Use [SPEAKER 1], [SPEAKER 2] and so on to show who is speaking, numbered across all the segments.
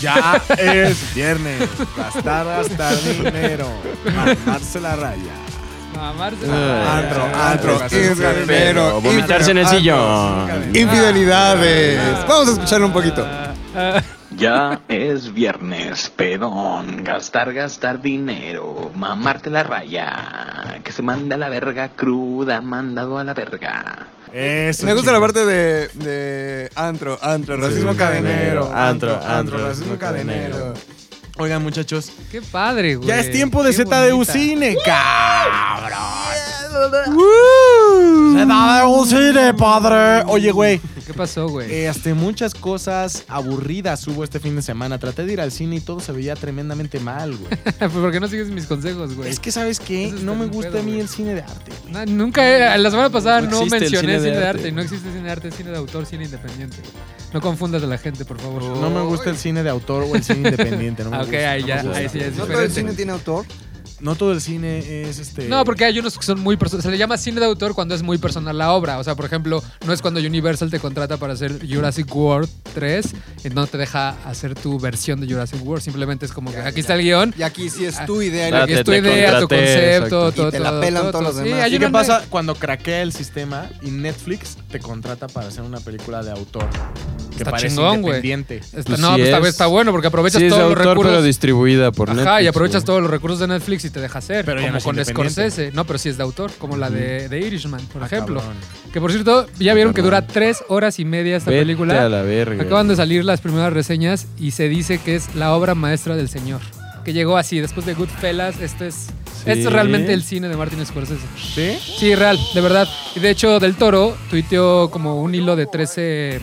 [SPEAKER 1] Ya es viernes. Gastar, gastar dinero. Armarse la raya.
[SPEAKER 2] Mamarse.
[SPEAKER 1] Antro, antro,
[SPEAKER 3] Gastar
[SPEAKER 1] es galinero.
[SPEAKER 3] Vomitarse en el sillón.
[SPEAKER 4] Infidelidades.
[SPEAKER 2] Ah.
[SPEAKER 4] Vamos a escuchar un poquito.
[SPEAKER 5] Ya es viernes, pedón. Gastar, gastar dinero. Mamarte la raya. Que se manda a la verga cruda, mandado a la verga.
[SPEAKER 1] Eso,
[SPEAKER 4] Me gusta la
[SPEAKER 1] chicos.
[SPEAKER 4] parte de, de antro, antro, racismo
[SPEAKER 1] Sí,
[SPEAKER 4] cadenero.
[SPEAKER 3] antro,
[SPEAKER 4] antro, antro,
[SPEAKER 3] antro,
[SPEAKER 4] racismo
[SPEAKER 3] cadenero.
[SPEAKER 4] cadenero. Oigan, muchachos.
[SPEAKER 2] Qué padre, güey.
[SPEAKER 1] Ya es tiempo de
[SPEAKER 2] Qué
[SPEAKER 1] ZDU
[SPEAKER 2] bonita.
[SPEAKER 1] Cine, cabrón. ZDU Cine, padre. Oye, güey.
[SPEAKER 2] ¿Qué pasó, güey?
[SPEAKER 1] Este, muchas cosas aburridas hubo este fin de semana. Traté de ir al cine y todo se veía tremendamente mal, güey.
[SPEAKER 2] ¿Por qué no sigues mis consejos, güey?
[SPEAKER 1] es que, ¿sabes qué?
[SPEAKER 2] Eso está
[SPEAKER 1] No me
[SPEAKER 2] bien
[SPEAKER 1] gusta
[SPEAKER 2] pedo,
[SPEAKER 1] a mí
[SPEAKER 2] güey.
[SPEAKER 1] el cine de arte, güey.
[SPEAKER 2] No, nunca, era- la semana pasada
[SPEAKER 3] No
[SPEAKER 2] no,
[SPEAKER 3] existe el
[SPEAKER 2] mencioné
[SPEAKER 3] cine de
[SPEAKER 2] cine, de
[SPEAKER 3] arte,
[SPEAKER 2] arte. No existe cine de arte, es cine de autor, cine independiente. No confundas a la gente, por favor.
[SPEAKER 1] No me gusta el cine de autor o el cine independiente. No me
[SPEAKER 2] Ah, ok,
[SPEAKER 1] gusta,
[SPEAKER 2] ahí
[SPEAKER 1] no
[SPEAKER 2] ya,
[SPEAKER 1] me gusta.
[SPEAKER 2] ahí sí ya es
[SPEAKER 4] ¿No todo el
[SPEAKER 2] diferente.
[SPEAKER 4] cine tiene autor?
[SPEAKER 1] No todo el cine es este.
[SPEAKER 2] No, porque hay unos que son muy personales. Se le llama cine de autor cuando es muy personal la obra. O sea, por ejemplo, no es cuando Universal te contrata para hacer Jurassic World 3 y no te deja hacer tu versión de Jurassic World. Simplemente es como que aquí está el guión.
[SPEAKER 4] Y aquí sí es
[SPEAKER 2] Ah,
[SPEAKER 4] tu idea. y lo
[SPEAKER 3] Claro,
[SPEAKER 2] Aquí
[SPEAKER 4] que-
[SPEAKER 3] te-
[SPEAKER 2] es tu
[SPEAKER 3] te
[SPEAKER 2] idea, tu
[SPEAKER 3] contraté,
[SPEAKER 2] concepto,
[SPEAKER 3] exacto.
[SPEAKER 2] todo,
[SPEAKER 4] Y te
[SPEAKER 2] todo,
[SPEAKER 4] la pelan
[SPEAKER 2] todo,
[SPEAKER 4] todos los
[SPEAKER 2] todo.
[SPEAKER 4] demás.
[SPEAKER 2] hay
[SPEAKER 1] ¿Y qué
[SPEAKER 2] una-
[SPEAKER 1] pasa cuando craquea el sistema y Netflix te contrata para hacer una película de autor? Que
[SPEAKER 2] Está
[SPEAKER 1] parece
[SPEAKER 2] chingón, güey.
[SPEAKER 1] independiente.
[SPEAKER 2] Está-
[SPEAKER 3] Pues
[SPEAKER 2] no,
[SPEAKER 3] sí
[SPEAKER 2] pues está,
[SPEAKER 3] es.
[SPEAKER 2] está bueno porque aprovechas
[SPEAKER 3] Sí, es de
[SPEAKER 2] todos los
[SPEAKER 3] autor,
[SPEAKER 2] recursos.
[SPEAKER 3] pero distribuida por Netflix.
[SPEAKER 2] Ajá, y aprovechas
[SPEAKER 3] güey.
[SPEAKER 2] todos los recursos de Netflix y te deja hacer.
[SPEAKER 1] Pero ya
[SPEAKER 2] como
[SPEAKER 1] no es
[SPEAKER 2] con
[SPEAKER 1] independiente.
[SPEAKER 2] Scorsese. No, pero sí es de autor, como la de, de Irishman, por
[SPEAKER 1] Ah,
[SPEAKER 2] ejemplo.
[SPEAKER 1] cabrón.
[SPEAKER 2] Que por cierto, ya vieron que dura
[SPEAKER 3] Cabrón.
[SPEAKER 2] tres horas y media esta
[SPEAKER 3] Vete
[SPEAKER 2] película.
[SPEAKER 3] a la verga.
[SPEAKER 2] Acaban de salir las primeras reseñas y se dice que es la obra maestra del señor. Que llegó así, después de Goodfellas, este es, este es realmente el cine de Martin Scorsese.
[SPEAKER 1] ¿Sí?
[SPEAKER 2] Sí, real, de verdad. Y de hecho, Del Toro tuiteó como un hilo de 13,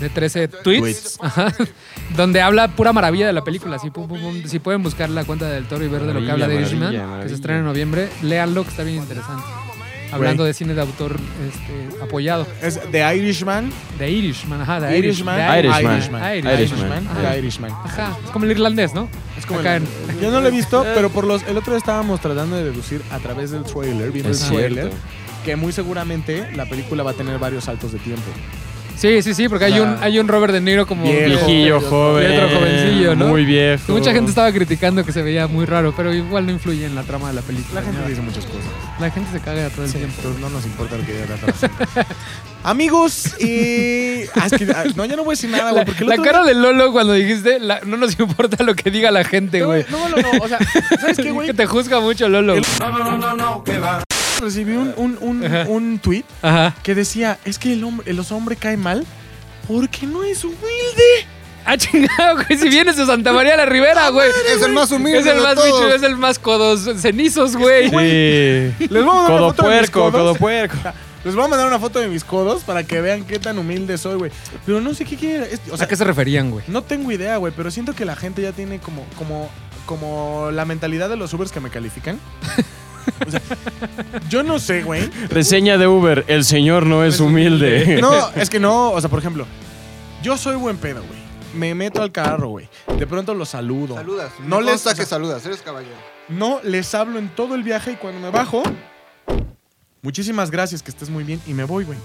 [SPEAKER 2] de 13 tweets,
[SPEAKER 3] Tweets.
[SPEAKER 2] ajá, donde habla pura maravilla de la película. Así, pum, pum, pum. Si pueden buscar la cuenta de Del Toro y ver de lo que
[SPEAKER 3] Maravilla,
[SPEAKER 2] habla de
[SPEAKER 3] maravilla,
[SPEAKER 2] Irishman, que
[SPEAKER 3] maravilla.
[SPEAKER 2] se estrena en noviembre, léanlo, que está bien interesante. Hablando de cine de autor este, apoyado.
[SPEAKER 1] Es The Irishman.
[SPEAKER 2] De Irishman, ajá, de
[SPEAKER 1] Irishman.
[SPEAKER 2] de
[SPEAKER 3] Irishman.
[SPEAKER 2] Irishman.
[SPEAKER 3] Irishman.
[SPEAKER 2] Ajá.
[SPEAKER 1] The Irishman.
[SPEAKER 2] Ajá, es como el irlandés, ¿no?
[SPEAKER 1] Es como
[SPEAKER 2] Acá
[SPEAKER 1] el-
[SPEAKER 2] en-
[SPEAKER 1] Yo no lo he visto, pero por los el otro día estábamos tratando de deducir a través del trailer, viendo
[SPEAKER 3] Es
[SPEAKER 1] el trailer,
[SPEAKER 3] cierto.
[SPEAKER 1] que muy seguramente la película va a tener varios saltos de tiempo.
[SPEAKER 2] Sí, sí, sí, porque hay un, hay un Robert De Niro como
[SPEAKER 1] Viejo.
[SPEAKER 3] Viejillo, joven.
[SPEAKER 2] Pietro jovencillo, ¿no?
[SPEAKER 3] Muy viejo.
[SPEAKER 2] que mucha gente estaba criticando que se veía muy raro, pero igual no influye en la trama de la película.
[SPEAKER 1] La gente
[SPEAKER 2] ¿no?
[SPEAKER 1] dice muchas cosas.
[SPEAKER 2] La gente se caga todo el tiempo.
[SPEAKER 1] Entonces no nos importa lo que diga la gente. Amigos, eh, ah, es que, ah, no, ya no voy a decir nada, güey,
[SPEAKER 2] La,
[SPEAKER 1] porque el
[SPEAKER 2] la
[SPEAKER 1] otro
[SPEAKER 2] cara de Lolo cuando dijiste, la- no nos importa lo que diga la gente, güey.
[SPEAKER 1] No, no, no, o sea, ¿sabes qué, güey?
[SPEAKER 2] que te juzga mucho, Lolo.
[SPEAKER 1] Recibí un, un, un, un tweet
[SPEAKER 2] Ajá.
[SPEAKER 1] que decía, es que el hombre, los hombres caen mal porque no es humilde.
[SPEAKER 2] Ah, chingado, güey. Si vienes de Santa María la
[SPEAKER 1] Ah,
[SPEAKER 2] Rivera, güey.
[SPEAKER 4] Es el más humilde.
[SPEAKER 2] Es el
[SPEAKER 4] de
[SPEAKER 2] más
[SPEAKER 4] todos.
[SPEAKER 2] bicho, es el más codos cenizos, güey.
[SPEAKER 3] Sí.
[SPEAKER 1] Les vamos a dar una
[SPEAKER 3] Codo
[SPEAKER 1] foto de mis
[SPEAKER 3] puerco,
[SPEAKER 1] codos.
[SPEAKER 3] codo puerco.
[SPEAKER 1] Les voy a mandar una foto de mis codos para que vean qué tan humilde soy, güey. Pero no sé qué quiere. es- O
[SPEAKER 2] O
[SPEAKER 1] sea,
[SPEAKER 2] sea, ¿a qué se referían, güey?
[SPEAKER 1] no tengo idea, güey, pero siento que la gente ya tiene como, como, como la mentalidad de los Ubers que me califican. O sea, yo no sé, güey.
[SPEAKER 3] Reseña de Uber. El señor no
[SPEAKER 2] Pues
[SPEAKER 3] es humilde.
[SPEAKER 1] No, es que no, o sea, por ejemplo, yo soy buen pedo, güey. Me meto al carro, güey. De pronto los saludo.
[SPEAKER 4] Saludas.
[SPEAKER 1] No
[SPEAKER 4] No
[SPEAKER 1] les-
[SPEAKER 4] les
[SPEAKER 1] o sea-
[SPEAKER 4] que saludas, eres caballero.
[SPEAKER 1] No les hablo en todo el viaje y cuando me bajo, muchísimas gracias, que estés muy bien y me voy, güey.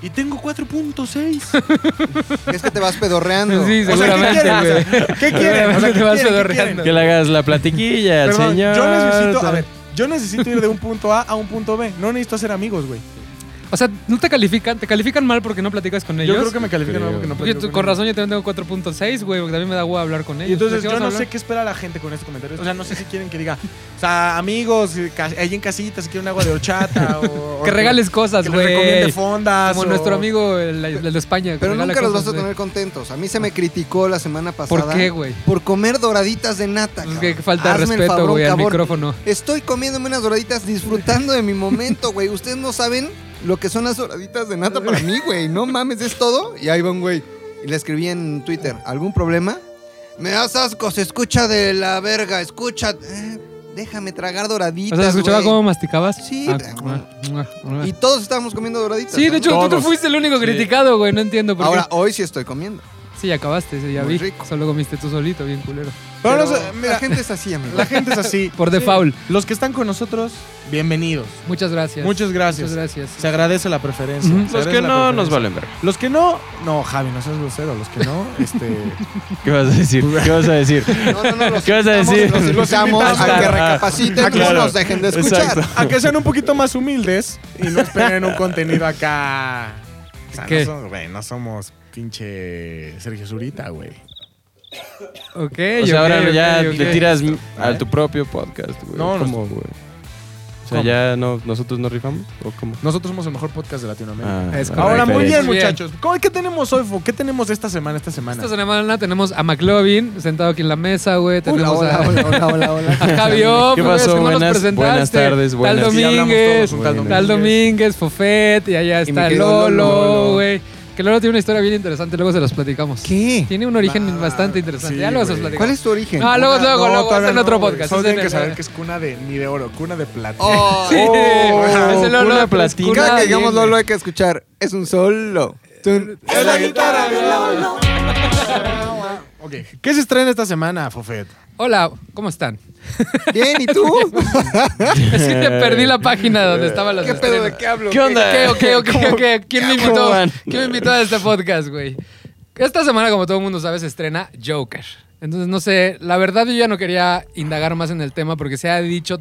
[SPEAKER 1] Y tengo 4.6.
[SPEAKER 4] Es que te vas pedorreando.
[SPEAKER 2] Sí,
[SPEAKER 1] O sea,
[SPEAKER 2] seguramente,
[SPEAKER 1] ¿qué quieren?
[SPEAKER 2] güey.
[SPEAKER 1] O sea, ¿Qué quieren? O sea,
[SPEAKER 2] Seguramente
[SPEAKER 1] ¿qué
[SPEAKER 2] te vas
[SPEAKER 1] quieren? ¿Qué
[SPEAKER 2] pedorreando.
[SPEAKER 3] Que le hagas la platiquilla al
[SPEAKER 1] Perdón,
[SPEAKER 3] señor.
[SPEAKER 1] yo necesito, a ver, yo necesito ir de un punto A a un punto B. No necesito hacer amigos, güey.
[SPEAKER 2] O sea, no te califican, te califican mal porque no platicas con ellos.
[SPEAKER 1] Yo creo que me califican
[SPEAKER 3] Creo.
[SPEAKER 1] algo que no
[SPEAKER 2] Porque
[SPEAKER 1] platico
[SPEAKER 2] tú-
[SPEAKER 1] con
[SPEAKER 2] con razón yo también tengo 4.6, güey, porque también me da huevo hablar con ellos.
[SPEAKER 1] Y entonces
[SPEAKER 2] ¿De qué
[SPEAKER 1] yo
[SPEAKER 2] vas a
[SPEAKER 1] no
[SPEAKER 2] hablar?
[SPEAKER 1] sé qué espera la gente con este estos comentarios. O sea, no sé si quieren que diga, o sea, amigos, eh, ca- ahí en casita, si quieren agua de horchata o... o
[SPEAKER 2] Que regales
[SPEAKER 1] que
[SPEAKER 2] cosas,
[SPEAKER 1] les recomiende
[SPEAKER 2] güey.
[SPEAKER 1] fondas.
[SPEAKER 2] Como
[SPEAKER 1] o-
[SPEAKER 2] nuestro amigo, el, el de España. que
[SPEAKER 4] Pero
[SPEAKER 2] regala
[SPEAKER 4] nunca los vas
[SPEAKER 2] cosas,
[SPEAKER 4] a
[SPEAKER 2] güey.
[SPEAKER 4] tener contentos. A mí se me criticó la semana pasada.
[SPEAKER 2] ¿Por qué, güey?
[SPEAKER 4] Por comer doraditas de nata.
[SPEAKER 2] Pues
[SPEAKER 4] cabrón.
[SPEAKER 2] que falta de
[SPEAKER 4] Hazme el
[SPEAKER 2] respeto,
[SPEAKER 4] favor,
[SPEAKER 2] güey, al
[SPEAKER 4] cabrón.
[SPEAKER 2] micrófono.
[SPEAKER 4] Estoy comiéndome unas doraditas disfrutando de mi momento, güey. Ustedes no saben lo que son las doraditas de nata para mí, güey. No mames, es todo. Y ahí va un güey. Y le escribí en Twitter, ¿algún problema? Me das asco, se escucha de la verga, escucha. Eh, déjame tragar
[SPEAKER 2] O
[SPEAKER 4] doraditas.
[SPEAKER 2] sea, ¿se escuchaba
[SPEAKER 4] güey.
[SPEAKER 2] cómo masticabas?
[SPEAKER 4] Sí,
[SPEAKER 2] Ah,
[SPEAKER 4] de-
[SPEAKER 2] mua, mua, mua.
[SPEAKER 4] Y todos estábamos comiendo doraditas.
[SPEAKER 2] Sí,
[SPEAKER 4] ¿no?
[SPEAKER 2] de hecho, tú
[SPEAKER 3] Todos.
[SPEAKER 2] fuiste el único criticado, güey. No entiendo por qué.
[SPEAKER 4] Ahora, hoy sí estoy comiendo.
[SPEAKER 2] Sí, ya acabaste, sí, ya
[SPEAKER 4] Muy
[SPEAKER 2] vi.
[SPEAKER 4] rico.
[SPEAKER 2] Solo comiste tú solito, bien culero.
[SPEAKER 1] Pero no
[SPEAKER 4] Pero
[SPEAKER 1] sé, mira,
[SPEAKER 4] la gente es así, amigo.
[SPEAKER 1] es así.
[SPEAKER 2] Por default.
[SPEAKER 1] Los que están con nosotros, bienvenidos.
[SPEAKER 2] Muchas gracias.
[SPEAKER 1] Muchas gracias.
[SPEAKER 2] Muchas gracias.
[SPEAKER 1] Se agradece la preferencia.
[SPEAKER 2] Ujú.
[SPEAKER 1] Se
[SPEAKER 3] Los
[SPEAKER 1] agradece
[SPEAKER 3] que
[SPEAKER 1] la
[SPEAKER 3] no nos
[SPEAKER 1] preferencia.
[SPEAKER 3] valen verga.
[SPEAKER 1] Los que no, no, Javi, no seas grosero. Los que no, este.
[SPEAKER 3] ¿Qué vas a decir? ¿Qué vas a decir?
[SPEAKER 4] No, no, no, los
[SPEAKER 3] ¿Qué vas a
[SPEAKER 4] invitamos,
[SPEAKER 3] decir?
[SPEAKER 4] Los invitamos a
[SPEAKER 1] Hasta-
[SPEAKER 4] que
[SPEAKER 3] ah,
[SPEAKER 4] recapaciten,
[SPEAKER 1] ah, claro.
[SPEAKER 4] no nos dejen de escuchar.
[SPEAKER 3] Exacto.
[SPEAKER 1] a que sean un poquito más humildes y no esperen un contenido acá. O sea,
[SPEAKER 2] ¿Qué?
[SPEAKER 1] No, somos, güey, no somos pinche Sergio Zurita, güey.
[SPEAKER 2] Ok,
[SPEAKER 3] O sea,
[SPEAKER 2] ok,
[SPEAKER 3] ahora
[SPEAKER 2] ok,
[SPEAKER 3] ya
[SPEAKER 2] ok.
[SPEAKER 3] le tiras a tu propio podcast, güey.
[SPEAKER 1] No, no.
[SPEAKER 3] ¿Cómo, güey? O sea,
[SPEAKER 1] ¿Cómo?
[SPEAKER 3] ya no, nosotros no rifamos o cómo?
[SPEAKER 1] Nosotros somos el mejor podcast de Latinoamérica.
[SPEAKER 3] Ah,
[SPEAKER 2] Es
[SPEAKER 3] ah,
[SPEAKER 1] Ahora, muy bien,
[SPEAKER 2] Muy bien.
[SPEAKER 1] muchachos. ¿Cómo- ¿Qué tenemos hoy, Fo? ¿Qué tenemos esta semana? Esta semana.
[SPEAKER 2] Esta semana tenemos a McLovin sentado aquí en la mesa, güey.
[SPEAKER 4] Hola,
[SPEAKER 2] Tenemos
[SPEAKER 4] hola,
[SPEAKER 2] a,
[SPEAKER 4] hola, hola, hola,
[SPEAKER 2] a
[SPEAKER 4] hola.
[SPEAKER 2] Javi Off,
[SPEAKER 3] ¿Qué
[SPEAKER 2] güey, es
[SPEAKER 3] pasó?
[SPEAKER 2] que no nos
[SPEAKER 3] Buenas-
[SPEAKER 2] presentaste.
[SPEAKER 3] buenas tardes, buenas-
[SPEAKER 2] Tal
[SPEAKER 1] Sí, hablamos
[SPEAKER 2] Domínguez.
[SPEAKER 1] todos un tal
[SPEAKER 3] Buenas.
[SPEAKER 2] Tal Domínguez, Fofet, y allá
[SPEAKER 4] mi
[SPEAKER 2] está Lolo,
[SPEAKER 4] querido Lolo.
[SPEAKER 2] güey. Que Lolo tiene una historia bien interesante, luego se los platicamos.
[SPEAKER 4] ¿Qué?
[SPEAKER 2] Tiene un origen
[SPEAKER 1] Ah,
[SPEAKER 2] bastante interesante.
[SPEAKER 1] sí,
[SPEAKER 2] ya luego se los
[SPEAKER 1] güey.
[SPEAKER 2] platicamos.
[SPEAKER 4] ¿Cuál es tu origen?
[SPEAKER 2] Ah, luego,
[SPEAKER 4] Una-
[SPEAKER 2] luego,
[SPEAKER 1] No,
[SPEAKER 2] luego,
[SPEAKER 1] todavía
[SPEAKER 2] es en
[SPEAKER 1] no,
[SPEAKER 2] otro
[SPEAKER 1] güey.
[SPEAKER 2] podcast.
[SPEAKER 1] Solo
[SPEAKER 2] es
[SPEAKER 1] tienen
[SPEAKER 2] en
[SPEAKER 1] que
[SPEAKER 2] el-
[SPEAKER 1] saber que es cuna de ni de oro, cuna de plata.
[SPEAKER 4] Oh,
[SPEAKER 2] Sí,
[SPEAKER 4] oh,
[SPEAKER 2] es el Lolo
[SPEAKER 3] cuna
[SPEAKER 2] de Platicuna,
[SPEAKER 3] platica.
[SPEAKER 4] Cada que
[SPEAKER 2] bien,
[SPEAKER 4] digamos
[SPEAKER 2] güey.
[SPEAKER 4] Lolo hay que escuchar. Es un solo. Tun.
[SPEAKER 1] Es la guitarra de Lolo. ok. ¿Qué se estrena esta semana, Fofet?
[SPEAKER 2] Hola, ¿cómo están?
[SPEAKER 4] Bien, ¿y tú?
[SPEAKER 2] Es que te perdí la página donde estaban los
[SPEAKER 4] ¿Qué pedo de
[SPEAKER 2] estrenos.
[SPEAKER 4] qué hablo?
[SPEAKER 3] ¿Qué onda?
[SPEAKER 2] ¿Qué, ok, ok,
[SPEAKER 3] ¿Cómo-
[SPEAKER 2] ok? ¿Quién me
[SPEAKER 3] cómo
[SPEAKER 2] invitó?
[SPEAKER 3] van?
[SPEAKER 2] ¿Quién me invitó a este podcast, güey? Esta semana, como todo el mundo sabe, se estrena Joker. Entonces, no sé, la verdad yo ya no quería indagar más en el tema porque se ha dicho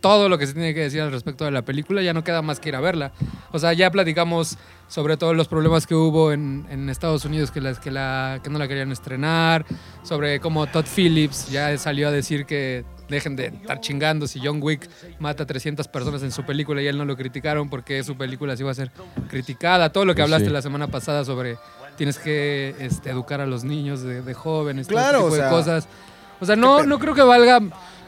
[SPEAKER 2] todo lo que se tiene que decir al respecto de la película, ya no queda más que ir a verla. O sea, ya platicamos sobre todos los problemas que hubo en, en Estados Unidos que, las, que, la, que no la querían estrenar, sobre cómo Todd Phillips ya salió a decir que dejen de estar chingando si John Wick mata a 300 personas en su película y él no lo criticaron porque su película sí iba a ser criticada. Todo lo que
[SPEAKER 3] Pues
[SPEAKER 2] hablaste
[SPEAKER 3] sí.
[SPEAKER 2] la semana pasada sobre tienes que este, educar a los niños de, de jóvenes,
[SPEAKER 4] Claro,
[SPEAKER 2] todo ese tipo
[SPEAKER 4] o sea,
[SPEAKER 2] de cosas. O sea, no, no creo que valga.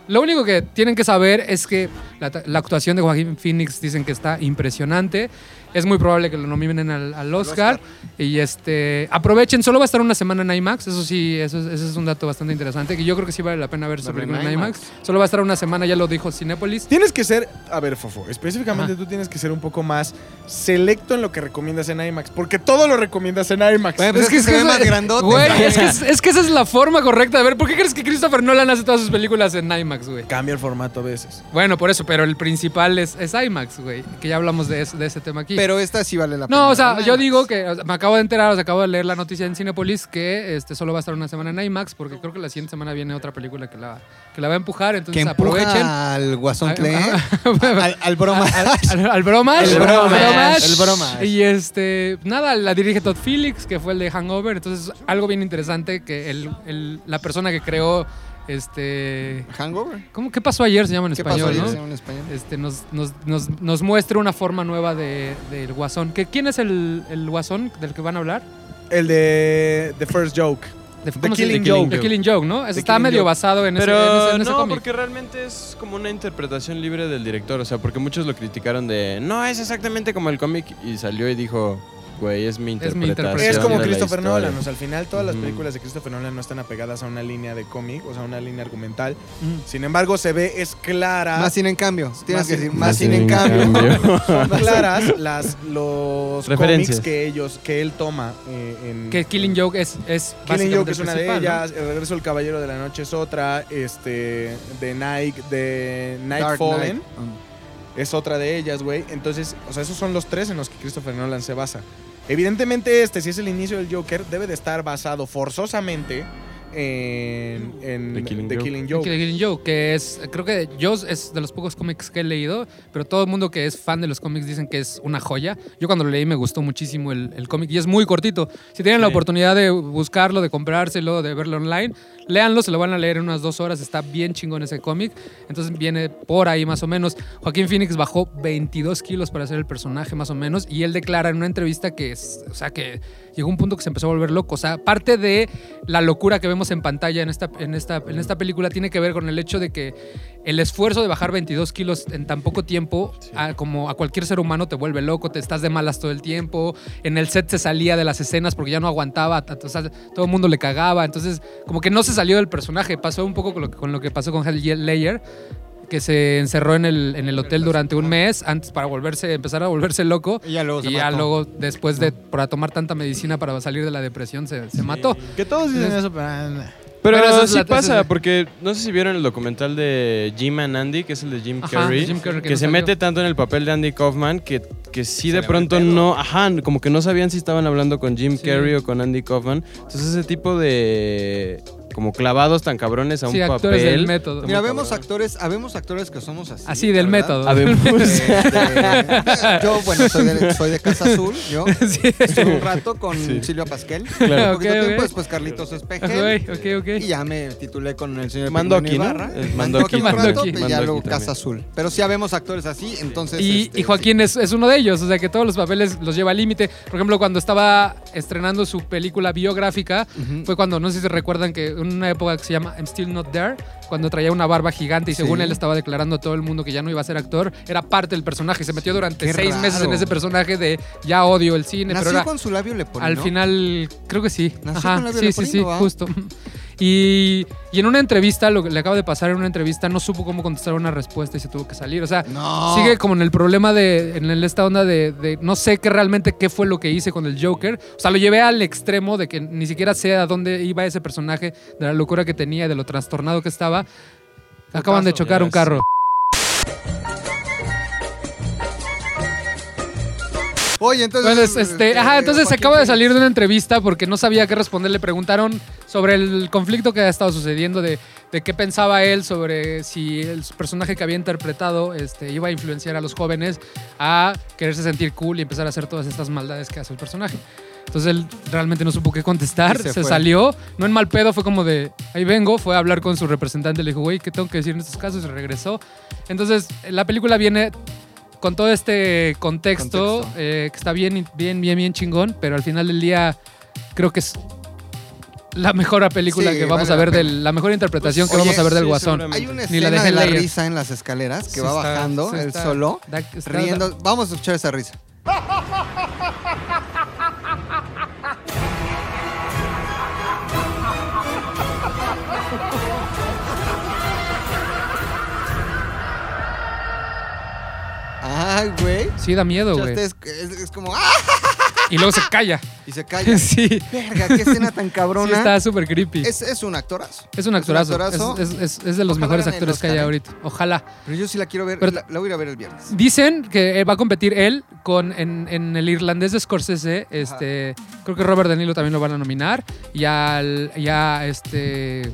[SPEAKER 2] Lo único que tienen que saber es que la, ta- la actuación de Joaquín Phoenix dicen que está impresionante. Es muy probable que lo nominen al, al Oscar. Y este aprovechen, solo va a estar una semana en IMAX. Eso sí, eso es, ese es un dato bastante interesante. Que yo creo que sí vale la pena ver esta
[SPEAKER 4] Verla en
[SPEAKER 2] película en IMAX.
[SPEAKER 4] IMAX.
[SPEAKER 2] Solo va a estar una semana, ya lo dijo Cinépolis.
[SPEAKER 1] Tienes que ser, a ver, Fofo, específicamente
[SPEAKER 2] Ajá.
[SPEAKER 1] tú tienes que ser un poco más selecto en lo que recomiendas en IMAX, porque todo lo recomiendas en IMAX.
[SPEAKER 4] Bueno, pues es que se ve
[SPEAKER 2] eso-
[SPEAKER 4] más grandote.
[SPEAKER 2] Güey, es que, es- es que esa es la forma correcta de ver. ¿Por qué crees que Christopher Nolan hace todas sus películas en IMAX, güey?
[SPEAKER 1] Cambia el formato a veces.
[SPEAKER 2] Bueno, por eso, pero el principal es, es IMAX, güey. Que ya hablamos de, es- de ese tema aquí.
[SPEAKER 4] Pero esta sí vale la pena.
[SPEAKER 2] no, o sea,
[SPEAKER 4] Nada
[SPEAKER 2] yo
[SPEAKER 4] más.
[SPEAKER 2] digo que o sea, me acabo de enterar, o sea, acabo de leer la noticia en Cinepolis que este, solo va a estar una semana en IMAX porque creo que la siguiente semana viene otra película que la, que la va a empujar,
[SPEAKER 4] Que
[SPEAKER 2] entonces
[SPEAKER 4] empuja
[SPEAKER 2] aprovechen.
[SPEAKER 4] al guasón Clem.
[SPEAKER 2] Ajá.
[SPEAKER 4] Al, al broma.
[SPEAKER 2] al, al bromas. Al
[SPEAKER 4] El bromas,
[SPEAKER 2] bromas.
[SPEAKER 4] el bromas.
[SPEAKER 2] Y este, nada, la dirige Todd Phillips, que fue el de Hangover. Entonces, algo bien interesante que el- el- la persona que creó este.
[SPEAKER 4] Hangover.
[SPEAKER 2] ¿Cómo? ¿Qué pasó ayer? Se llama en
[SPEAKER 4] ¿Qué
[SPEAKER 2] español,
[SPEAKER 4] pasó ayer
[SPEAKER 2] ¿no?
[SPEAKER 4] en español?
[SPEAKER 2] Este, nos, nos, nos, nos muestra una forma nueva de- del guasón. ¿Que, ¿Quién es el, el guasón del que van a hablar?
[SPEAKER 1] El de The First Joke.
[SPEAKER 2] De,
[SPEAKER 1] The
[SPEAKER 2] ¿cómo se-
[SPEAKER 1] Killing
[SPEAKER 2] The Killing
[SPEAKER 1] Joke.
[SPEAKER 2] The Killing Joke, ¿no? Eso
[SPEAKER 1] The
[SPEAKER 2] está
[SPEAKER 1] Killing
[SPEAKER 2] medio
[SPEAKER 1] Joke.
[SPEAKER 2] basado en ese- en ese,
[SPEAKER 3] Pero
[SPEAKER 2] en ese
[SPEAKER 3] no,
[SPEAKER 2] cómic.
[SPEAKER 3] porque realmente es como una interpretación libre del director. O sea, porque muchos lo criticaron de no es exactamente como el cómic y salió y dijo, güey, es mi
[SPEAKER 2] Es mi
[SPEAKER 3] interpretación.
[SPEAKER 2] interpretación.
[SPEAKER 1] Es como
[SPEAKER 3] de la
[SPEAKER 1] Christopher
[SPEAKER 3] historia".
[SPEAKER 1] Nolan. O sea, al final todas las
[SPEAKER 3] Ujú.
[SPEAKER 1] películas de Christopher Nolan no están apegadas a una línea de cómic, o sea, una línea argumental.
[SPEAKER 2] Mm.
[SPEAKER 1] Sin embargo, se ve, es clara.
[SPEAKER 4] Más sin en cambio. Tienes que
[SPEAKER 1] sin-
[SPEAKER 4] decir
[SPEAKER 1] más
[SPEAKER 4] más sin en cambio.
[SPEAKER 1] son claras las, los
[SPEAKER 3] Referencias.
[SPEAKER 1] cómics que ellos, que él toma eh, en.
[SPEAKER 2] Que Killing Joke es, es
[SPEAKER 1] Killing
[SPEAKER 2] básicamente
[SPEAKER 1] Joke
[SPEAKER 2] el
[SPEAKER 1] es una de
[SPEAKER 2] principal, ¿no?
[SPEAKER 1] ellas, El regreso del caballero de la noche es otra, este de Nike de Night
[SPEAKER 4] Dark
[SPEAKER 1] Fallen
[SPEAKER 4] Knight. Ah,
[SPEAKER 1] es otra de ellas, güey. Entonces, o sea, esos son los tres en los que Christopher Nolan se basa. Evidentemente este, si es el inicio del Joker, debe de estar basado forzosamente en, en
[SPEAKER 3] The Killing Joke.
[SPEAKER 2] Que
[SPEAKER 1] Joke.
[SPEAKER 2] Killing Joke, que es, creo que yo es de los pocos cómics que he leído, pero todo el mundo que es fan de los cómics dicen que es una joya. Yo cuando lo leí me gustó muchísimo el, el cómic y es muy cortito. Si tienen la
[SPEAKER 3] Sí.
[SPEAKER 2] oportunidad de buscarlo, de comprárselo, de verlo online, léanlo, se lo van a leer en unas dos horas, está bien chingón ese cómic. Entonces viene por ahí más o menos. Joaquín Phoenix bajó 22 kilos para hacer el personaje más o menos y él declara en una entrevista que, es, o sea, que llegó un punto que se empezó a volver loco. O sea, parte de la locura que vemos en pantalla en esta, en esta, en esta película tiene que ver con el hecho de que el esfuerzo de bajar 22 kilos en tan poco tiempo, a- como a cualquier ser humano, te vuelve loco, te estás de malas todo el tiempo. En el set se salía de las escenas porque ya no aguantaba, t- o sea, todo el mundo le cagaba. Entonces, como que no se salió del personaje. Pasó un poco con lo, que- con lo que pasó con Heath Ledger, que se encerró en el, en el hotel durante un mes antes para volverse, empezar a volverse loco.
[SPEAKER 6] Y ya luego se
[SPEAKER 2] Y ya
[SPEAKER 6] mató.
[SPEAKER 2] luego, después de para tomar tanta medicina para salir de la depresión, se, se mató.
[SPEAKER 1] Que todos dicen eso, pero. ah, nah.
[SPEAKER 3] Pero,
[SPEAKER 2] Pero esa es
[SPEAKER 3] sí
[SPEAKER 2] la- esa
[SPEAKER 3] pasa,
[SPEAKER 2] es-
[SPEAKER 3] porque no sé si vieron el documental de Jim and Andy, que es el de Jim
[SPEAKER 2] Ajá,
[SPEAKER 3] Carrey,
[SPEAKER 2] de Jim Carrey, que
[SPEAKER 3] que,
[SPEAKER 2] no
[SPEAKER 3] se
[SPEAKER 2] salió.
[SPEAKER 3] mete tanto en el papel de Andy Kaufman que, que sí de pronto no, ajá, como que no sabían si estaban hablando con Jim
[SPEAKER 2] Sí.
[SPEAKER 3] Carrey o con Andy Kaufman. Entonces ese tipo de como clavados tan cabrones a un
[SPEAKER 2] Sí,
[SPEAKER 3] papel.
[SPEAKER 2] actores del método.
[SPEAKER 3] Está muy
[SPEAKER 4] Mira, vemos
[SPEAKER 3] cabrón.
[SPEAKER 4] actores, habemos actores que somos así.
[SPEAKER 2] Así, del
[SPEAKER 4] ¿verdad?
[SPEAKER 2] método.
[SPEAKER 3] Habemos-
[SPEAKER 4] Este, yo, bueno, soy de, soy de Casa Azul, yo.
[SPEAKER 2] Sí.
[SPEAKER 4] Estuve un rato con Silvia Pasquel.
[SPEAKER 2] Claro.
[SPEAKER 4] Un poquito
[SPEAKER 2] Ok,
[SPEAKER 4] tiempo,
[SPEAKER 2] ok.
[SPEAKER 4] después Carlitos Espejel.
[SPEAKER 2] Ok, ok, ok.
[SPEAKER 4] Y ya me titulé con el señor
[SPEAKER 3] Mandoki,
[SPEAKER 4] Pigmeno
[SPEAKER 3] ¿no?
[SPEAKER 4] Ibarra.
[SPEAKER 3] El
[SPEAKER 4] Mandoki,
[SPEAKER 3] Mandoki.
[SPEAKER 4] un rato,
[SPEAKER 2] Mandoki.
[SPEAKER 4] pues ya
[SPEAKER 3] Mandoki
[SPEAKER 4] luego
[SPEAKER 3] también.
[SPEAKER 4] Casa Azul. Pero sí habemos actores así, entonces...
[SPEAKER 2] Y,
[SPEAKER 4] este,
[SPEAKER 2] y Joaquín es, es uno de ellos, o sea que todos los papeles los lleva al límite. Por ejemplo, cuando estaba estrenando su película biográfica, fue cuando, no sé si se recuerdan que en una época que se llama I'm Still Not There, cuando traía una barba gigante y según él estaba declarando a todo el mundo que ya no iba a ser actor, era parte del personaje. Se metió durante
[SPEAKER 4] qué
[SPEAKER 2] seis meses en
[SPEAKER 4] raro.
[SPEAKER 2] ese personaje de ya odio el
[SPEAKER 4] sí.
[SPEAKER 2] cine,
[SPEAKER 4] Nació
[SPEAKER 2] pero era-
[SPEAKER 4] con su labio leporino.
[SPEAKER 2] al final, creo que sí.
[SPEAKER 4] Nació
[SPEAKER 2] Ajá,
[SPEAKER 4] con ¿ah?
[SPEAKER 2] sí, sí,
[SPEAKER 4] labio
[SPEAKER 2] sí,
[SPEAKER 4] leporino, ¿va?
[SPEAKER 2] justo. Y, y en una entrevista, lo que le acaba de pasar en una entrevista, no supo cómo contestar una respuesta y se tuvo que salir. O sea,
[SPEAKER 4] No.
[SPEAKER 2] sigue como en el problema de, en el- esta onda de, de no sé qué realmente qué fue lo que hice con el Joker. O sea, lo llevé al extremo de que ni siquiera sé a dónde iba ese personaje, de la locura que tenía, de lo trastornado que estaba. Acaban de chocar
[SPEAKER 3] ya
[SPEAKER 2] un
[SPEAKER 3] sé.
[SPEAKER 2] carro.
[SPEAKER 4] Oye, entonces...
[SPEAKER 2] Bueno, es- este, ajá, entonces se
[SPEAKER 4] Joaquín
[SPEAKER 2] acaba de
[SPEAKER 4] Phoenix.
[SPEAKER 2] salir de una entrevista porque no sabía qué responder. Le preguntaron sobre el conflicto que ha estado sucediendo, de, de qué pensaba él sobre si el personaje que había interpretado este, iba a influenciar a los jóvenes a quererse sentir cool y empezar a hacer todas estas maldades que hace el personaje. Entonces él realmente no supo qué contestar,
[SPEAKER 4] Y
[SPEAKER 2] se,
[SPEAKER 4] se fue.
[SPEAKER 2] salió, no en mal pedo, fue como de, ahí vengo, fue a hablar con su representante, le dijo, güey, ¿qué tengo que decir en estos casos? Y regresó. Entonces la película viene con todo este contexto,
[SPEAKER 4] Contexto.
[SPEAKER 2] eh, que está bien, bien, bien, bien chingón, pero al final del día creo que es la mejor película
[SPEAKER 4] Sí,
[SPEAKER 2] que vamos
[SPEAKER 4] vale
[SPEAKER 2] a ver,
[SPEAKER 4] la
[SPEAKER 2] del- la mejor interpretación
[SPEAKER 4] Pues,
[SPEAKER 2] que
[SPEAKER 4] oye,
[SPEAKER 2] vamos a ver del
[SPEAKER 3] sí,
[SPEAKER 2] Guasón.
[SPEAKER 3] seguramente.
[SPEAKER 4] Hay una
[SPEAKER 2] Ni la
[SPEAKER 4] escena
[SPEAKER 2] dejé
[SPEAKER 4] de la
[SPEAKER 2] leer.
[SPEAKER 4] risa en las escaleras que
[SPEAKER 2] Sí
[SPEAKER 4] va
[SPEAKER 2] está-
[SPEAKER 4] bajando
[SPEAKER 2] sí
[SPEAKER 4] él
[SPEAKER 2] está-
[SPEAKER 4] solo,
[SPEAKER 2] da- está-
[SPEAKER 4] riendo. Vamos a escuchar esa risa. Ay, güey.
[SPEAKER 2] Sí, da miedo,
[SPEAKER 4] Ya
[SPEAKER 2] güey.
[SPEAKER 4] está, Es, es- es como ¡ah!
[SPEAKER 2] Y luego se calla.
[SPEAKER 4] Y se calla.
[SPEAKER 2] sí.
[SPEAKER 4] Verga, qué escena tan
[SPEAKER 2] Sí,
[SPEAKER 4] cabrona.
[SPEAKER 2] está súper creepy. Es,
[SPEAKER 4] es, es un actorazo.
[SPEAKER 2] un actorazo. Es,
[SPEAKER 4] actorazo.
[SPEAKER 2] es- es- es de los
[SPEAKER 4] Ojalá
[SPEAKER 2] mejores
[SPEAKER 4] gane el
[SPEAKER 2] actores que hay
[SPEAKER 4] Oscar, ¿eh?
[SPEAKER 2] ahorita. Ojalá.
[SPEAKER 4] Pero yo sí la quiero ver.
[SPEAKER 2] Pero-
[SPEAKER 4] la, la voy a ir a ver el viernes.
[SPEAKER 2] Dicen que eh, va a competir él con en, en el irlandés de Scorsese. Este, creo que Robert De Niro también lo van a nominar. Y al, y a, este,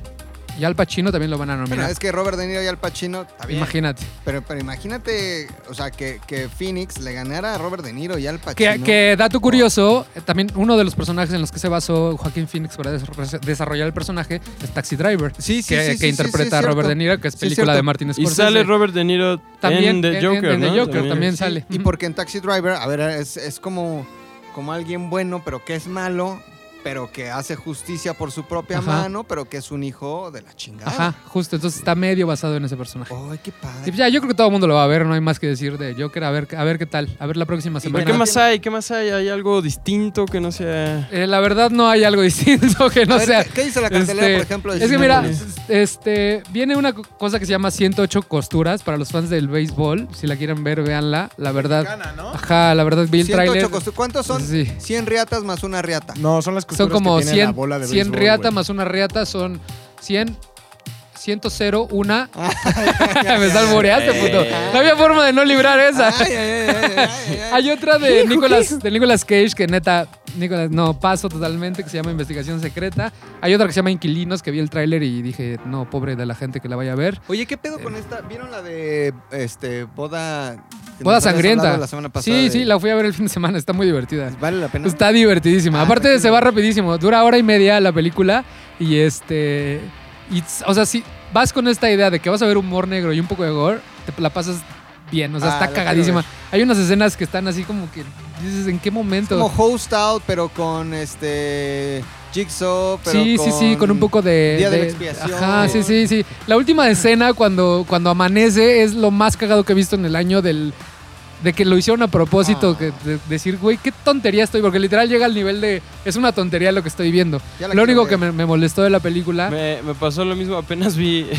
[SPEAKER 2] y al Pacino también lo van a
[SPEAKER 4] Bueno,
[SPEAKER 2] nominar.
[SPEAKER 4] es que Robert De Niro y Al Pacino. Está bien.
[SPEAKER 2] Imagínate.
[SPEAKER 4] Pero, pero imagínate, o sea, que, que Phoenix le ganara a Robert De Niro y Al
[SPEAKER 2] Que,
[SPEAKER 4] Pacino.
[SPEAKER 2] que, dato curioso, eh, también uno de los personajes en los que se basó Joaquín Phoenix para desarro- desarrollar el personaje es Taxi Driver.
[SPEAKER 4] Sí, sí,
[SPEAKER 2] que,
[SPEAKER 4] sí,
[SPEAKER 2] que
[SPEAKER 4] sí, sí,
[SPEAKER 2] interpreta
[SPEAKER 4] sí,
[SPEAKER 2] a
[SPEAKER 4] cierto.
[SPEAKER 2] Robert De Niro, que es
[SPEAKER 4] Sí,
[SPEAKER 2] película
[SPEAKER 4] cierto.
[SPEAKER 2] de Martin
[SPEAKER 3] Y
[SPEAKER 2] Scorsese.
[SPEAKER 3] sale Robert De Niro
[SPEAKER 2] También
[SPEAKER 3] en
[SPEAKER 2] en-
[SPEAKER 3] The
[SPEAKER 2] en
[SPEAKER 3] Joker,
[SPEAKER 2] The
[SPEAKER 3] ¿no?
[SPEAKER 2] Joker también sale.
[SPEAKER 4] Y porque en Taxi Driver, a ver, es, es como, como alguien bueno, pero que es malo, pero que hace justicia por su propia
[SPEAKER 2] Ajá.
[SPEAKER 4] mano, pero que es un hijo de la chingada.
[SPEAKER 2] Ajá, justo. Entonces está medio basado en ese personaje.
[SPEAKER 4] Ay, qué
[SPEAKER 2] Y pues
[SPEAKER 4] padre.
[SPEAKER 2] ya, yo creo que todo el mundo lo va a ver, no hay más que decir de Joker. A ver, a ver qué tal. A ver la próxima
[SPEAKER 3] ¿Pero
[SPEAKER 2] semana.
[SPEAKER 3] qué más hay? ¿Qué más hay? ¿Hay algo distinto que no sea...?
[SPEAKER 2] Eh, la verdad no hay algo distinto que no
[SPEAKER 4] A ver,
[SPEAKER 2] sea.
[SPEAKER 4] ¿qué, qué dice la cartelera,
[SPEAKER 2] este,
[SPEAKER 4] por ejemplo? de
[SPEAKER 2] Es que mira,
[SPEAKER 4] Cinépolis?
[SPEAKER 2] este, viene una co- cosa que se llama 108 costuras para los fans del béisbol. Si la quieren ver, véanla. La verdad.
[SPEAKER 1] Mexicana, ¿no?
[SPEAKER 2] Ajá, la verdad, vi el
[SPEAKER 4] 108
[SPEAKER 2] tráiler.
[SPEAKER 4] costu- ¿Cuántos son?
[SPEAKER 2] Sí.
[SPEAKER 4] 100 riatas más una riata.
[SPEAKER 1] No, son las
[SPEAKER 2] Son
[SPEAKER 1] costuras
[SPEAKER 2] como
[SPEAKER 1] que tiene
[SPEAKER 2] 100,
[SPEAKER 1] la bola de
[SPEAKER 2] 100
[SPEAKER 1] béisbol,
[SPEAKER 2] riata
[SPEAKER 1] güey.
[SPEAKER 2] más una riata, son 100, 100, 1. Me salmoreaste, puto. No había forma de no librar esa.
[SPEAKER 4] Ay, ay, ay, ay, ay, ay.
[SPEAKER 2] Hay otra de Nicolas, de Nicolas Cage que neta, Nicolas, no, paso totalmente, que se llama Investigación Secreta. Hay otra que se llama Inquilinos, que vi el tráiler y dije, no, pobre de la gente que la vaya a ver.
[SPEAKER 4] Oye, ¿qué pedo con esta? ¿Vieron la de este boda que
[SPEAKER 2] Boda
[SPEAKER 4] nos habías
[SPEAKER 2] sangrienta.
[SPEAKER 4] hablado La semana pasada
[SPEAKER 2] sí,
[SPEAKER 4] de-
[SPEAKER 2] sí, la fui a ver el fin de semana, está muy divertida.
[SPEAKER 4] vale la pena.
[SPEAKER 2] Está divertidísima.
[SPEAKER 4] Ah,
[SPEAKER 2] Aparte
[SPEAKER 4] imagino.
[SPEAKER 2] se va rapidísimo. Dura hora y media la película y este y, o sea, si vas con esta idea de que vas a ver humor negro y un poco de gore, te la pasas bien, o sea,
[SPEAKER 4] Ah, la
[SPEAKER 2] está
[SPEAKER 4] quiero
[SPEAKER 2] cagadísima.
[SPEAKER 4] ver.
[SPEAKER 2] Hay unas escenas que están así como que dices, ¿en qué momento?
[SPEAKER 4] como host out, pero con este Jigsaw, pero
[SPEAKER 2] sí, sí, sí, con un poco de.
[SPEAKER 4] Día de la
[SPEAKER 2] de-
[SPEAKER 4] Expiación.
[SPEAKER 2] Ajá, sí, sí, sí. La última escena cuando, cuando amanece es lo más cagado que he visto en el año del. De que lo hicieron a propósito,
[SPEAKER 4] Ah.
[SPEAKER 2] que, de- decir, güey, qué tontería estoy, porque literal llega al nivel de. Es una tontería lo que estoy viendo.
[SPEAKER 4] Ya la
[SPEAKER 2] Lo
[SPEAKER 4] quiero
[SPEAKER 2] único
[SPEAKER 4] ver.
[SPEAKER 2] que me, me molestó de la película.
[SPEAKER 3] Me, me pasó lo mismo, apenas vi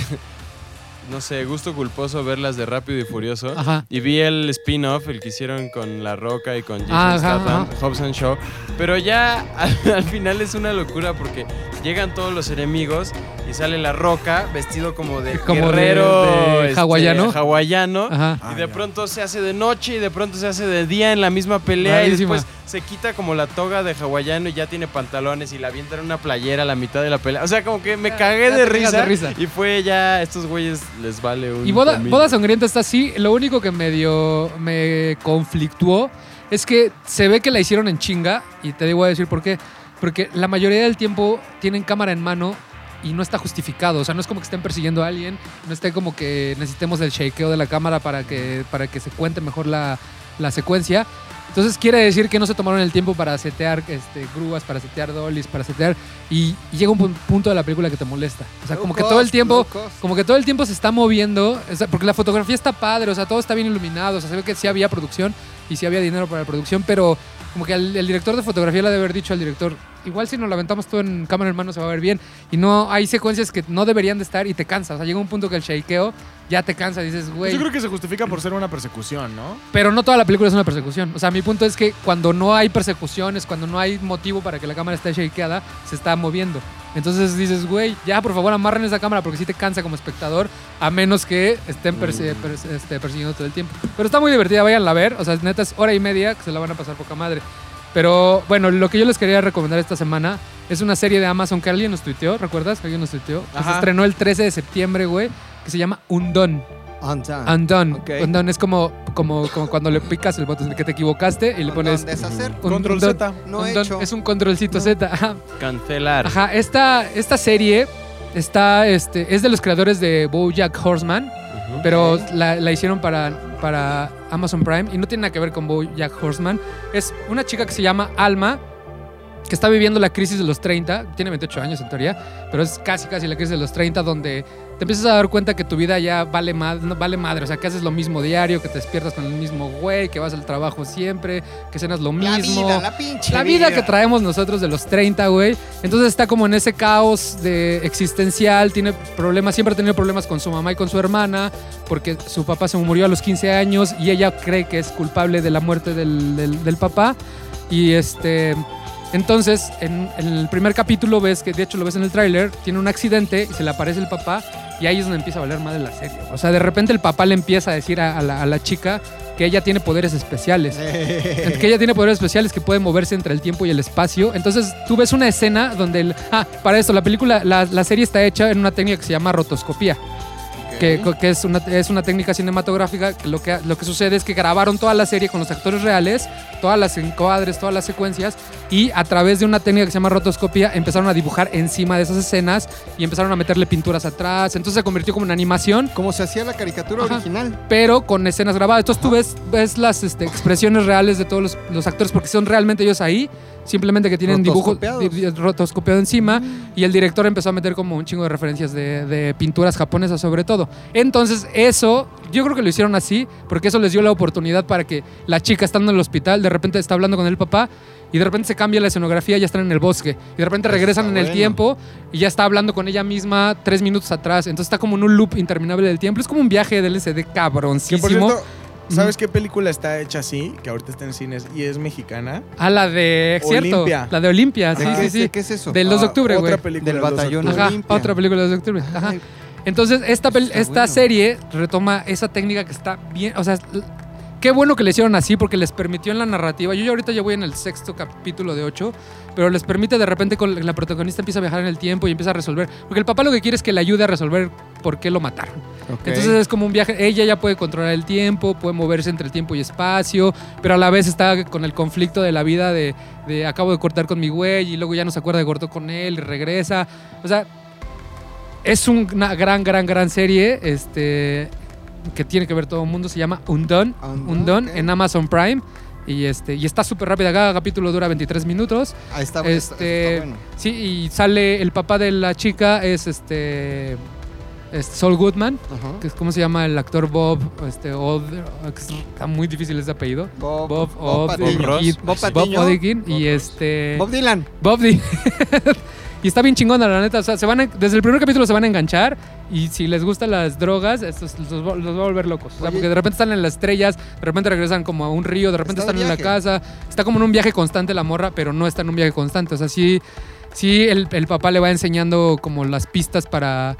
[SPEAKER 3] no sé, gusto culposo ver las de Rápido y Furioso.
[SPEAKER 2] Ajá.
[SPEAKER 3] Y vi el spin-off, el que hicieron con La Roca y con Jason
[SPEAKER 2] Ajá,
[SPEAKER 3] Statham,
[SPEAKER 2] ajá.
[SPEAKER 3] Hobbs and Shaw. Pero ya al, al final es una locura porque llegan todos los enemigos y sale La Roca vestido como de
[SPEAKER 2] Como de-
[SPEAKER 3] guerrero
[SPEAKER 2] de
[SPEAKER 3] este,
[SPEAKER 2] hawaiano.
[SPEAKER 3] hawaiano.
[SPEAKER 2] Ajá.
[SPEAKER 3] Y de pronto se hace de noche y de pronto se hace de día en la misma pelea
[SPEAKER 2] Rarísima.
[SPEAKER 3] y después se quita como la toga de hawaiano y ya tiene pantalones y la avienta en una playera a la mitad de la pelea. O sea, como que me cagué
[SPEAKER 2] ya
[SPEAKER 3] de
[SPEAKER 2] te cagas
[SPEAKER 3] risa,
[SPEAKER 2] de risa.
[SPEAKER 3] y fue ya, estos güeyes les vale un
[SPEAKER 2] Y Boda,
[SPEAKER 3] comino.
[SPEAKER 2] Boda Sangrienta está así. Lo único que medio me conflictuó es que se ve que la hicieron en chinga. Y te digo a decir por qué. Porque la mayoría del tiempo tienen cámara en mano y no está justificado. O sea, no es como que estén persiguiendo a alguien. No esté como que necesitemos el shakeo de la cámara para que, para que se cuente mejor la, la secuencia. Entonces quiere decir que no se tomaron el tiempo para setear este, grúas, para setear dollies, para setear... Y, y llega un pu- punto de la película que te molesta. O sea, como que todo el tiempo como que todo el tiempo se está moviendo, o sea, porque la fotografía está padre, o sea, todo está bien iluminado, o sea, se ve que sí había producción y sí había dinero para la producción, pero como que al- el director de fotografía le ha de haber dicho al director, igual si nos lo aventamos todo en cámara en mano se va a ver bien, y no, hay secuencias que no deberían de estar y te cansa, o sea, llega un punto que el shakeo ya te cansa, dices,
[SPEAKER 1] Pues
[SPEAKER 2] güey,
[SPEAKER 1] Yo creo que se justifica por ser una persecución, ¿no?
[SPEAKER 2] pero no toda la película es una persecución, o sea, mi punto es que cuando no hay persecuciones, cuando no hay motivo para que la cámara esté shakeada, se está moviendo. Entonces dices, güey, ya por favor amarren esa cámara porque sí te cansa como espectador, a menos que estén perse- pers- este, persiguiendo todo el tiempo. Pero está muy divertida, váyanla a ver. O sea, neta es hora y media que se la van a pasar poca madre. Pero bueno, lo que yo les quería recomendar esta semana es una serie de Amazon que alguien nos tuiteó, ¿recuerdas? Que alguien nos tuiteó. Que se
[SPEAKER 3] Ajá.
[SPEAKER 2] estrenó el 13 de septiembre, güey, que se llama Undone.
[SPEAKER 4] Undone.
[SPEAKER 2] Undone.
[SPEAKER 4] Ok.
[SPEAKER 2] Undone es como, como, como cuando le picas el botón de que te equivocaste y le pones...
[SPEAKER 4] deshacer.
[SPEAKER 2] un-
[SPEAKER 1] Control
[SPEAKER 2] un-
[SPEAKER 1] Z.
[SPEAKER 4] No
[SPEAKER 2] un
[SPEAKER 4] he
[SPEAKER 2] don-
[SPEAKER 4] hecho.
[SPEAKER 2] Es un controlcito
[SPEAKER 4] No.
[SPEAKER 2] Z. Ajá.
[SPEAKER 3] Cancelar.
[SPEAKER 2] Ajá, esta, esta serie está, este, es de los creadores de BoJack Horseman,
[SPEAKER 3] Ujú.
[SPEAKER 2] pero la, la hicieron para, para Amazon Prime y no tiene nada que ver con BoJack Horseman. Es una chica que se llama Alma, que está viviendo la crisis de los 30, tiene 28 años en teoría, pero es casi casi la crisis de los 30 donde te empiezas a dar cuenta que tu vida ya vale, ma- no, vale madre, o sea, que haces lo mismo diario, que te despiertas con el mismo güey, que vas al trabajo siempre, que cenas lo
[SPEAKER 4] La
[SPEAKER 2] mismo.
[SPEAKER 4] vida, la pinche
[SPEAKER 2] La vida que traemos nosotros de los 30, güey. Entonces está como en ese caos de existencial, tiene problemas, siempre ha tenido problemas con su mamá y con su hermana, porque su papá se murió a los 15 años y ella cree que es culpable de la muerte del, del- del papá. Y este... Entonces, en, en el primer capítulo ves que, de hecho lo ves en el tráiler, tiene un accidente y se le aparece el papá y ahí es donde empieza a valer madre la serie. O sea, de repente el papá le empieza a decir a- a la- a la chica que ella tiene poderes especiales que ella tiene poderes especiales que pueden moverse entre el tiempo y el espacio. Entonces tú ves una escena donde... el- ah, para esto, la película, la, la serie está hecha en una técnica que se llama rotoscopía, que, co- que es, una, es una técnica cinematográfica que lo, que lo que sucede es que grabaron toda la serie con los actores reales, todas las encuadres, todas las secuencias, y a través de una técnica que se llama rotoscopía empezaron a dibujar encima de esas escenas y empezaron a meterle pinturas atrás. Entonces se convirtió como en animación
[SPEAKER 4] Como se hacía la caricatura
[SPEAKER 2] Ajá.
[SPEAKER 4] original.
[SPEAKER 2] pero con escenas grabadas. Entonces tú ves, ves las este, expresiones reales de todos los, los actores porque son realmente ellos ahí, simplemente que tienen dibujos
[SPEAKER 4] Rotoscopiados. Mm.
[SPEAKER 2] di- di- rotoscopiado encima y el director empezó a meter como un chingo de referencias de, de pinturas japonesas sobre todo. Entonces eso, yo creo que lo hicieron así porque eso les dio la oportunidad para que la chica estando en el hospital de repente está hablando con el papá y de repente se cambia la escenografía, ya están en el bosque. Y de repente regresan en el
[SPEAKER 4] bueno.
[SPEAKER 2] tiempo y ya está hablando con ella misma tres minutos atrás. Entonces está como en un loop interminable del tiempo. Es como un viaje de LSD
[SPEAKER 1] Que por
[SPEAKER 2] cabroncísimo.
[SPEAKER 1] cierto, ¿sabes qué película está hecha así? Que ahorita está en cines y es mexicana.
[SPEAKER 2] A la de. Cierto.
[SPEAKER 1] Olimpia.
[SPEAKER 2] La de Olimpia, Ah, sí,
[SPEAKER 4] Ajá.
[SPEAKER 2] sí, sí.
[SPEAKER 4] ¿Qué es eso?
[SPEAKER 2] Del 2 de
[SPEAKER 1] Ah,
[SPEAKER 2] octubre, güey.
[SPEAKER 1] Otra película
[SPEAKER 4] Del
[SPEAKER 1] dos de
[SPEAKER 4] batallón.
[SPEAKER 1] octubre.
[SPEAKER 2] Ajá,
[SPEAKER 4] Olimpia.
[SPEAKER 2] otra película del 2 de octubre. Ajá.
[SPEAKER 4] Ay,
[SPEAKER 2] Entonces, esta, pel-
[SPEAKER 4] Está
[SPEAKER 2] esta
[SPEAKER 4] bueno.
[SPEAKER 2] serie retoma esa técnica que está bien. O sea, l- qué bueno que le hicieron así porque les permitió en la narrativa. Yo ya ahorita ya voy en el sexto capítulo de ocho, pero les permite de repente con la protagonista empieza a viajar en el tiempo y empieza a resolver. Porque el papá lo que quiere es que le ayude a resolver por qué lo mataron.
[SPEAKER 4] ok.
[SPEAKER 2] Entonces es como un viaje. Ella ya puede controlar el tiempo, puede moverse entre el tiempo y espacio, pero a la vez está con el conflicto de la vida de, de acabo de cortar con mi güey y luego ya no se acuerda de cortó con él y regresa. O sea, es un- una gran, gran, gran serie este, que tiene que ver todo el mundo. Se llama Undone.
[SPEAKER 4] Undone,
[SPEAKER 2] Undone
[SPEAKER 4] ok.
[SPEAKER 2] en Amazon Prime. Y, este, y está súper rápida. Cada capítulo dura 23 minutos.
[SPEAKER 4] Ahí está,
[SPEAKER 2] este-
[SPEAKER 4] está- está bueno.
[SPEAKER 2] Sí, y sale el papá de la chica, es este. es Saul Goodman,
[SPEAKER 4] Ajá.
[SPEAKER 2] que es como se llama el actor Bob, este, Od- que es- está muy difícil ese apellido.
[SPEAKER 4] Bob,
[SPEAKER 2] Bob,
[SPEAKER 4] Bob
[SPEAKER 2] Od-
[SPEAKER 4] Patiño.
[SPEAKER 3] Ross.
[SPEAKER 2] y-
[SPEAKER 4] Bob
[SPEAKER 2] Bob
[SPEAKER 4] Patiño.
[SPEAKER 2] Odenkirk y este.
[SPEAKER 4] Bob Dylan.
[SPEAKER 2] Bob Di- Y está bien chingona, la neta. O sea, se van a- desde el primer capítulo se van a enganchar. Y si les gustan las drogas, estos los, va- los va a volver locos. O sea,
[SPEAKER 4] Oye.
[SPEAKER 2] porque de repente están en las estrellas, de repente regresan como a un río, de repente
[SPEAKER 4] Está
[SPEAKER 2] están
[SPEAKER 4] de
[SPEAKER 2] en la
[SPEAKER 4] viaje.
[SPEAKER 2] casa. Está como en un viaje constante la morra, pero no está en un viaje constante. O sea, sí, sí el, el papá le va enseñando como las pistas para,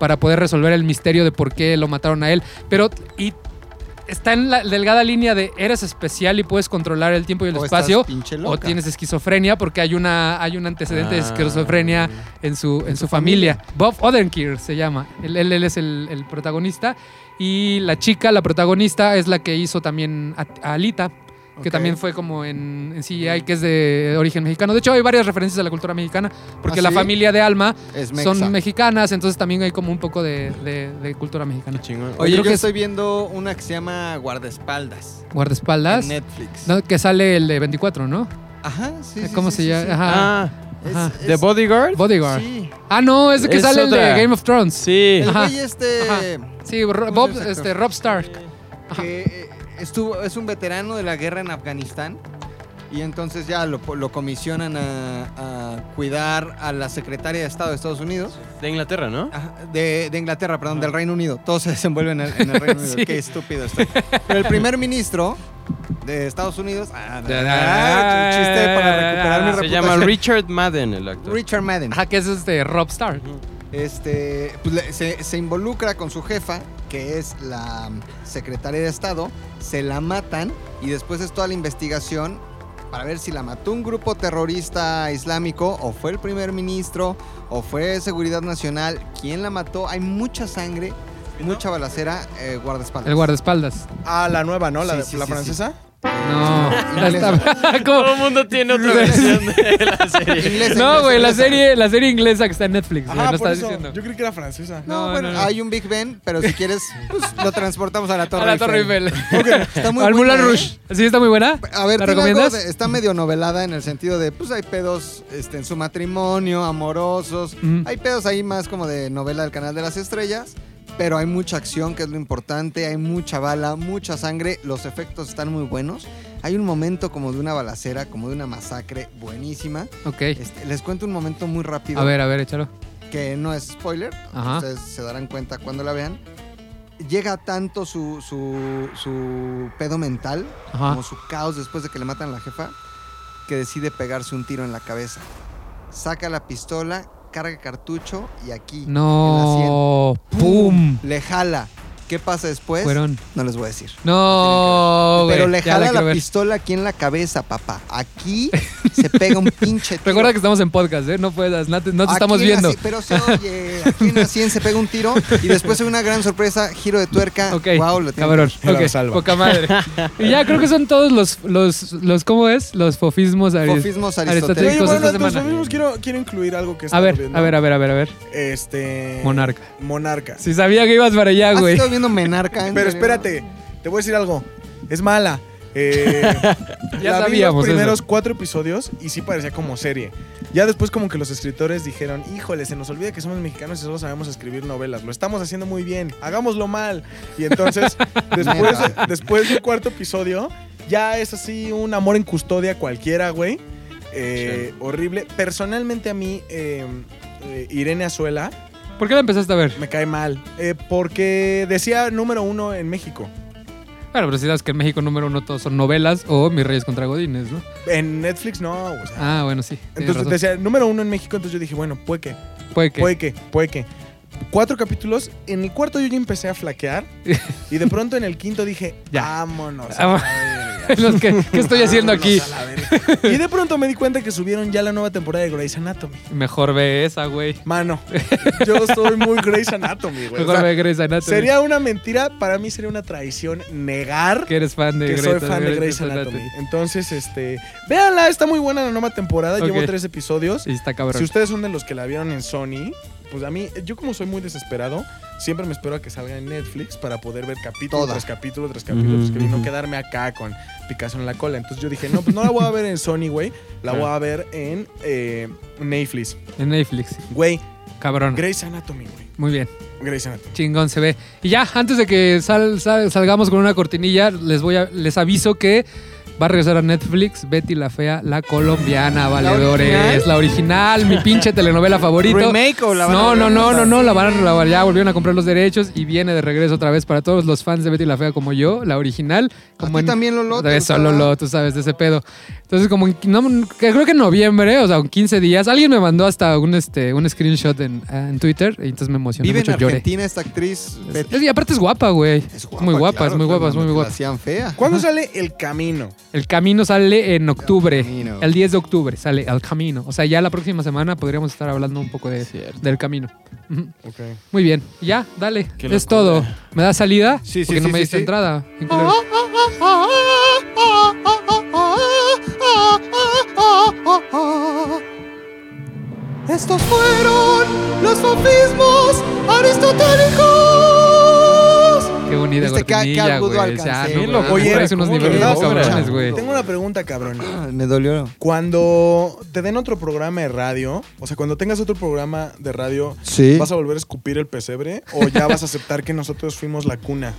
[SPEAKER 2] para poder resolver el misterio de por qué lo mataron a él. Pero, y está en la delgada línea de eres especial y puedes controlar el tiempo y el
[SPEAKER 4] O estás
[SPEAKER 2] espacio.
[SPEAKER 4] pinche
[SPEAKER 2] O
[SPEAKER 4] loca.
[SPEAKER 2] tienes esquizofrenia porque hay una hay un antecedente de
[SPEAKER 3] Ah.
[SPEAKER 2] esquizofrenia en su, en su familia. Bob Odenkirk se llama. Él, él- él es el, el protagonista. Y la chica, la protagonista, es la que hizo también a, a Alita, que
[SPEAKER 4] Ok.
[SPEAKER 2] también fue como en, en CGI, que es de origen mexicano. De hecho, hay varias referencias a la cultura mexicana, porque
[SPEAKER 4] ¿Ah,
[SPEAKER 2] la
[SPEAKER 4] sí?
[SPEAKER 2] familia de Alma
[SPEAKER 4] Es mexa.
[SPEAKER 2] son mexicanas, entonces también hay como un poco de, de- de cultura mexicana.
[SPEAKER 3] Chingón.
[SPEAKER 4] Oye,
[SPEAKER 2] Creo
[SPEAKER 4] yo
[SPEAKER 2] que es-
[SPEAKER 4] estoy viendo una que se llama Guardaespaldas.
[SPEAKER 2] Guardaespaldas.
[SPEAKER 4] En Netflix.
[SPEAKER 2] No, que sale el de 24, ¿no?
[SPEAKER 4] Ajá, sí. sí,
[SPEAKER 2] ¿Cómo
[SPEAKER 4] sí,
[SPEAKER 2] se
[SPEAKER 4] sí,
[SPEAKER 2] llama?
[SPEAKER 4] sí.
[SPEAKER 2] Ajá.
[SPEAKER 3] Ah,
[SPEAKER 4] Es-
[SPEAKER 2] Ajá.
[SPEAKER 4] es-
[SPEAKER 3] ¿The Bodyguard?
[SPEAKER 2] Bodyguard.
[SPEAKER 4] Sí.
[SPEAKER 2] Ah, no, es el que
[SPEAKER 3] Es
[SPEAKER 2] sale el
[SPEAKER 3] otra.
[SPEAKER 2] de Game of Thrones.
[SPEAKER 3] Sí.
[SPEAKER 4] El
[SPEAKER 2] Ajá.
[SPEAKER 4] güey este.
[SPEAKER 2] Ajá. Sí, Ro-
[SPEAKER 4] ¿Cómo
[SPEAKER 2] Bob,
[SPEAKER 4] se llama ese actor?
[SPEAKER 2] este, Rob Stark.
[SPEAKER 4] que eh, estuvo, es un veterano de la guerra en Afganistán y entonces ya lo, lo comisionan a, a cuidar a la secretaria de Estado de Estados Unidos,
[SPEAKER 3] De Inglaterra, ¿no?
[SPEAKER 4] ajá, de, de Inglaterra, perdón, del Reino Unido. Todos se desenvuelven en, el- en el Reino Unido.
[SPEAKER 2] Sí.
[SPEAKER 4] Qué estúpido estoy. Pero el primer ministro de Estados Unidos, ah,
[SPEAKER 2] Da, da,
[SPEAKER 4] ah, chiste para recuperar mi
[SPEAKER 3] Se llama
[SPEAKER 4] reputación.
[SPEAKER 3] Richard Madden el actor.
[SPEAKER 4] Richard Madden.
[SPEAKER 2] Ajá, que es este Rob Stark.
[SPEAKER 4] Este, pues, le- se, se involucra con su jefa, que es la mm, secretaria de Estado, se la matan y después es toda la investigación para ver si la mató un grupo terrorista islámico o fue el primer ministro o fue Seguridad Nacional. ¿Quién la mató? Hay mucha sangre, mucha balacera, eh, guardaespaldas.
[SPEAKER 2] El guardaespaldas.
[SPEAKER 1] Ah, la nueva, ¿no? La,
[SPEAKER 4] Sí,
[SPEAKER 1] de-
[SPEAKER 4] sí,
[SPEAKER 1] la
[SPEAKER 4] sí,
[SPEAKER 1] francesa.
[SPEAKER 2] No. la
[SPEAKER 4] Inglesa.
[SPEAKER 2] está- ¿Cómo?
[SPEAKER 3] el mundo tiene otra
[SPEAKER 2] versión
[SPEAKER 3] de la serie.
[SPEAKER 4] Inglesa,
[SPEAKER 2] No,
[SPEAKER 4] inglesa,
[SPEAKER 2] güey, la
[SPEAKER 4] inglesa.
[SPEAKER 2] serie, la serie inglesa que está en Netflix, güey,
[SPEAKER 1] Ajá,
[SPEAKER 2] no
[SPEAKER 1] por
[SPEAKER 2] estás
[SPEAKER 1] eso.
[SPEAKER 2] diciendo.
[SPEAKER 1] Yo creí que era francesa.
[SPEAKER 4] No,
[SPEAKER 2] No,
[SPEAKER 4] bueno,
[SPEAKER 2] no, no.
[SPEAKER 4] hay un Big Ben, pero si quieres, pues, lo transportamos a la Torre
[SPEAKER 2] A la Torre
[SPEAKER 4] Eiffel.
[SPEAKER 2] Eiffel.
[SPEAKER 4] Está muy
[SPEAKER 2] Al
[SPEAKER 4] buena,
[SPEAKER 2] Moulin
[SPEAKER 4] ¿eh?
[SPEAKER 2] Rouge. ¿Sí está muy buena?
[SPEAKER 4] A ver,
[SPEAKER 2] ¿La
[SPEAKER 4] tiene algo
[SPEAKER 2] recomiendas?
[SPEAKER 4] de- está medio novelada en el sentido de, pues hay pedos este, en su matrimonio, amorosos.
[SPEAKER 2] Ujú.
[SPEAKER 4] Hay pedos ahí más como de novela del Canal de las Estrellas. Pero hay mucha acción, que es lo importante. Hay mucha bala, mucha sangre. Los efectos están muy buenos. Hay un momento como de una balacera, como de una masacre buenísima.
[SPEAKER 2] Ok.
[SPEAKER 4] Este, les cuento un momento muy rápido
[SPEAKER 2] A ver, a ver, échalo.
[SPEAKER 4] que no es spoiler,
[SPEAKER 2] Ajá.
[SPEAKER 4] ustedes se darán cuenta cuando la vean. Llega tanto su, su, su pedo mental,
[SPEAKER 2] Ajá.
[SPEAKER 4] como su caos después de que le matan a la jefa, que decide pegarse un tiro en la cabeza. Saca la pistola, carga cartucho y aquí.
[SPEAKER 2] No. Pum.
[SPEAKER 4] Le jala. ¿Qué pasa después?
[SPEAKER 2] Fueron.
[SPEAKER 4] No les voy a decir.
[SPEAKER 2] No, güey.
[SPEAKER 4] Pero le
[SPEAKER 2] ya la
[SPEAKER 4] jala la,
[SPEAKER 2] quiero ver.
[SPEAKER 4] pistola aquí en la cabeza, papá. Aquí se pega un pinche tiro.
[SPEAKER 2] Recuerda que estamos en podcast, ¿eh? No puedes, no te, no te
[SPEAKER 4] Aquí
[SPEAKER 2] estamos
[SPEAKER 4] en la
[SPEAKER 2] viendo.
[SPEAKER 4] ci- pero se oye, aquí en la 100 se pega un tiro y después hay una gran sorpresa, giro de tuerca.
[SPEAKER 2] Ok.
[SPEAKER 4] Wow, lo tiene.
[SPEAKER 2] Cabrón.
[SPEAKER 1] Claro,
[SPEAKER 2] ok,
[SPEAKER 1] salva.
[SPEAKER 2] Poca madre. Y ya creo que son todos los, los, los ¿cómo es? Los fofismos. aris-
[SPEAKER 4] Fofismos
[SPEAKER 1] Oye,
[SPEAKER 2] Tres
[SPEAKER 4] aristotélicos.
[SPEAKER 2] cosas
[SPEAKER 1] bueno,
[SPEAKER 2] esta
[SPEAKER 1] entonces,
[SPEAKER 2] semana.
[SPEAKER 1] amigos, quiero, quiero incluir algo que
[SPEAKER 2] A
[SPEAKER 1] está
[SPEAKER 2] ver, a ver, a ver, a ver, a ver.
[SPEAKER 1] Este.
[SPEAKER 2] Monarca.
[SPEAKER 1] Monarca.
[SPEAKER 2] Si sabía que ibas para allá,
[SPEAKER 1] Ah,
[SPEAKER 4] ¿Has
[SPEAKER 2] güey.
[SPEAKER 4] estado viendo Menarca? en
[SPEAKER 1] Pero
[SPEAKER 4] serio?
[SPEAKER 1] espérate, te voy a decir algo. Es mala. Eh,
[SPEAKER 2] Ya
[SPEAKER 1] la vi
[SPEAKER 2] sabíamos
[SPEAKER 1] los primeros
[SPEAKER 2] eso.
[SPEAKER 1] cuatro episodios y sí parecía como serie. Ya después como que los escritores dijeron, híjole, se nos olvida que somos mexicanos y solo sabemos escribir novelas. Lo estamos haciendo muy bien, hagámoslo mal. Y entonces, después,
[SPEAKER 4] Neta.
[SPEAKER 1] después del cuarto episodio, ya es así un amor en custodia cualquiera, güey. Eh, Horrible. Personalmente a mí, eh, eh, Irene Azuela,
[SPEAKER 2] ¿Por qué la empezaste a ver?
[SPEAKER 1] me cae mal. eh, porque decía número uno en México.
[SPEAKER 2] Claro, pero si sabes que en México número uno todos son novelas o Mis Reyes contra Godines, ¿no?
[SPEAKER 1] En Netflix no, o sea.
[SPEAKER 2] Ah, bueno, sí. tienes
[SPEAKER 1] entonces
[SPEAKER 2] razón.
[SPEAKER 1] decía, número uno en México, entonces yo dije, bueno, puede que,
[SPEAKER 2] Puede que.
[SPEAKER 1] puede que, puede que. Cuatro capítulos, en el cuarto yo ya empecé a flaquear y de pronto en el quinto dije,
[SPEAKER 2] Ya.
[SPEAKER 1] vámonos. a
[SPEAKER 2] Ah,
[SPEAKER 1] la verga,
[SPEAKER 2] Los que- ¿Qué estoy haciendo aquí?
[SPEAKER 1] vámonos a la verga". Y de pronto me di cuenta que subieron ya la nueva temporada de Grey's Anatomy.
[SPEAKER 2] Mejor ve esa, güey.
[SPEAKER 1] Mano, yo soy muy Grey's Anatomy, güey. Pues, O
[SPEAKER 2] Mejor
[SPEAKER 1] sea,
[SPEAKER 2] ve Grey's Anatomy.
[SPEAKER 1] sería una mentira, para mí sería una traición negar
[SPEAKER 2] que eres fan de
[SPEAKER 1] que
[SPEAKER 2] Grey's
[SPEAKER 1] soy fan de Grey's Anatomy. Entonces, este, véanla, está muy buena la nueva temporada,
[SPEAKER 2] Ok.
[SPEAKER 1] llevo tres episodios.
[SPEAKER 2] Y está cabrón.
[SPEAKER 1] Si ustedes son de los que la vieron en Sony, pues a mí, yo como soy muy desesperado, siempre me espero a que salga en Netflix para poder ver capítulo
[SPEAKER 4] Toda.
[SPEAKER 1] tras capítulo tras capítulo
[SPEAKER 2] Mm.
[SPEAKER 1] tras capítulo y no quedarme acá con Picasso en la cola. Entonces yo dije, no, pues no la voy a ver en Sony, güey, la voy
[SPEAKER 2] Ah.
[SPEAKER 1] a ver en eh, Netflix.
[SPEAKER 2] En Netflix.
[SPEAKER 1] Güey,
[SPEAKER 2] Cabrón.
[SPEAKER 1] Grey's Anatomy, güey.
[SPEAKER 2] Muy bien.
[SPEAKER 1] Grey's Anatomy.
[SPEAKER 2] Chingón se ve. Y ya, antes de que sal- sal- salgamos con una cortinilla, les voy a, les aviso que Va a regresar a Netflix Betty la Fea, la colombiana, valedores. La original, mi pinche telenovela favorito.
[SPEAKER 4] ¿Remake o la van a
[SPEAKER 2] No, no, no, no,
[SPEAKER 4] relanzar?
[SPEAKER 2] no, la van a la van- ya volvieron a comprar los derechos y viene de regreso otra vez para todos los fans de Betty la Fea como yo, la original. Como
[SPEAKER 4] ti también, Lolo, te
[SPEAKER 2] De
[SPEAKER 4] gustaba.
[SPEAKER 2] solo Lolo, tú sabes de ese pedo. Entonces, como en, no, que creo que en noviembre, o sea, en 15 días, alguien me mandó hasta un, este, un screenshot en, en Twitter y entonces me emocioné
[SPEAKER 4] Vive en
[SPEAKER 2] mucho, lloré.
[SPEAKER 4] Argentina esta actriz. Betty.
[SPEAKER 2] Es- y aparte es guapa, güey.
[SPEAKER 4] Es
[SPEAKER 2] muy guapa,
[SPEAKER 4] claro,
[SPEAKER 2] es muy guapa, es muy
[SPEAKER 4] la
[SPEAKER 2] guapa.
[SPEAKER 4] hacían fea.
[SPEAKER 2] Ah.
[SPEAKER 1] ¿Cuándo sale El Camino?
[SPEAKER 2] El camino sale en octubre.
[SPEAKER 4] El
[SPEAKER 2] El,
[SPEAKER 4] Camino.
[SPEAKER 2] 10 de octubre sale El camino. O sea, ya la próxima semana podríamos estar hablando un poco de,
[SPEAKER 3] Cierto.
[SPEAKER 2] del camino. Ujú.
[SPEAKER 1] Ok.
[SPEAKER 2] Muy bien. Ya, dale.
[SPEAKER 3] Qué
[SPEAKER 2] Es
[SPEAKER 3] locura.
[SPEAKER 2] todo. ¿Me da salida?
[SPEAKER 4] Sí, sí,
[SPEAKER 2] Porque no
[SPEAKER 4] sí,
[SPEAKER 2] me
[SPEAKER 4] sí,
[SPEAKER 2] diste
[SPEAKER 4] sí.
[SPEAKER 2] entrada. Qué culero.
[SPEAKER 4] Estos fueron los sofismos aristotélicos.
[SPEAKER 2] Qué bonita
[SPEAKER 4] Viste, Este, qué- qué
[SPEAKER 2] cortinilla,
[SPEAKER 4] agudo
[SPEAKER 2] güey.
[SPEAKER 4] alcancé.
[SPEAKER 2] Ya,
[SPEAKER 4] Sí,
[SPEAKER 2] no,
[SPEAKER 4] lo
[SPEAKER 2] mames,
[SPEAKER 1] voy a-
[SPEAKER 2] traes unos
[SPEAKER 1] ¿cómo
[SPEAKER 2] niveles
[SPEAKER 1] lo
[SPEAKER 2] muy
[SPEAKER 1] logra?
[SPEAKER 2] cabrones, güey.
[SPEAKER 1] Tengo una pregunta, cabrón.
[SPEAKER 4] Me dolió.
[SPEAKER 1] Cuando te den otro programa de radio, o sea, cuando tengas otro programa de radio,
[SPEAKER 4] Sí.
[SPEAKER 1] ¿vas a volver a escupir el pesebre o ya vas a aceptar que nosotros fuimos la cuna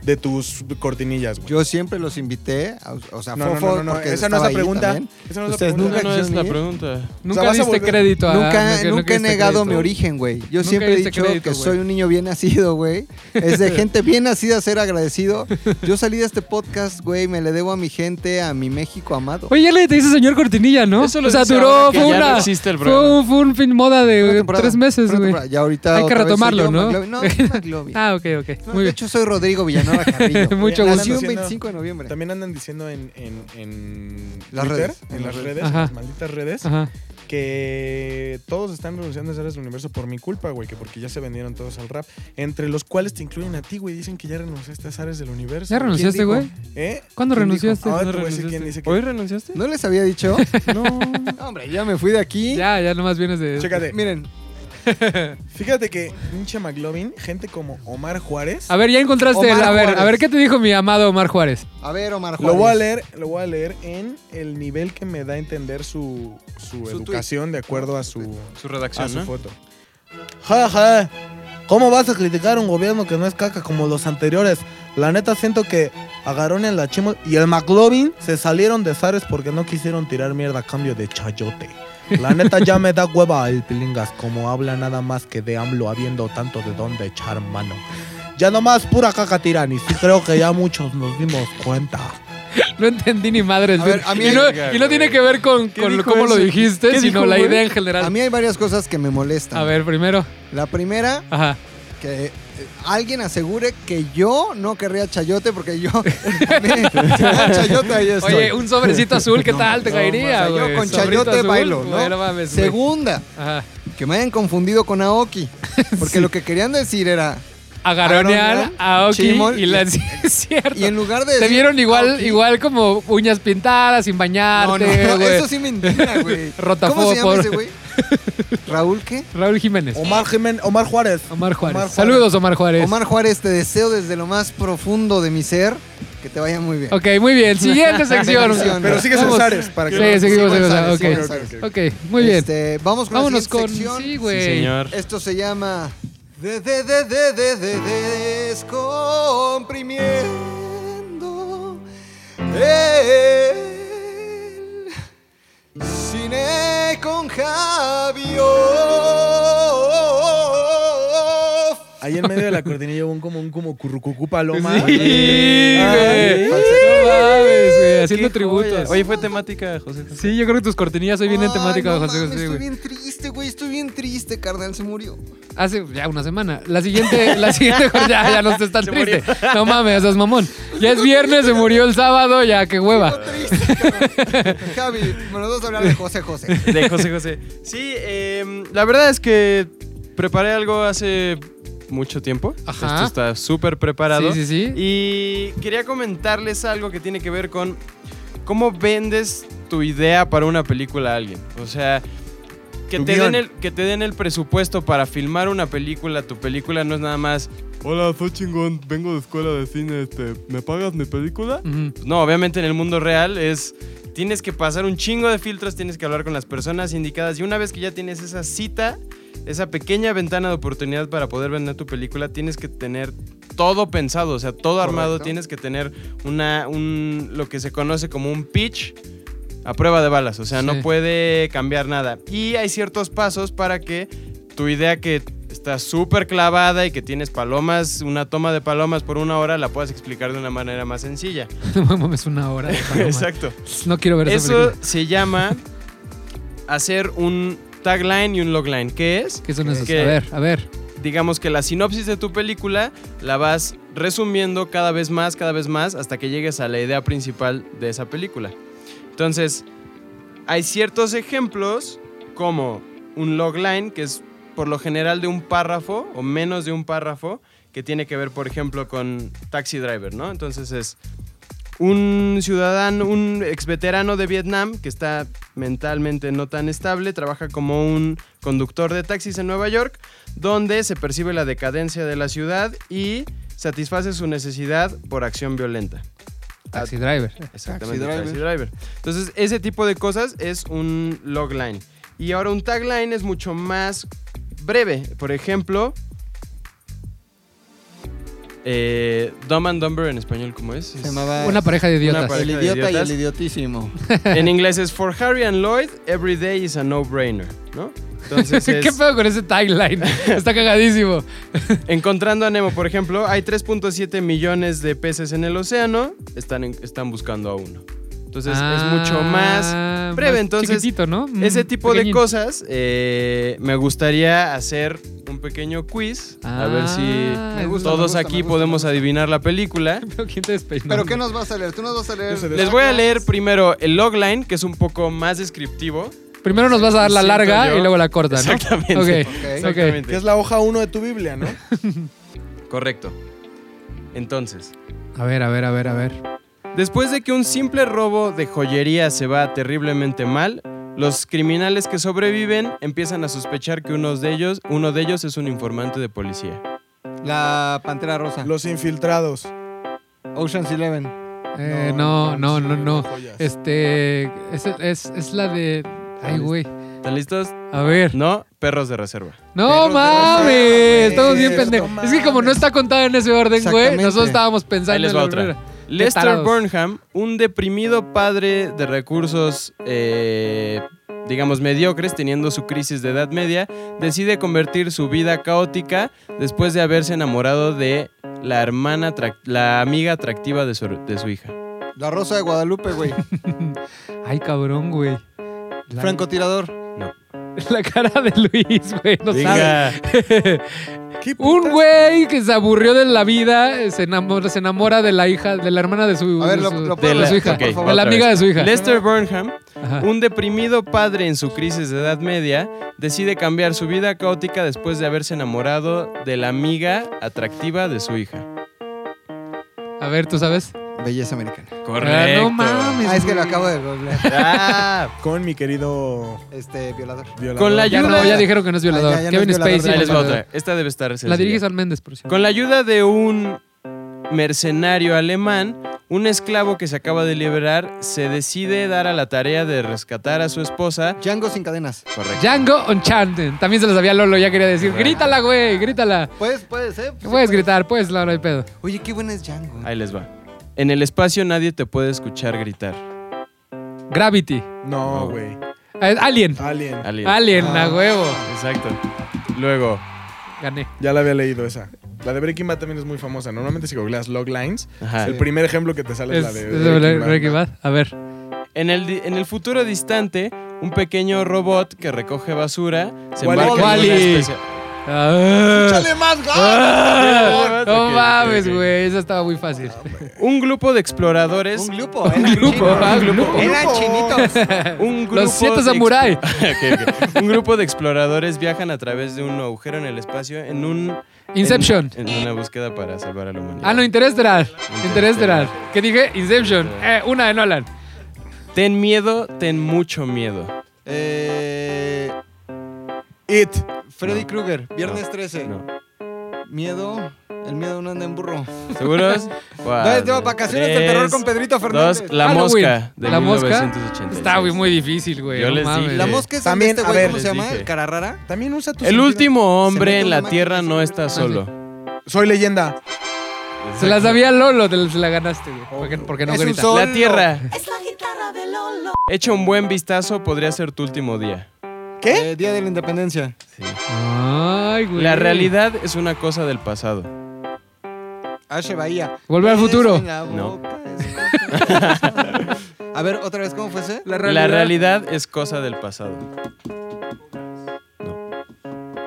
[SPEAKER 1] de tus cortinillas, güey?
[SPEAKER 4] Yo siempre los invité, a- o sea,
[SPEAKER 1] No, no,
[SPEAKER 4] Fofo,
[SPEAKER 1] no, no, no,
[SPEAKER 4] porque
[SPEAKER 1] esa no es la
[SPEAKER 4] estaba ahí
[SPEAKER 1] pregunta.
[SPEAKER 4] también.
[SPEAKER 1] Esa no es la
[SPEAKER 4] Ustedes
[SPEAKER 1] pregunta.
[SPEAKER 3] Esa
[SPEAKER 4] nunca
[SPEAKER 3] no es la
[SPEAKER 4] ni-
[SPEAKER 3] pregunta.
[SPEAKER 2] Nunca
[SPEAKER 1] vas a
[SPEAKER 2] diste
[SPEAKER 1] volver-
[SPEAKER 2] crédito a...
[SPEAKER 4] Nunca, nunca he
[SPEAKER 2] diste
[SPEAKER 4] negado mi
[SPEAKER 2] crédito.
[SPEAKER 4] origen, güey. Yo
[SPEAKER 2] Nunca
[SPEAKER 4] siempre he
[SPEAKER 2] diste
[SPEAKER 4] dicho
[SPEAKER 2] crédito,
[SPEAKER 4] que
[SPEAKER 2] güey.
[SPEAKER 4] soy un niño bien nacido, güey. Es de gente bien nacida ser agradecido. Yo salí de este podcast, güey, me le debo a mi gente, a mi México amado.
[SPEAKER 2] Oye, ya le te dice señor Cortinilla, ¿no?
[SPEAKER 3] Eso lo
[SPEAKER 2] o sea,
[SPEAKER 3] dice
[SPEAKER 2] duró,
[SPEAKER 3] ahora que
[SPEAKER 2] fue
[SPEAKER 3] ya no
[SPEAKER 2] una,
[SPEAKER 3] existe el
[SPEAKER 2] fue
[SPEAKER 3] programa.
[SPEAKER 2] un, fue un fin moda
[SPEAKER 4] Una
[SPEAKER 2] de
[SPEAKER 4] temporada,
[SPEAKER 2] tres meses,
[SPEAKER 4] una
[SPEAKER 2] güey.
[SPEAKER 4] temporada. Ya ahorita
[SPEAKER 2] Hay que
[SPEAKER 4] otra vez soy
[SPEAKER 2] retomarlo,
[SPEAKER 4] yo,
[SPEAKER 2] ¿no?
[SPEAKER 4] McLovin. No, soy McLovin.
[SPEAKER 2] Ah, ok, ok.
[SPEAKER 4] No,
[SPEAKER 2] Muy
[SPEAKER 4] de
[SPEAKER 2] bien.
[SPEAKER 4] hecho, soy Rodrigo Villanueva Carrillo.
[SPEAKER 2] Mucho
[SPEAKER 4] Nací
[SPEAKER 1] gusto.
[SPEAKER 4] un 25 de noviembre.
[SPEAKER 1] También andan diciendo en, en, en
[SPEAKER 4] Las
[SPEAKER 1] Twitter,
[SPEAKER 4] redes.
[SPEAKER 1] en las redes, en
[SPEAKER 2] Ajá.
[SPEAKER 1] las malditas redes,
[SPEAKER 2] Ajá.
[SPEAKER 1] que todos están renunciando a ser del universo por mi culpa, güey, que porque ya se vendieron todos al rap, entre los cuales te incluyen a ti, güey, dicen que ya renunciaste a Zares del universo.
[SPEAKER 2] ¿Ya renunciaste,
[SPEAKER 4] dijo?
[SPEAKER 2] güey?
[SPEAKER 1] ¿Eh?
[SPEAKER 2] ¿Cuándo
[SPEAKER 4] ¿Quién
[SPEAKER 2] renunciaste?
[SPEAKER 1] dijo? Ah,
[SPEAKER 3] ¿No
[SPEAKER 1] te voy a decir quién dice que-
[SPEAKER 3] ¿Hoy renunciaste?
[SPEAKER 4] ¿No les había dicho?
[SPEAKER 3] No.
[SPEAKER 4] No, hombre, ya me fui de aquí.
[SPEAKER 2] Ya, ya nomás vienes de...
[SPEAKER 1] Chécate.
[SPEAKER 4] Miren,
[SPEAKER 1] Fíjate que pinche McLovin, gente como Omar Juárez.
[SPEAKER 2] A ver, ya encontraste... el-
[SPEAKER 4] Omar
[SPEAKER 2] a ver,
[SPEAKER 4] Juárez.
[SPEAKER 2] a ver, ¿qué te dijo mi amado Omar Juárez?
[SPEAKER 4] a ver, Omar Juárez.
[SPEAKER 1] Lo voy a leer, lo voy a leer en el nivel que me da a entender su, su,
[SPEAKER 4] Su
[SPEAKER 1] educación de acuerdo a su,
[SPEAKER 2] Ah,
[SPEAKER 3] Su
[SPEAKER 1] a
[SPEAKER 3] redacción,
[SPEAKER 1] Ah, su
[SPEAKER 3] ¿no?
[SPEAKER 1] foto. Ja, ja. ¿Cómo vas a criticar un gobierno que no es caca como los anteriores? La neta siento que agarraron en la chimo y el McLovin se salieron de Zares porque no quisieron tirar mierda a cambio de chayote. La neta ya me da hueva el pilingas como habla nada más que de AMLO habiendo tanto de dónde echar mano. Ya nomás pura caca tiran y sí creo que ya muchos nos dimos cuenta.
[SPEAKER 2] No entendí ni madres.
[SPEAKER 4] A ver, a mí-
[SPEAKER 2] y, no, y no tiene que ver con,
[SPEAKER 3] ¿Qué
[SPEAKER 2] con
[SPEAKER 3] dijo
[SPEAKER 2] cómo lo
[SPEAKER 3] eso?
[SPEAKER 2] dijiste,
[SPEAKER 3] ¿Qué
[SPEAKER 2] sino
[SPEAKER 3] dijo,
[SPEAKER 2] la
[SPEAKER 3] güey?
[SPEAKER 2] idea en general.
[SPEAKER 4] A
[SPEAKER 2] A,
[SPEAKER 4] mí hay varias cosas que me molestan.
[SPEAKER 2] ver, primero.
[SPEAKER 4] La primera,
[SPEAKER 2] Ajá.
[SPEAKER 4] que eh, alguien asegure que yo no querría chayote porque yo también, si me dan chayote ahí estoy.
[SPEAKER 2] Oye, un sobrecito azul, ¿qué
[SPEAKER 4] No,
[SPEAKER 2] tal te
[SPEAKER 4] no,
[SPEAKER 2] caería,
[SPEAKER 4] o sea, yo
[SPEAKER 2] güey?
[SPEAKER 4] con
[SPEAKER 2] Sobrito
[SPEAKER 4] chayote
[SPEAKER 2] azul,
[SPEAKER 4] bailo, ¿no?
[SPEAKER 2] güey, mames, güey.
[SPEAKER 4] Segunda,
[SPEAKER 2] Ajá.
[SPEAKER 4] que me hayan confundido con Aoki, porque lo que querían decir era
[SPEAKER 2] Agaronear
[SPEAKER 4] Agaronear,
[SPEAKER 2] a Oki
[SPEAKER 4] Chimol,
[SPEAKER 2] y la...
[SPEAKER 4] y-
[SPEAKER 2] Sí, es cierto.
[SPEAKER 4] y en lugar de
[SPEAKER 2] Te
[SPEAKER 4] decir
[SPEAKER 2] vieron igual,
[SPEAKER 4] Aoki,
[SPEAKER 2] igual como uñas pintadas, sin
[SPEAKER 4] no,
[SPEAKER 2] bañarte,
[SPEAKER 4] Ah, no,
[SPEAKER 2] güey.
[SPEAKER 4] no, eso sí me indigna, güey. ¿Cómo
[SPEAKER 2] Rotafobo,
[SPEAKER 4] se llama ese
[SPEAKER 2] pobre.
[SPEAKER 4] güey? Raúl qué?
[SPEAKER 2] Raúl Jiménez.
[SPEAKER 1] Omar Jiménez, Omar Juárez.
[SPEAKER 2] Omar Juárez.
[SPEAKER 1] Omar Juárez.
[SPEAKER 2] Saludos, Omar Juárez.
[SPEAKER 4] Omar Juárez, te deseo desde lo más profundo de mi ser que te vaya muy bien.
[SPEAKER 2] Ok, muy bien. Siguiente sección.
[SPEAKER 4] Sección.
[SPEAKER 1] Pero sigues en
[SPEAKER 2] Vamos.
[SPEAKER 1] Zares para
[SPEAKER 2] Sí,
[SPEAKER 1] que
[SPEAKER 2] sí, seguimos,
[SPEAKER 4] Sí,
[SPEAKER 2] seguimos,
[SPEAKER 4] González,
[SPEAKER 2] ok.
[SPEAKER 4] sí, González.
[SPEAKER 1] Ok,
[SPEAKER 2] Ok, muy bien.
[SPEAKER 4] Este, vamos con
[SPEAKER 2] Vámonos
[SPEAKER 4] la
[SPEAKER 2] con...
[SPEAKER 4] siguiente sección.
[SPEAKER 2] Sí,
[SPEAKER 3] Sí,
[SPEAKER 2] güey.
[SPEAKER 3] señor.
[SPEAKER 4] Esto se llama de, de, de, de, de, de- descomprimiendo el cine con Javio.
[SPEAKER 1] Ahí en medio de la cortinilla hubo un como un como currucucú paloma.
[SPEAKER 2] Sí, güey. No mames, güey. Haciendo tributos.
[SPEAKER 3] Oye, fue temática, José.
[SPEAKER 2] sí, yo creo que tus cortinillas hoy vienen temática de
[SPEAKER 4] Ay, no
[SPEAKER 2] José
[SPEAKER 4] mames,
[SPEAKER 2] José,
[SPEAKER 4] Estoy
[SPEAKER 2] güey.
[SPEAKER 4] bien triste, güey. Estoy bien triste, carnal. Se murió.
[SPEAKER 2] Hace ya una semana. La siguiente, la siguiente, ya, ya no estés tan triste. No mames, seas mamón. Ya es viernes, se murió el sábado, ya, qué hueva.
[SPEAKER 4] Estoy triste, carnal. Javi, me nos vas a hablar de José José.
[SPEAKER 3] De José José. Sí, eh, la verdad es que preparé algo hace mucho tiempo.
[SPEAKER 2] Ajá.
[SPEAKER 3] Esto está súper preparado.
[SPEAKER 2] Sí, sí, sí.
[SPEAKER 3] Y quería comentarles algo que tiene que ver con cómo vendes tu idea para una película a alguien. O sea, que
[SPEAKER 1] Tu
[SPEAKER 3] te,
[SPEAKER 1] guión.
[SPEAKER 3] den el, que te den el presupuesto para filmar una película. Tu película no es nada más, hola, soy chingón, vengo de escuela de cine, este, ¿me pagas mi película?
[SPEAKER 2] Ujú.
[SPEAKER 3] No, obviamente en el mundo real es Tienes que pasar un chingo de filtros, tienes que hablar con las personas indicadas y una vez que ya tienes esa cita, esa pequeña ventana de oportunidad para poder vender tu película, tienes que tener todo pensado, o sea, todo armado,
[SPEAKER 4] Correcto.
[SPEAKER 3] tienes que tener una un lo que se conoce como un pitch a prueba de balas, o sea,
[SPEAKER 2] Sí.
[SPEAKER 3] no puede cambiar nada. Y hay ciertos pasos para que tu idea que está súper clavada y que tienes palomas, una toma de palomas por una hora, la puedas explicar de una manera más sencilla.
[SPEAKER 2] No mames, una hora. de paloma.
[SPEAKER 3] Exacto.
[SPEAKER 2] No quiero ver esa
[SPEAKER 3] Eso
[SPEAKER 2] película.
[SPEAKER 3] se llama hacer un tagline y un logline. ¿Qué es?
[SPEAKER 2] ¿Qué son esos?
[SPEAKER 3] que-
[SPEAKER 2] A ver, a ver.
[SPEAKER 3] Digamos que la sinopsis de tu película la vas resumiendo cada vez más, cada vez más, hasta que llegues a la idea principal de esa película. Entonces, hay ciertos ejemplos como un logline, que es por lo general de un párrafo o menos de un párrafo, que tiene que ver, por ejemplo, con Taxi Driver, ¿no? Entonces es un ciudadano, un ex veterano de Vietnam que está mentalmente no tan estable, trabaja como un conductor de taxis en Nueva York, donde se percibe la decadencia de la ciudad y satisface su necesidad por acción violenta.
[SPEAKER 2] Taxi Driver.
[SPEAKER 3] Exactamente,
[SPEAKER 4] Taxi
[SPEAKER 3] Taxi Driver. Entonces, ese tipo de cosas es un logline. Y ahora un tagline es mucho más breve. Por ejemplo, eh, Dumb and Dumber en español, ¿cómo es?
[SPEAKER 4] Se
[SPEAKER 3] Es-
[SPEAKER 4] llamaba
[SPEAKER 2] Una pareja de idiotas.
[SPEAKER 3] Ah, pareja
[SPEAKER 4] El
[SPEAKER 3] de
[SPEAKER 4] idiota y
[SPEAKER 3] idiotas.
[SPEAKER 4] el idiotísimo.
[SPEAKER 3] En inglés es For Harry and Lloyd, every day is a no-brainer, ¿no? Entonces es-
[SPEAKER 2] ¿Qué pedo con ese tagline? Está cagadísimo.
[SPEAKER 3] Encontrando a Nemo, por ejemplo, hay 3.7 millones de peces en el océano, están, en- están buscando a uno. Entonces es mucho más
[SPEAKER 2] Ah,
[SPEAKER 3] breve,
[SPEAKER 2] más
[SPEAKER 3] entonces,
[SPEAKER 2] Chiquitito, ¿no? Mm,
[SPEAKER 3] Ese tipo
[SPEAKER 2] pequeñín.
[SPEAKER 3] de cosas, eh, me gustaría hacer un pequeño quiz. a ver
[SPEAKER 2] Ah,
[SPEAKER 3] si
[SPEAKER 2] me
[SPEAKER 4] gusta,
[SPEAKER 3] todos
[SPEAKER 4] me gusta,
[SPEAKER 3] aquí
[SPEAKER 4] me gusta, me
[SPEAKER 3] podemos
[SPEAKER 4] gusta.
[SPEAKER 3] adivinar la película.
[SPEAKER 2] Pero ¿quién te despeinó?
[SPEAKER 4] ¿Pero qué nos vas a leer? ¿Tú nos vas a leer?
[SPEAKER 1] Yo sé de
[SPEAKER 3] Les voy a leer primero el logline, que es un poco más descriptivo.
[SPEAKER 2] Primero nos vas a dar la
[SPEAKER 3] Siento
[SPEAKER 2] larga
[SPEAKER 3] yo.
[SPEAKER 2] y luego la corta, ¿no?
[SPEAKER 3] Exactamente.
[SPEAKER 2] Ok.
[SPEAKER 4] Ok.
[SPEAKER 3] Exactamente.
[SPEAKER 1] Que es la hoja 1 de tu Biblia, ¿no?
[SPEAKER 3] Correcto. Entonces,
[SPEAKER 2] A ver, a ver, a ver, a ver.
[SPEAKER 3] después de que un simple robo de joyería se va terriblemente mal, los criminales que sobreviven empiezan a sospechar que unos de ellos, uno de ellos es un informante de policía.
[SPEAKER 4] La Pantera Rosa.
[SPEAKER 1] Los infiltrados.
[SPEAKER 4] Ocean's Eleven.
[SPEAKER 2] Eh, no, no, no, no.
[SPEAKER 1] joyas.
[SPEAKER 2] Este. Es, es, es la de. Ay, güey.
[SPEAKER 3] ¿Están listos?
[SPEAKER 2] A ver.
[SPEAKER 3] No, perros de reserva.
[SPEAKER 2] No
[SPEAKER 1] Perros de reserva,
[SPEAKER 2] mames.
[SPEAKER 1] güey.
[SPEAKER 2] Estamos bien
[SPEAKER 1] No
[SPEAKER 2] pendejos. Es que como no
[SPEAKER 1] mames.
[SPEAKER 2] está contada en ese orden, güey,
[SPEAKER 4] Exactamente.
[SPEAKER 2] nosotros estábamos
[SPEAKER 3] Ahí
[SPEAKER 2] pensando
[SPEAKER 3] les
[SPEAKER 2] en
[SPEAKER 3] va
[SPEAKER 2] la
[SPEAKER 3] otra.
[SPEAKER 2] primera.
[SPEAKER 3] Lester
[SPEAKER 2] tarados.
[SPEAKER 3] Burnham, un deprimido padre de recursos, eh, digamos, mediocres, teniendo su crisis de edad media, decide convertir su vida caótica después de haberse enamorado de la hermana, atrac- la amiga atractiva de su, de su hija.
[SPEAKER 4] La Rosa de Guadalupe, güey.
[SPEAKER 2] Ay, cabrón, güey. La-
[SPEAKER 4] Francotirador.
[SPEAKER 2] La cara de Luis, güey. No sabe.
[SPEAKER 3] Venga,
[SPEAKER 1] ¿Qué
[SPEAKER 2] Un
[SPEAKER 1] putas?
[SPEAKER 2] güey que se aburrió de la vida eh, se enamora, se enamora de la hija, de la hermana de su,
[SPEAKER 4] A ver,
[SPEAKER 2] de
[SPEAKER 4] lo-
[SPEAKER 2] su-
[SPEAKER 4] lo
[SPEAKER 2] de
[SPEAKER 4] puedo
[SPEAKER 2] la, su
[SPEAKER 4] leer,
[SPEAKER 2] hija,
[SPEAKER 4] ok, por favor.
[SPEAKER 2] de la
[SPEAKER 3] otra
[SPEAKER 2] amiga de
[SPEAKER 3] vez.
[SPEAKER 2] su hija.
[SPEAKER 3] Lester Burnham,
[SPEAKER 2] Ajá.
[SPEAKER 3] un deprimido padre en su crisis de edad media, decide cambiar su vida caótica después de haberse enamorado de la amiga atractiva de su hija.
[SPEAKER 2] A ver, ¿tú sabes?
[SPEAKER 4] Belleza americana.
[SPEAKER 2] Ah, no mames.
[SPEAKER 4] Ah, es que lo
[SPEAKER 2] güey.
[SPEAKER 4] acabo de googlear.
[SPEAKER 3] Ah,
[SPEAKER 1] Con mi querido
[SPEAKER 4] Este, violador.
[SPEAKER 1] violador.
[SPEAKER 3] Con la
[SPEAKER 2] Ya
[SPEAKER 3] ayuda-
[SPEAKER 2] no, ya dijeron que no es violador.
[SPEAKER 4] Ah, ya, ya no
[SPEAKER 2] Kevin
[SPEAKER 4] es violador,
[SPEAKER 2] Spacey.
[SPEAKER 3] ahí les
[SPEAKER 2] no
[SPEAKER 3] va
[SPEAKER 2] es
[SPEAKER 3] otra.
[SPEAKER 2] violador.
[SPEAKER 3] Esta debe estar
[SPEAKER 2] La
[SPEAKER 3] sencilla.
[SPEAKER 2] dirige San Méndez, por cierto.
[SPEAKER 3] Con la ayuda de un mercenario alemán, un esclavo que se acaba de liberar se decide dar a la tarea de rescatar a su esposa.
[SPEAKER 4] Django sin cadenas.
[SPEAKER 3] Correcto.
[SPEAKER 2] Django Unchained. También se lo sabía Lolo, ya quería decir.
[SPEAKER 3] Correcto.
[SPEAKER 2] Grítala, güey, grítala.
[SPEAKER 4] Puedes, puedes, ¿eh? Sí,
[SPEAKER 2] Puedes gritar, pues, no, no hay pedo.
[SPEAKER 4] Oye, qué buena es Django.
[SPEAKER 3] Ahí les va. En el espacio nadie te puede escuchar gritar.
[SPEAKER 2] Gravity.
[SPEAKER 1] No, güey.
[SPEAKER 2] Eh, Alien.
[SPEAKER 1] Alien.
[SPEAKER 3] Alien.
[SPEAKER 2] Alien, a
[SPEAKER 1] Ah.
[SPEAKER 2] huevo.
[SPEAKER 3] Exacto. Luego.
[SPEAKER 2] Gané.
[SPEAKER 1] Ya la había leído esa. La de Breaking Bad también es muy famosa. Normalmente si googleas loglines,
[SPEAKER 3] Ajá.
[SPEAKER 1] el primer ejemplo que te sale es,
[SPEAKER 2] Es,
[SPEAKER 1] la de
[SPEAKER 2] es de
[SPEAKER 1] Breaking Bad.
[SPEAKER 2] Breaking Bad. A ver.
[SPEAKER 3] En el, di- en el futuro distante, un pequeño robot que recoge basura se
[SPEAKER 1] Wall-E.
[SPEAKER 3] embarca en
[SPEAKER 2] Wall-E.
[SPEAKER 3] una especie-
[SPEAKER 2] Ah.
[SPEAKER 4] ¡Échale más
[SPEAKER 2] Ah.
[SPEAKER 3] ganas!
[SPEAKER 2] No
[SPEAKER 3] Ok, ok,
[SPEAKER 2] mames,
[SPEAKER 3] ok.
[SPEAKER 2] güey. Esa estaba muy fácil.
[SPEAKER 3] Un grupo de exploradores.
[SPEAKER 4] Un grupo, era
[SPEAKER 2] grupo,
[SPEAKER 4] chino.
[SPEAKER 2] ah, un grupo.
[SPEAKER 4] Eran chinitos.
[SPEAKER 3] un grupo
[SPEAKER 2] Los siete
[SPEAKER 3] de
[SPEAKER 2] samurái.
[SPEAKER 3] Ok, ok. Un grupo de exploradores viajan a través de un agujero en el espacio en un...
[SPEAKER 2] Inception.
[SPEAKER 3] En, en una búsqueda para salvar a la humanidad.
[SPEAKER 2] Ah, no, Interestelar.
[SPEAKER 3] Interestelar.
[SPEAKER 2] Interestelar. ¿Qué dije? Inception. Eh, una de Nolan.
[SPEAKER 3] Ten miedo, ten mucho miedo.
[SPEAKER 4] eh,
[SPEAKER 1] It.
[SPEAKER 4] Freddy Krueger, viernes 13.
[SPEAKER 3] No.
[SPEAKER 4] Miedo. El miedo no anda en burro.
[SPEAKER 3] ¿Seguros?
[SPEAKER 4] Entonces, de vacaciones de
[SPEAKER 3] del
[SPEAKER 4] terror con Pedrito Fernández.
[SPEAKER 3] Dos, La
[SPEAKER 2] Halloween.
[SPEAKER 3] Mosca de
[SPEAKER 2] La Mosca
[SPEAKER 3] 1986.
[SPEAKER 2] Está güey, muy difícil, güey.
[SPEAKER 3] Yo
[SPEAKER 2] no
[SPEAKER 3] les dije.
[SPEAKER 2] mames.
[SPEAKER 4] La
[SPEAKER 3] Sí.
[SPEAKER 4] mosca es
[SPEAKER 1] También,
[SPEAKER 4] También, este
[SPEAKER 1] a
[SPEAKER 4] güey,
[SPEAKER 1] ver,
[SPEAKER 4] ¿cómo
[SPEAKER 3] les
[SPEAKER 4] se llama?
[SPEAKER 3] dije.
[SPEAKER 4] ¿El cara rara?
[SPEAKER 1] También usa tu
[SPEAKER 3] El
[SPEAKER 1] sentido.
[SPEAKER 3] último
[SPEAKER 4] mete
[SPEAKER 3] hombre en
[SPEAKER 4] una
[SPEAKER 3] la
[SPEAKER 4] mano
[SPEAKER 3] tierra
[SPEAKER 4] y se
[SPEAKER 3] no
[SPEAKER 4] mete
[SPEAKER 3] está
[SPEAKER 4] una
[SPEAKER 3] solo.
[SPEAKER 1] Soy leyenda.
[SPEAKER 2] Se la sabía Lolo, te la se la ganaste, güey. Porque, porque Oh, no
[SPEAKER 4] Es un
[SPEAKER 2] grita.
[SPEAKER 4] sol.
[SPEAKER 3] La
[SPEAKER 4] Solo.
[SPEAKER 3] tierra. Echa un buen vistazo, podría ser tu último día.
[SPEAKER 1] ¿Qué?
[SPEAKER 4] Eh, Día de la Independencia.
[SPEAKER 2] Ay, güey.
[SPEAKER 3] La realidad es una cosa del pasado.
[SPEAKER 4] H. Bahía.
[SPEAKER 2] Volver al
[SPEAKER 4] Beso
[SPEAKER 2] futuro.
[SPEAKER 4] en la
[SPEAKER 3] No.
[SPEAKER 4] boca, es- A ver, otra vez, ¿cómo fue ese?
[SPEAKER 2] La realidad.
[SPEAKER 3] La realidad es cosa del pasado.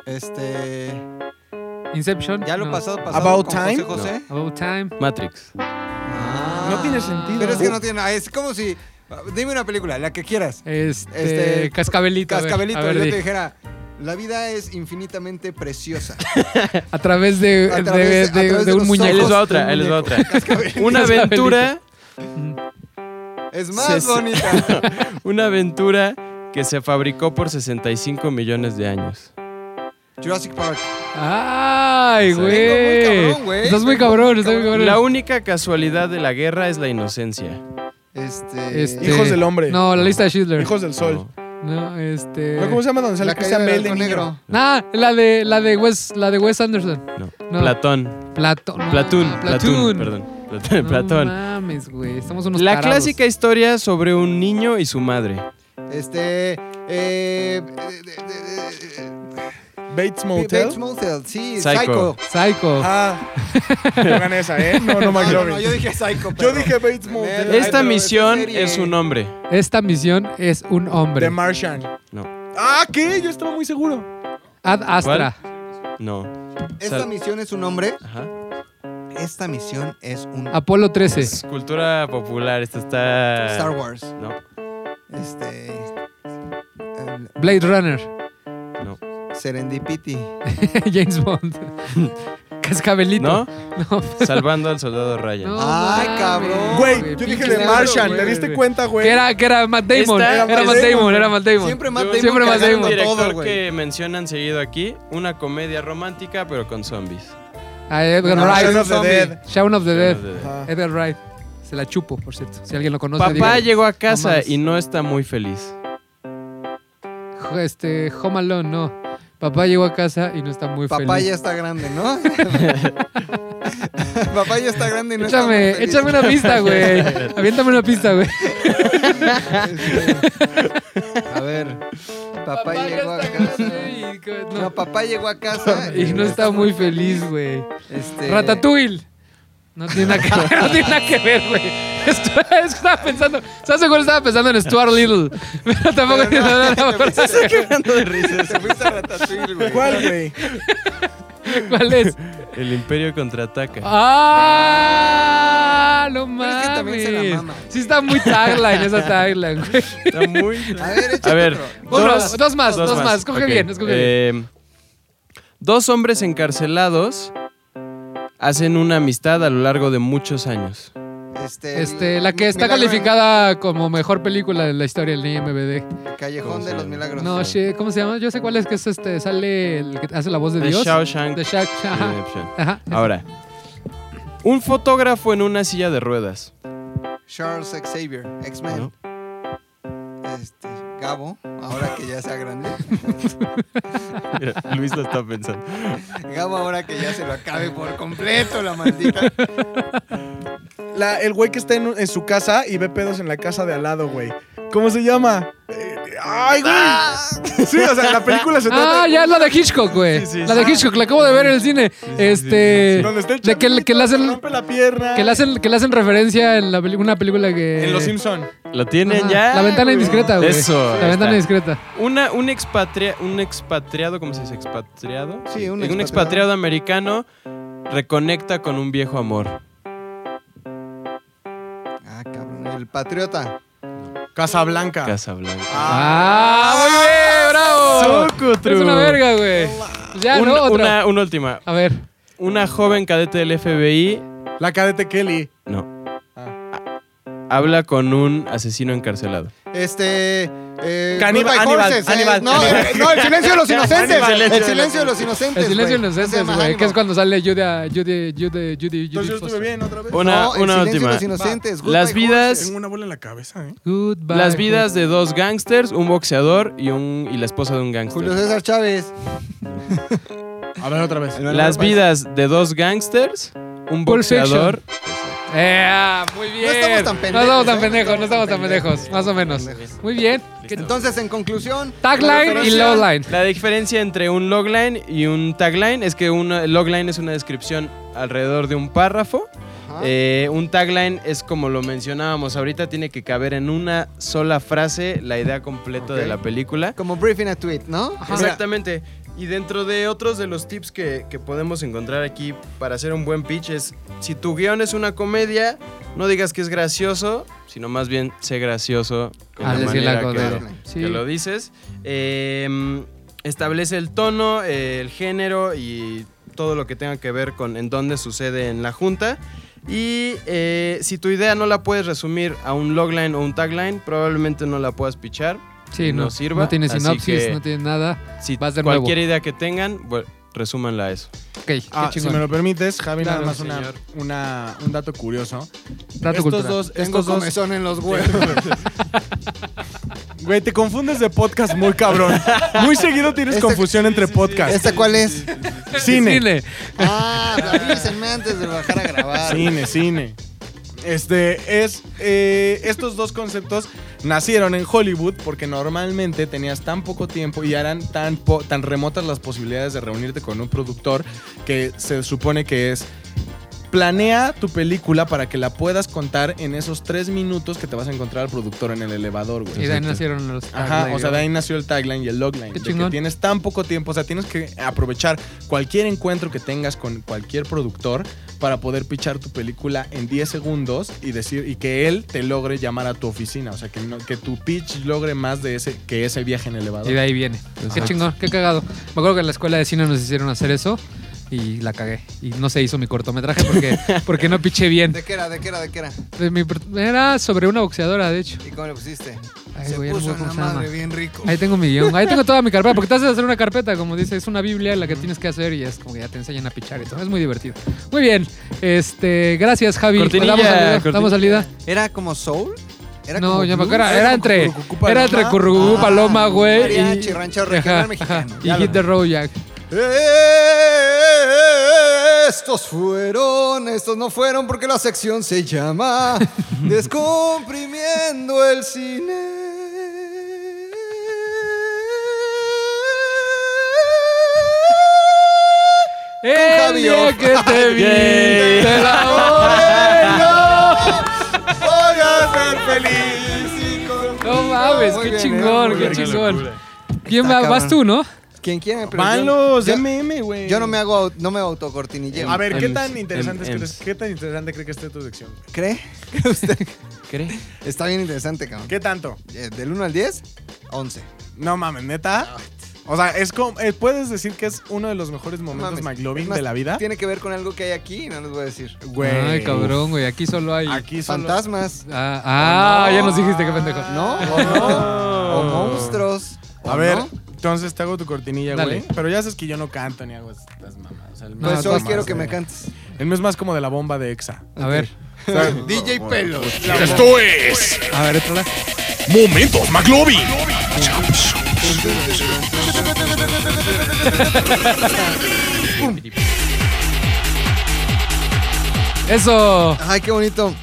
[SPEAKER 4] Este.
[SPEAKER 2] Inception.
[SPEAKER 4] Ya lo
[SPEAKER 2] No.
[SPEAKER 4] pasado, pasado.
[SPEAKER 1] About
[SPEAKER 4] con
[SPEAKER 1] Time?
[SPEAKER 4] José José.
[SPEAKER 2] About time.
[SPEAKER 3] Matrix.
[SPEAKER 4] Ah.
[SPEAKER 1] No tiene sentido.
[SPEAKER 4] Pero es que no tiene nada. Es como si. Dime una película, la que quieras.
[SPEAKER 2] Este,
[SPEAKER 4] Este,
[SPEAKER 2] cascabelito. a ver,
[SPEAKER 4] Cascabelito,
[SPEAKER 2] a, ver,
[SPEAKER 4] yo
[SPEAKER 2] di.
[SPEAKER 4] te dijera. La vida es infinitamente preciosa.
[SPEAKER 2] A través de,
[SPEAKER 4] A
[SPEAKER 2] de- de-
[SPEAKER 4] través- a través
[SPEAKER 2] de
[SPEAKER 4] de
[SPEAKER 2] un
[SPEAKER 4] los
[SPEAKER 3] Ahí
[SPEAKER 2] muñeco.
[SPEAKER 3] les
[SPEAKER 4] ojos.
[SPEAKER 3] va otra, ahí les va otra. Una
[SPEAKER 2] Cascabelito.
[SPEAKER 3] aventura,
[SPEAKER 4] Es
[SPEAKER 3] Sí,
[SPEAKER 4] más
[SPEAKER 3] sí.
[SPEAKER 4] bonita.
[SPEAKER 3] una aventura que se fabricó por 65 millones de años.
[SPEAKER 4] Jurassic Park.
[SPEAKER 2] Ay,
[SPEAKER 3] Vengo muy
[SPEAKER 2] güey.
[SPEAKER 4] cabrón, güey.
[SPEAKER 2] Estás muy
[SPEAKER 4] Vengo muy
[SPEAKER 2] cabrón, estás muy cabrón.
[SPEAKER 3] La única casualidad de la guerra es la inocencia.
[SPEAKER 4] Este.
[SPEAKER 2] Este-
[SPEAKER 1] Hijos del hombre.
[SPEAKER 2] No, la lista de Schindler.
[SPEAKER 1] Hijos del sol.
[SPEAKER 2] No, este.
[SPEAKER 1] No, ¿Cómo se llama donde sale
[SPEAKER 4] La
[SPEAKER 1] Christian
[SPEAKER 4] caída
[SPEAKER 1] Bale
[SPEAKER 4] del
[SPEAKER 1] de
[SPEAKER 4] halcón
[SPEAKER 1] negro?
[SPEAKER 4] negro.
[SPEAKER 2] Ah, la de la de Wes, la de Wes Anderson.
[SPEAKER 3] No.
[SPEAKER 2] No.
[SPEAKER 3] Platón.
[SPEAKER 2] Platón. no,
[SPEAKER 3] Platón.
[SPEAKER 2] no,
[SPEAKER 3] Platón. Perdón. Platón.
[SPEAKER 2] No
[SPEAKER 3] Platón.
[SPEAKER 2] mames, güey. Estamos unos
[SPEAKER 3] La
[SPEAKER 2] tarados.
[SPEAKER 3] clásica historia sobre un niño y su madre.
[SPEAKER 4] Este. Eh, de- de- de-
[SPEAKER 1] Bates Motel.
[SPEAKER 4] Bates Motel, sí,
[SPEAKER 3] Psycho.
[SPEAKER 4] Psycho.
[SPEAKER 2] Psycho.
[SPEAKER 1] Ah, yo gané esa, ¿eh? No, no,
[SPEAKER 4] No, no,
[SPEAKER 1] McLovin.
[SPEAKER 4] Ah, no, yo
[SPEAKER 1] yo,
[SPEAKER 4] dije Psycho. pero-
[SPEAKER 1] dije Bates Motel.
[SPEAKER 4] Ay,
[SPEAKER 3] Esta
[SPEAKER 4] pero
[SPEAKER 3] misión
[SPEAKER 4] esta serie-
[SPEAKER 3] es un hombre.
[SPEAKER 2] Esta misión es un hombre.
[SPEAKER 1] De Martian.
[SPEAKER 3] No.
[SPEAKER 1] Ah, ¿qué? Yo estaba muy seguro.
[SPEAKER 2] Ad Astra.
[SPEAKER 3] No.
[SPEAKER 4] Esta
[SPEAKER 3] Sal-
[SPEAKER 4] misión es un hombre.
[SPEAKER 3] Ajá.
[SPEAKER 4] Esta misión es un
[SPEAKER 2] Apolo 13.
[SPEAKER 3] Es cultura popular. Esta está.
[SPEAKER 4] Star Wars.
[SPEAKER 3] No.
[SPEAKER 4] Este. el
[SPEAKER 2] Blade Runner.
[SPEAKER 3] No.
[SPEAKER 4] Serendipity.
[SPEAKER 2] James Bond. Cascabelito.
[SPEAKER 3] ¿No?
[SPEAKER 2] No.
[SPEAKER 3] Salvando al soldado Ryan.
[SPEAKER 2] No
[SPEAKER 4] Ay,
[SPEAKER 2] mames,
[SPEAKER 4] cabrón.
[SPEAKER 1] Güey, yo dije
[SPEAKER 2] pinche
[SPEAKER 1] de
[SPEAKER 2] negro,
[SPEAKER 1] Martian. ¿Te
[SPEAKER 2] güey.
[SPEAKER 1] diste cuenta, güey?
[SPEAKER 2] Que era, que era Matt Damon.
[SPEAKER 3] Esta-
[SPEAKER 2] Era Matt Damon, era Matt Damon.
[SPEAKER 4] Siempre Matt
[SPEAKER 3] Yo-
[SPEAKER 4] Damon.
[SPEAKER 2] siempre Matt
[SPEAKER 4] cagando
[SPEAKER 3] Un
[SPEAKER 2] Damon.
[SPEAKER 3] director
[SPEAKER 4] todo, güey.
[SPEAKER 3] que mencionan seguido aquí, una comedia romántica pero con zombies.
[SPEAKER 2] Ah, Edgar
[SPEAKER 1] No,
[SPEAKER 2] Wright.
[SPEAKER 1] Shaun of the Dead.
[SPEAKER 2] Shaun of the Dead.
[SPEAKER 1] Ajá.
[SPEAKER 2] Edgar Wright. Se la chupo, por cierto. Si alguien lo conoce.
[SPEAKER 3] Papá
[SPEAKER 2] diga-
[SPEAKER 3] llegó a casa
[SPEAKER 2] mames.
[SPEAKER 3] y no está muy feliz.
[SPEAKER 2] Jo- Este, Home Alone, no. Papá llegó a casa y no está muy
[SPEAKER 4] Papá ya
[SPEAKER 2] feliz.
[SPEAKER 4] está grande, ¿no? Papá ya está grande y no está muy
[SPEAKER 2] Échame,
[SPEAKER 4] feliz.
[SPEAKER 2] échame una pista, güey. Aviéntame una pista, güey.
[SPEAKER 4] A ver. Papá, llegó a
[SPEAKER 2] está
[SPEAKER 4] casa.
[SPEAKER 2] y co-
[SPEAKER 4] No.
[SPEAKER 2] no.
[SPEAKER 4] papá llegó a casa.
[SPEAKER 2] Y no está muy feliz, güey.
[SPEAKER 4] Este,
[SPEAKER 2] Ratatouille. No tiene nada que ver, no tiene nada que ver, güey. Esto- es que estaba pensando, ¿sabes seguro estaba pensando en Stuart Little? Pero tampoco tiene nada que ver.
[SPEAKER 4] Se fuiste a Ratatouille, güey.
[SPEAKER 1] ¿Cuál, güey?
[SPEAKER 2] ¿Cuál es?
[SPEAKER 3] El imperio contraataca.
[SPEAKER 2] ¡Ah! No
[SPEAKER 4] Pero
[SPEAKER 2] mames.
[SPEAKER 4] es que también se la mama.
[SPEAKER 2] Sí está muy tagline esa tagline, güey.
[SPEAKER 3] Está muy...
[SPEAKER 4] A ver, échate
[SPEAKER 3] A ver,
[SPEAKER 4] otro.
[SPEAKER 2] Uno,
[SPEAKER 3] dos,
[SPEAKER 2] dos más, dos más. Escoge
[SPEAKER 3] Ok.
[SPEAKER 2] bien, escoge
[SPEAKER 3] Eh, Dos hombres encarcelados hacen una amistad a lo largo de muchos años.
[SPEAKER 4] Este,
[SPEAKER 2] Este, la que está
[SPEAKER 4] Milagro en
[SPEAKER 2] calificada como mejor película de la historia del IMBD.
[SPEAKER 4] el Callejón de los Milagros.
[SPEAKER 2] No, shit, ¿cómo se llama? Yo sé cuál es que es este, sale el que hace la voz de
[SPEAKER 3] The Ah,
[SPEAKER 2] Dios.
[SPEAKER 3] Shawshank
[SPEAKER 2] The Shawshank. Ajá.
[SPEAKER 3] Redemption.
[SPEAKER 2] Ajá.
[SPEAKER 3] Ahora, un fotógrafo en una silla de ruedas.
[SPEAKER 4] Charles Xavier, X-Men. Este, Gabo, ahora que ya sea grande.
[SPEAKER 3] Mira, Luis lo está pensando.
[SPEAKER 4] Gabo, ahora que ya se lo acabe por completo la maldita.
[SPEAKER 1] La- el güey que está en, en su casa y ve pedos en la casa de al lado, güey. ¿Cómo se llama? Eh, ¡Ay, güey! Sí, o sea, la película se trata...
[SPEAKER 2] Ah, ya es la de Hitchcock, güey.
[SPEAKER 3] Sí, sí,
[SPEAKER 2] la de
[SPEAKER 3] sí.
[SPEAKER 2] Hitchcock, la acabo de ver en el cine. este.
[SPEAKER 1] Donde está el
[SPEAKER 2] de que, que le
[SPEAKER 1] se
[SPEAKER 2] hacen,
[SPEAKER 1] rompe la pierna.
[SPEAKER 2] que le hacen, Eh, que le hacen referencia en la peli- una película que.
[SPEAKER 1] En Los Simpson.
[SPEAKER 3] ¿Lo tienen
[SPEAKER 2] Ajá,
[SPEAKER 3] ya?
[SPEAKER 2] La ventana
[SPEAKER 3] güey?
[SPEAKER 2] indiscreta, güey.
[SPEAKER 3] Eso.
[SPEAKER 2] La
[SPEAKER 3] ahí
[SPEAKER 2] ventana
[SPEAKER 3] está.
[SPEAKER 2] indiscreta.
[SPEAKER 3] Una, un, expatria, un expatriado, ¿cómo se dice? ¿Expatriado?
[SPEAKER 4] Sí, un
[SPEAKER 3] expatriado.
[SPEAKER 4] expatriado.
[SPEAKER 3] americano reconecta con un viejo amor.
[SPEAKER 4] Ah, cabrón, el patriota.
[SPEAKER 1] Casablanca. Eh,
[SPEAKER 3] Casablanca.
[SPEAKER 2] Ah, muy bien, bravo.
[SPEAKER 3] Sucutru.
[SPEAKER 2] Es una verga, güey. Pues Ya,
[SPEAKER 3] Un-
[SPEAKER 2] ¿no? Otra.
[SPEAKER 3] Una, una última.
[SPEAKER 2] A ver.
[SPEAKER 3] Una joven cadete del FBI.
[SPEAKER 1] La cadete Kelly.
[SPEAKER 4] Ah.
[SPEAKER 3] No. Habla con un asesino encarcelado.
[SPEAKER 4] Este, Eh,
[SPEAKER 1] Caníbal,
[SPEAKER 4] Goodbye
[SPEAKER 1] Hannibal,
[SPEAKER 4] Horses, eh,
[SPEAKER 1] Hannibal,
[SPEAKER 4] no,
[SPEAKER 1] Hannibal.
[SPEAKER 4] eh, no, el silencio de los inocentes.
[SPEAKER 3] Hannibal.
[SPEAKER 4] el silencio de los inocentes.
[SPEAKER 2] El silencio de los
[SPEAKER 4] güey. Se llama
[SPEAKER 2] inocentes, güey. Que
[SPEAKER 4] Hannibal.
[SPEAKER 2] es cuando sale Judy, Judy, Judy, Judy, Judy.
[SPEAKER 1] Entonces yo estuve
[SPEAKER 2] Foster.
[SPEAKER 1] bien otra vez.
[SPEAKER 3] Una,
[SPEAKER 4] No, el
[SPEAKER 3] una
[SPEAKER 4] silencio
[SPEAKER 3] última.
[SPEAKER 4] de los inocentes. Goodbye
[SPEAKER 3] Las vidas,
[SPEAKER 1] Tengo una bola en la cabeza, ¿eh?
[SPEAKER 2] Goodbye.
[SPEAKER 3] las vidas de dos gángsters, un boxeador y, un, y la esposa de un
[SPEAKER 4] Horses. Julio
[SPEAKER 3] gángster.
[SPEAKER 4] César Chávez.
[SPEAKER 1] A ver, otra vez.
[SPEAKER 3] Las vidas de dos gángsters, un
[SPEAKER 2] Pulp
[SPEAKER 3] boxeador.
[SPEAKER 2] Eh, muy bien.
[SPEAKER 4] estamos tan pendejos,
[SPEAKER 2] No estamos tan
[SPEAKER 4] ¿eh?
[SPEAKER 2] pendejos, no estamos tan pendejos. Más o menos.
[SPEAKER 4] Pendejos.
[SPEAKER 2] Muy bien. ¿Qué-
[SPEAKER 4] Entonces, en conclusión. la
[SPEAKER 2] Tagline y
[SPEAKER 4] referencia-
[SPEAKER 2] lowline.
[SPEAKER 3] La diferencia entre un logline y un tagline es que una logline es una descripción alrededor de un párrafo.
[SPEAKER 4] Ajá.
[SPEAKER 3] Eh, un tagline es como lo mencionábamos ahorita, tiene que caber en una sola frase la idea completa de
[SPEAKER 4] Ok.
[SPEAKER 3] la película.
[SPEAKER 4] Como briefing a tweet, ¿no?
[SPEAKER 3] Exactamente. Y dentro de otros de los tips que, que podemos encontrar aquí para hacer un buen pitch es, si tu guión es una comedia, no digas que es gracioso, sino más bien sé gracioso en
[SPEAKER 2] Al
[SPEAKER 3] la
[SPEAKER 2] decir Ah, la
[SPEAKER 3] manera que
[SPEAKER 2] comedia.
[SPEAKER 3] lo-
[SPEAKER 2] Sí.
[SPEAKER 3] que lo dices. Eh, establece el tono, eh, el género y todo lo que tenga que ver con en dónde sucede en la junta. Y eh, si tu idea no la puedes resumir a un logline o un tagline, probablemente no la puedas pichar.
[SPEAKER 2] Sí, no,
[SPEAKER 3] no sirva,
[SPEAKER 2] no tiene
[SPEAKER 3] así
[SPEAKER 2] sinopsis,
[SPEAKER 3] que-
[SPEAKER 2] no tiene nada.
[SPEAKER 3] Si
[SPEAKER 2] Vas de
[SPEAKER 3] cualquier
[SPEAKER 2] nuevo.
[SPEAKER 3] idea que tengan, bueno, resúmanla a eso.
[SPEAKER 2] Ok, qué
[SPEAKER 1] Ah, si
[SPEAKER 2] chingón.
[SPEAKER 1] me lo permites, Javi,
[SPEAKER 2] Claro,
[SPEAKER 1] nada más una,
[SPEAKER 3] señor.
[SPEAKER 1] una- un dato curioso.
[SPEAKER 2] Dato
[SPEAKER 1] estos
[SPEAKER 2] cultural.
[SPEAKER 1] dos,
[SPEAKER 4] Tengo
[SPEAKER 1] estos dos,
[SPEAKER 4] comezón en los huevos.
[SPEAKER 1] güey, te confundes de podcast muy cabrón. Muy seguido tienes
[SPEAKER 4] Este-
[SPEAKER 1] confusión entre podcasts.
[SPEAKER 4] ¿Esta cuál es?
[SPEAKER 1] Cine.
[SPEAKER 4] Ah, avísenme antes de bajar a grabar.
[SPEAKER 1] Cine, cine. Este es. eh, estos dos conceptos nacieron en Hollywood porque normalmente tenías tan poco tiempo y eran tan, po- tan remotas las posibilidades de reunirte con un productor que se supone que es. Planea tu película para que la puedas contar en esos tres minutos que te vas a encontrar al productor en el elevador, güey.
[SPEAKER 2] Y de ahí nacieron los.
[SPEAKER 1] Ajá,
[SPEAKER 2] tagline,
[SPEAKER 1] o sea, de
[SPEAKER 2] güey.
[SPEAKER 1] ahí nació el tagline y el logline.
[SPEAKER 2] Qué
[SPEAKER 1] de que
[SPEAKER 2] chingón.
[SPEAKER 1] tienes tan poco tiempo, o sea, tienes que aprovechar cualquier encuentro que tengas con cualquier productor para poder pichar tu película en 10 segundos y decir y que él te logre llamar a tu oficina, o sea, que no- que tu pitch logre más de ese que ese viaje en elevador.
[SPEAKER 2] Y de ahí viene. Qué chingón, qué cagado. Me acuerdo que en la escuela de cine nos hicieron hacer eso y la cagué. Y no se hizo mi cortometraje porque, porque no piché bien.
[SPEAKER 4] ¿De qué era? ¿De qué era? ¿De qué era?
[SPEAKER 2] De mi pr- Era sobre una boxeadora, de hecho.
[SPEAKER 4] ¿Y cómo le pusiste?
[SPEAKER 2] Ay,
[SPEAKER 4] Se
[SPEAKER 2] güey, no me
[SPEAKER 4] puso
[SPEAKER 2] acuerdo
[SPEAKER 4] en la
[SPEAKER 2] cómo se
[SPEAKER 4] madre
[SPEAKER 2] llama.
[SPEAKER 4] bien rico.
[SPEAKER 2] Ahí tengo mi guión, ahí tengo toda mi carpeta, porque te haces hacer una carpeta, como dice, es una Biblia la que tienes que hacer y es como que ya te enseñan a pichar y todo, es muy divertido. Muy bien, este, gracias Javi, Pues
[SPEAKER 3] Cortinilla,
[SPEAKER 2] damos salida,
[SPEAKER 3] cortinilla.
[SPEAKER 2] damos salida.
[SPEAKER 4] ¿Era como soul? ¿Era
[SPEAKER 2] No,
[SPEAKER 4] como
[SPEAKER 2] ya me
[SPEAKER 4] blues?
[SPEAKER 2] acuerdo, era entre,
[SPEAKER 1] Cucurucucu Paloma.
[SPEAKER 2] era entre Currucú,
[SPEAKER 4] Ah,
[SPEAKER 2] Paloma, güey,
[SPEAKER 4] mariachi,
[SPEAKER 2] y,
[SPEAKER 4] ranchero regional
[SPEAKER 2] Ajá,
[SPEAKER 4] mexicano.
[SPEAKER 2] y Hit the Road Jack.
[SPEAKER 4] Estos fueron, estos no fueron porque la sección se llama Descomprimiendo el cine.
[SPEAKER 2] El
[SPEAKER 4] Javi
[SPEAKER 2] día
[SPEAKER 4] Off.
[SPEAKER 2] que te vi,
[SPEAKER 3] Yay.
[SPEAKER 2] te la odio.
[SPEAKER 4] Voy a ser feliz. y con-
[SPEAKER 2] No mames,
[SPEAKER 4] Muy
[SPEAKER 2] qué
[SPEAKER 4] bien,
[SPEAKER 2] chingón,
[SPEAKER 4] ¿eh?
[SPEAKER 2] qué
[SPEAKER 4] Muy bien.
[SPEAKER 2] chingón. ¿Quién
[SPEAKER 4] Está
[SPEAKER 2] va? ¿Vas
[SPEAKER 4] cabrón.
[SPEAKER 2] tú, no?
[SPEAKER 4] Quien quiera, pero
[SPEAKER 1] Van
[SPEAKER 4] yo,
[SPEAKER 1] los
[SPEAKER 4] yo-
[SPEAKER 1] MM, güey.
[SPEAKER 4] yo no me hago, au- no me autocortinilleo.
[SPEAKER 1] A ver, ¿qué
[SPEAKER 3] Ems,
[SPEAKER 1] tan interesante es que
[SPEAKER 3] Ems.
[SPEAKER 1] te- qué tan interesante cree que esté tu sección? güey?
[SPEAKER 4] ¿cree? ¿Cree usted?
[SPEAKER 3] ¿Cree?
[SPEAKER 4] Está bien interesante, cabrón.
[SPEAKER 1] ¿Qué tanto?
[SPEAKER 4] Eh, Del 1 al 10, 11.
[SPEAKER 1] No mames, neta. O sea, es como eh, puedes decir que es uno de los mejores momentos
[SPEAKER 4] mames.
[SPEAKER 1] McLovin
[SPEAKER 4] Es más,
[SPEAKER 1] de la vida.
[SPEAKER 4] Tiene que ver con algo que hay aquí, no les voy a decir.
[SPEAKER 1] Güey.
[SPEAKER 2] Ay, cabrón, güey, aquí solo hay...
[SPEAKER 1] Aquí son los-
[SPEAKER 4] Fantasmas.
[SPEAKER 2] Ah, ah,
[SPEAKER 4] No.
[SPEAKER 2] ya nos dijiste qué pendejo.
[SPEAKER 4] ¿No? O, no, o monstruos.
[SPEAKER 1] A
[SPEAKER 4] o
[SPEAKER 1] ver,
[SPEAKER 4] no.
[SPEAKER 1] entonces te hago tu cortinilla,
[SPEAKER 2] Dale.
[SPEAKER 1] güey. Pero ya sabes que yo no canto ni hago estas mamadas. O sea, el mío
[SPEAKER 2] No,
[SPEAKER 4] Pues
[SPEAKER 1] es
[SPEAKER 2] tú
[SPEAKER 4] hoy
[SPEAKER 1] más
[SPEAKER 2] amas,
[SPEAKER 4] quiero que
[SPEAKER 1] de-
[SPEAKER 4] me cantes.
[SPEAKER 1] El mío es más como de la bomba de Exa.
[SPEAKER 2] A ver,
[SPEAKER 4] DJ Pelos.
[SPEAKER 6] Esto es
[SPEAKER 2] a ver, otra vez.
[SPEAKER 6] Momentos McLovin.
[SPEAKER 2] Eso.
[SPEAKER 4] Ay, qué bonito.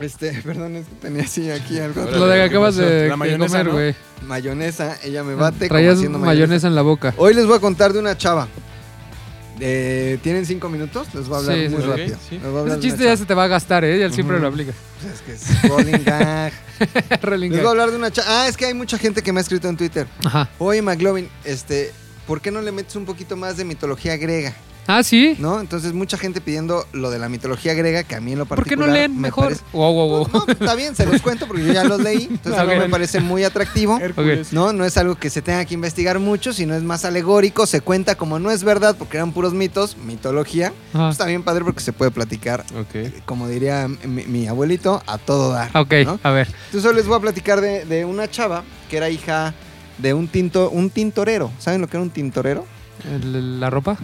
[SPEAKER 4] Este, perdón, es que tenía así aquí algo.
[SPEAKER 2] Lo de que acabas
[SPEAKER 1] pasó?
[SPEAKER 2] de,
[SPEAKER 1] La
[SPEAKER 2] de
[SPEAKER 1] mayonesa,
[SPEAKER 2] comer,
[SPEAKER 1] ¿no?
[SPEAKER 2] güey.
[SPEAKER 4] Mayonesa, ella me bate. como
[SPEAKER 2] Traías
[SPEAKER 4] haciendo
[SPEAKER 2] mayonesa en la boca.
[SPEAKER 4] Hoy les voy a contar de una chava. Eh, ¿Tienen cinco minutos? Les voy a hablar
[SPEAKER 2] Sí, sí,
[SPEAKER 4] muy
[SPEAKER 2] sí.
[SPEAKER 4] rápido.
[SPEAKER 3] Sí.
[SPEAKER 4] Les voy a hablar
[SPEAKER 2] Ese
[SPEAKER 4] de una
[SPEAKER 2] chiste ya
[SPEAKER 4] chava.
[SPEAKER 2] se te va a gastar, ¿eh? Ya siempre lo aplica.
[SPEAKER 4] Pues es que es rolling gag.
[SPEAKER 2] Rolling
[SPEAKER 4] Les voy a
[SPEAKER 2] gag.
[SPEAKER 4] hablar de una chava. Ah, es que hay mucha gente que me ha escrito en Twitter.
[SPEAKER 2] Ajá.
[SPEAKER 4] Oye, McLovin, este, ¿por qué no le metes un poquito más de mitología griega?
[SPEAKER 2] Ah, sí.
[SPEAKER 4] ¿no? Entonces mucha gente pidiendo lo de la mitología griega que a mí en lo
[SPEAKER 2] ¿Por qué
[SPEAKER 4] particular
[SPEAKER 2] no leen
[SPEAKER 4] me
[SPEAKER 2] mejor?
[SPEAKER 4] parece- Pues,
[SPEAKER 2] Wow, wow, wow.
[SPEAKER 4] No, está bien, se los cuento porque yo ya los leí, entonces
[SPEAKER 2] Ok.
[SPEAKER 4] no me parece muy atractivo.
[SPEAKER 1] Hércules.
[SPEAKER 4] No, no es algo que se tenga que investigar mucho, sino es más alegórico, se cuenta como no es verdad porque eran puros mitos, mitología.
[SPEAKER 2] Ajá.
[SPEAKER 4] Está bien padre porque se puede platicar,
[SPEAKER 3] Ok.
[SPEAKER 4] como diría mi, mi abuelito, a todo dar.
[SPEAKER 2] Ok,
[SPEAKER 4] ¿no?
[SPEAKER 2] a ver.
[SPEAKER 4] Entonces hoy les voy a platicar de, de una chava que era hija de un tinto, un tintorero. ¿Saben lo que era un tintorero?
[SPEAKER 2] el- ¿La ropa?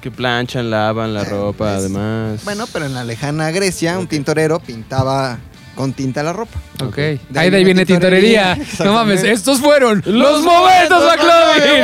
[SPEAKER 3] Que planchan, lavan la
[SPEAKER 4] Eh,
[SPEAKER 3] ropa,
[SPEAKER 4] es-
[SPEAKER 3] además.
[SPEAKER 4] Bueno, pero en la lejana Grecia, un tintorero pintaba con tinta la ropa.
[SPEAKER 2] Ok.
[SPEAKER 3] Ok.
[SPEAKER 2] Ahí, de ahí viene tintorería. No mames, estos fueron los momentos McLovin.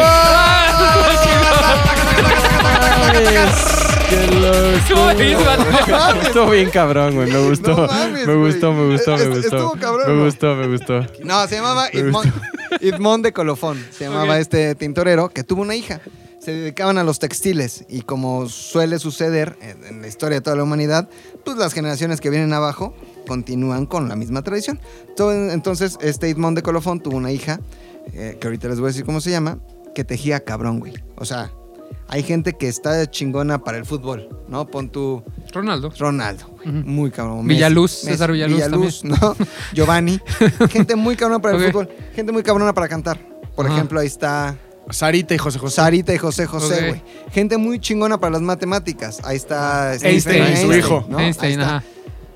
[SPEAKER 2] ¿Cómo le hizo a-
[SPEAKER 3] Estuvo bien cabrón, güey. Me gustó.
[SPEAKER 4] No mames,
[SPEAKER 3] me gustó,
[SPEAKER 4] güey.
[SPEAKER 3] me gustó, me
[SPEAKER 4] Est-
[SPEAKER 3] gustó.
[SPEAKER 4] estuvo cabrón,
[SPEAKER 3] Me
[SPEAKER 4] ¿no?
[SPEAKER 3] gustó, me gustó.
[SPEAKER 4] No, se llamaba Idmón, Idmón de Colofón. Se llamaba este tintorero que tuvo una hija. Se dedicaban a los textiles y como suele suceder en, en la historia de toda la humanidad, pues las generaciones que vienen abajo continúan con la misma tradición. To- Entonces, este Idmón de Colofón tuvo una hija, eh, que ahorita les voy a decir cómo se llama, que tejía cabrón, güey. O sea, hay gente que está chingona para el fútbol, ¿no? Pon tu...
[SPEAKER 2] Ronaldo.
[SPEAKER 4] Ronaldo, güey.
[SPEAKER 2] Ujú.
[SPEAKER 4] muy cabrón.
[SPEAKER 2] Villaluz, César Villaluz
[SPEAKER 4] ¿no? Giovanni. Gente muy cabrona para
[SPEAKER 2] Ok.
[SPEAKER 4] el fútbol. Gente muy cabrona para cantar. Por
[SPEAKER 2] Ajá.
[SPEAKER 4] ejemplo, ahí está
[SPEAKER 1] Sarita y José José.
[SPEAKER 4] Sarita y José José,
[SPEAKER 2] Ok.
[SPEAKER 4] güey. Gente muy chingona para las matemáticas. Ahí está Stephen
[SPEAKER 2] Einstein, su
[SPEAKER 1] hijo.
[SPEAKER 4] ¿no? Ahí
[SPEAKER 2] Einstein,
[SPEAKER 4] está.
[SPEAKER 2] ajá.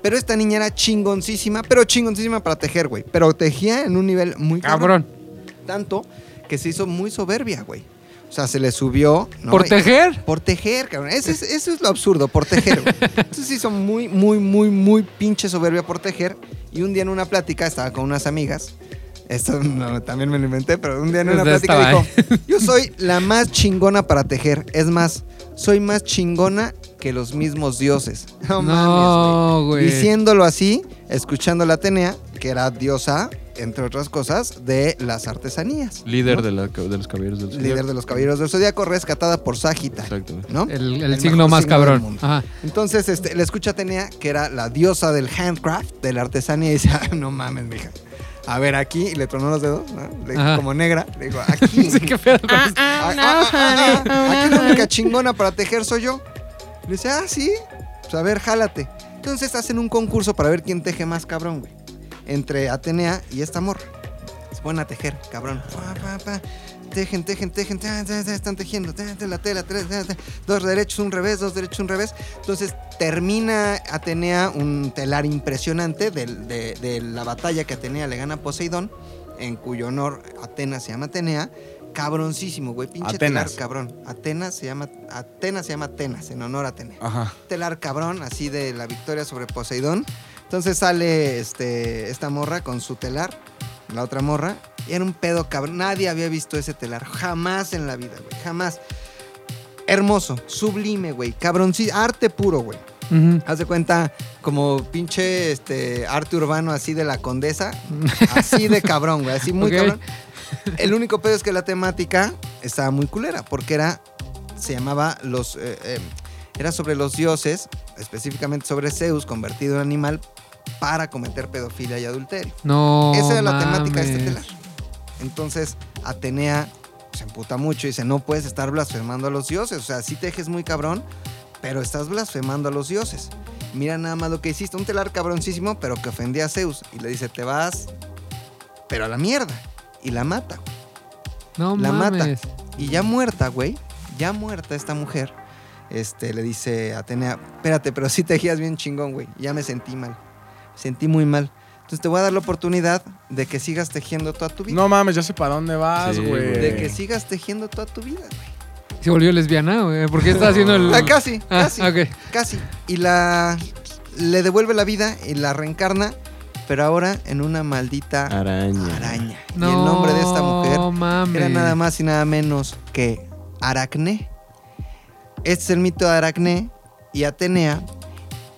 [SPEAKER 4] Pero esta niña era chingoncísima, pero chingoncísima para tejer, güey. Pero tejía en un nivel muy cabrón.
[SPEAKER 2] Cabrón.
[SPEAKER 4] Tanto que se hizo muy soberbia, güey. O sea, se le subió. ¿no?
[SPEAKER 2] ¿Por
[SPEAKER 4] Y-
[SPEAKER 2] tejer?
[SPEAKER 4] por tejer, cabrón. Ese es- eso es lo absurdo, por tejer. güey. Entonces se hizo muy, muy, muy, muy pinche soberbia por tejer. Y un día en una plática estaba con unas amigas. Esto no, también me lo inventé, pero un día en una
[SPEAKER 2] Entonces,
[SPEAKER 4] plática
[SPEAKER 2] Pues estaba ¿eh?
[SPEAKER 4] dijo: Yo soy la más chingona para tejer. Es más, soy más chingona que los mismos dioses. No, mames,
[SPEAKER 2] No,
[SPEAKER 4] güey.
[SPEAKER 2] güey.
[SPEAKER 4] Diciéndolo así, escuchando la Atenea, que era diosa, entre otras cosas, de las artesanías.
[SPEAKER 3] Líder de, la- de los caballeros del
[SPEAKER 4] Líder de los caballeros del zodiaco, rescatada por Sagita.
[SPEAKER 3] Exacto. güey.
[SPEAKER 4] ¿No?
[SPEAKER 2] El, el
[SPEAKER 4] El
[SPEAKER 2] signo
[SPEAKER 4] mejor
[SPEAKER 2] más
[SPEAKER 4] signo del
[SPEAKER 2] cabrón.
[SPEAKER 4] mundo.
[SPEAKER 2] Ajá.
[SPEAKER 4] Entonces, este, la escucha Atenea, que era la diosa del handcraft, de la artesanía, y dice, "Ah, no mames, mija. A ver, aquí, y le tronó los dedos, ¿no? Le-
[SPEAKER 2] Ajá.
[SPEAKER 4] como negra, le digo, aquí.
[SPEAKER 2] Sí, qué pedo con esto.
[SPEAKER 4] ah, ah, ah, ah, aquí la única chingona para tejer soy yo. Le dice, ah, sí, pues a ver, jálate. Entonces hacen un concurso para ver quién teje más cabrón, güey. Entre Atenea y esta morra. Es buena a tejer, cabrón. Pa, pa, pa. Tejen, tejen, tejen, ta, ta, ta, están tejiendo, ta, ta, la tela, tres, ta, ta. dos derechos, un revés, dos derechos, un revés. Entonces termina Atenea un telar impresionante del- de, de la batalla que Atenea le gana a Poseidón, en cuyo honor Atenas se llama Atenea. Cabroncísimo, güey, pinche
[SPEAKER 1] Atenas.
[SPEAKER 4] telar, cabrón. Atenas se llama Atenas se llama Atenas en honor a Atenea
[SPEAKER 1] Ajá.
[SPEAKER 4] telar cabrón, así de la victoria sobre Poseidón. Entonces sale este, esta morra con su telar, la otra morra, y era un pedo cabrón. Nadie había visto ese telar, jamás en la vida, güey, jamás. Hermoso, sublime, güey, cabrón, arte puro, güey.
[SPEAKER 2] Ujú.
[SPEAKER 4] Haz de cuenta como pinche este, arte urbano así de la condesa, así de cabrón, güey, así muy
[SPEAKER 2] Ok.
[SPEAKER 4] cabrón. El único pedo es que la temática estaba muy culera, porque era, se llamaba los, eh, eh, era sobre los dioses, específicamente sobre Zeus convertido en animal para cometer pedofilia y adulterio.
[SPEAKER 2] No.
[SPEAKER 4] Esa era la temática de este
[SPEAKER 2] mames.
[SPEAKER 4] telar. Entonces, Atenea se emputa mucho y dice, no puedes estar blasfemando a los dioses. O sea, sí tejes muy cabrón, pero estás blasfemando a los dioses. Mira nada más lo que hiciste, un telar cabroncísimo, pero que ofendía a Zeus. Y le dice, te vas, pero a la mierda. Y la mata. güey.
[SPEAKER 2] No
[SPEAKER 4] La mata.
[SPEAKER 2] mames.
[SPEAKER 4] Y ya muerta, güey, ya muerta esta mujer, este, le dice a Atenea, espérate, pero sí tejías bien chingón, güey. Ya me sentí mal. Sentí muy mal. Entonces te voy a dar la oportunidad de que sigas tejiendo toda tu vida.
[SPEAKER 1] No mames, ya sé para dónde vas,
[SPEAKER 3] Sí,
[SPEAKER 1] güey.
[SPEAKER 3] güey.
[SPEAKER 2] Eh.
[SPEAKER 4] De que sigas tejiendo toda tu vida, güey.
[SPEAKER 2] Se volvió lesbiana, güey. ¿Por qué está haciendo el.
[SPEAKER 4] Ah, casi,
[SPEAKER 2] Ah,
[SPEAKER 4] casi,
[SPEAKER 2] ok.
[SPEAKER 4] casi. Y la le devuelve la vida y la reencarna, pero ahora en una maldita
[SPEAKER 3] Araña.
[SPEAKER 4] araña.
[SPEAKER 2] No.
[SPEAKER 4] Y el nombre de esta mujer
[SPEAKER 2] mames.
[SPEAKER 4] era nada más y nada menos que Aracne. Este es el mito de Aracne y Atenea.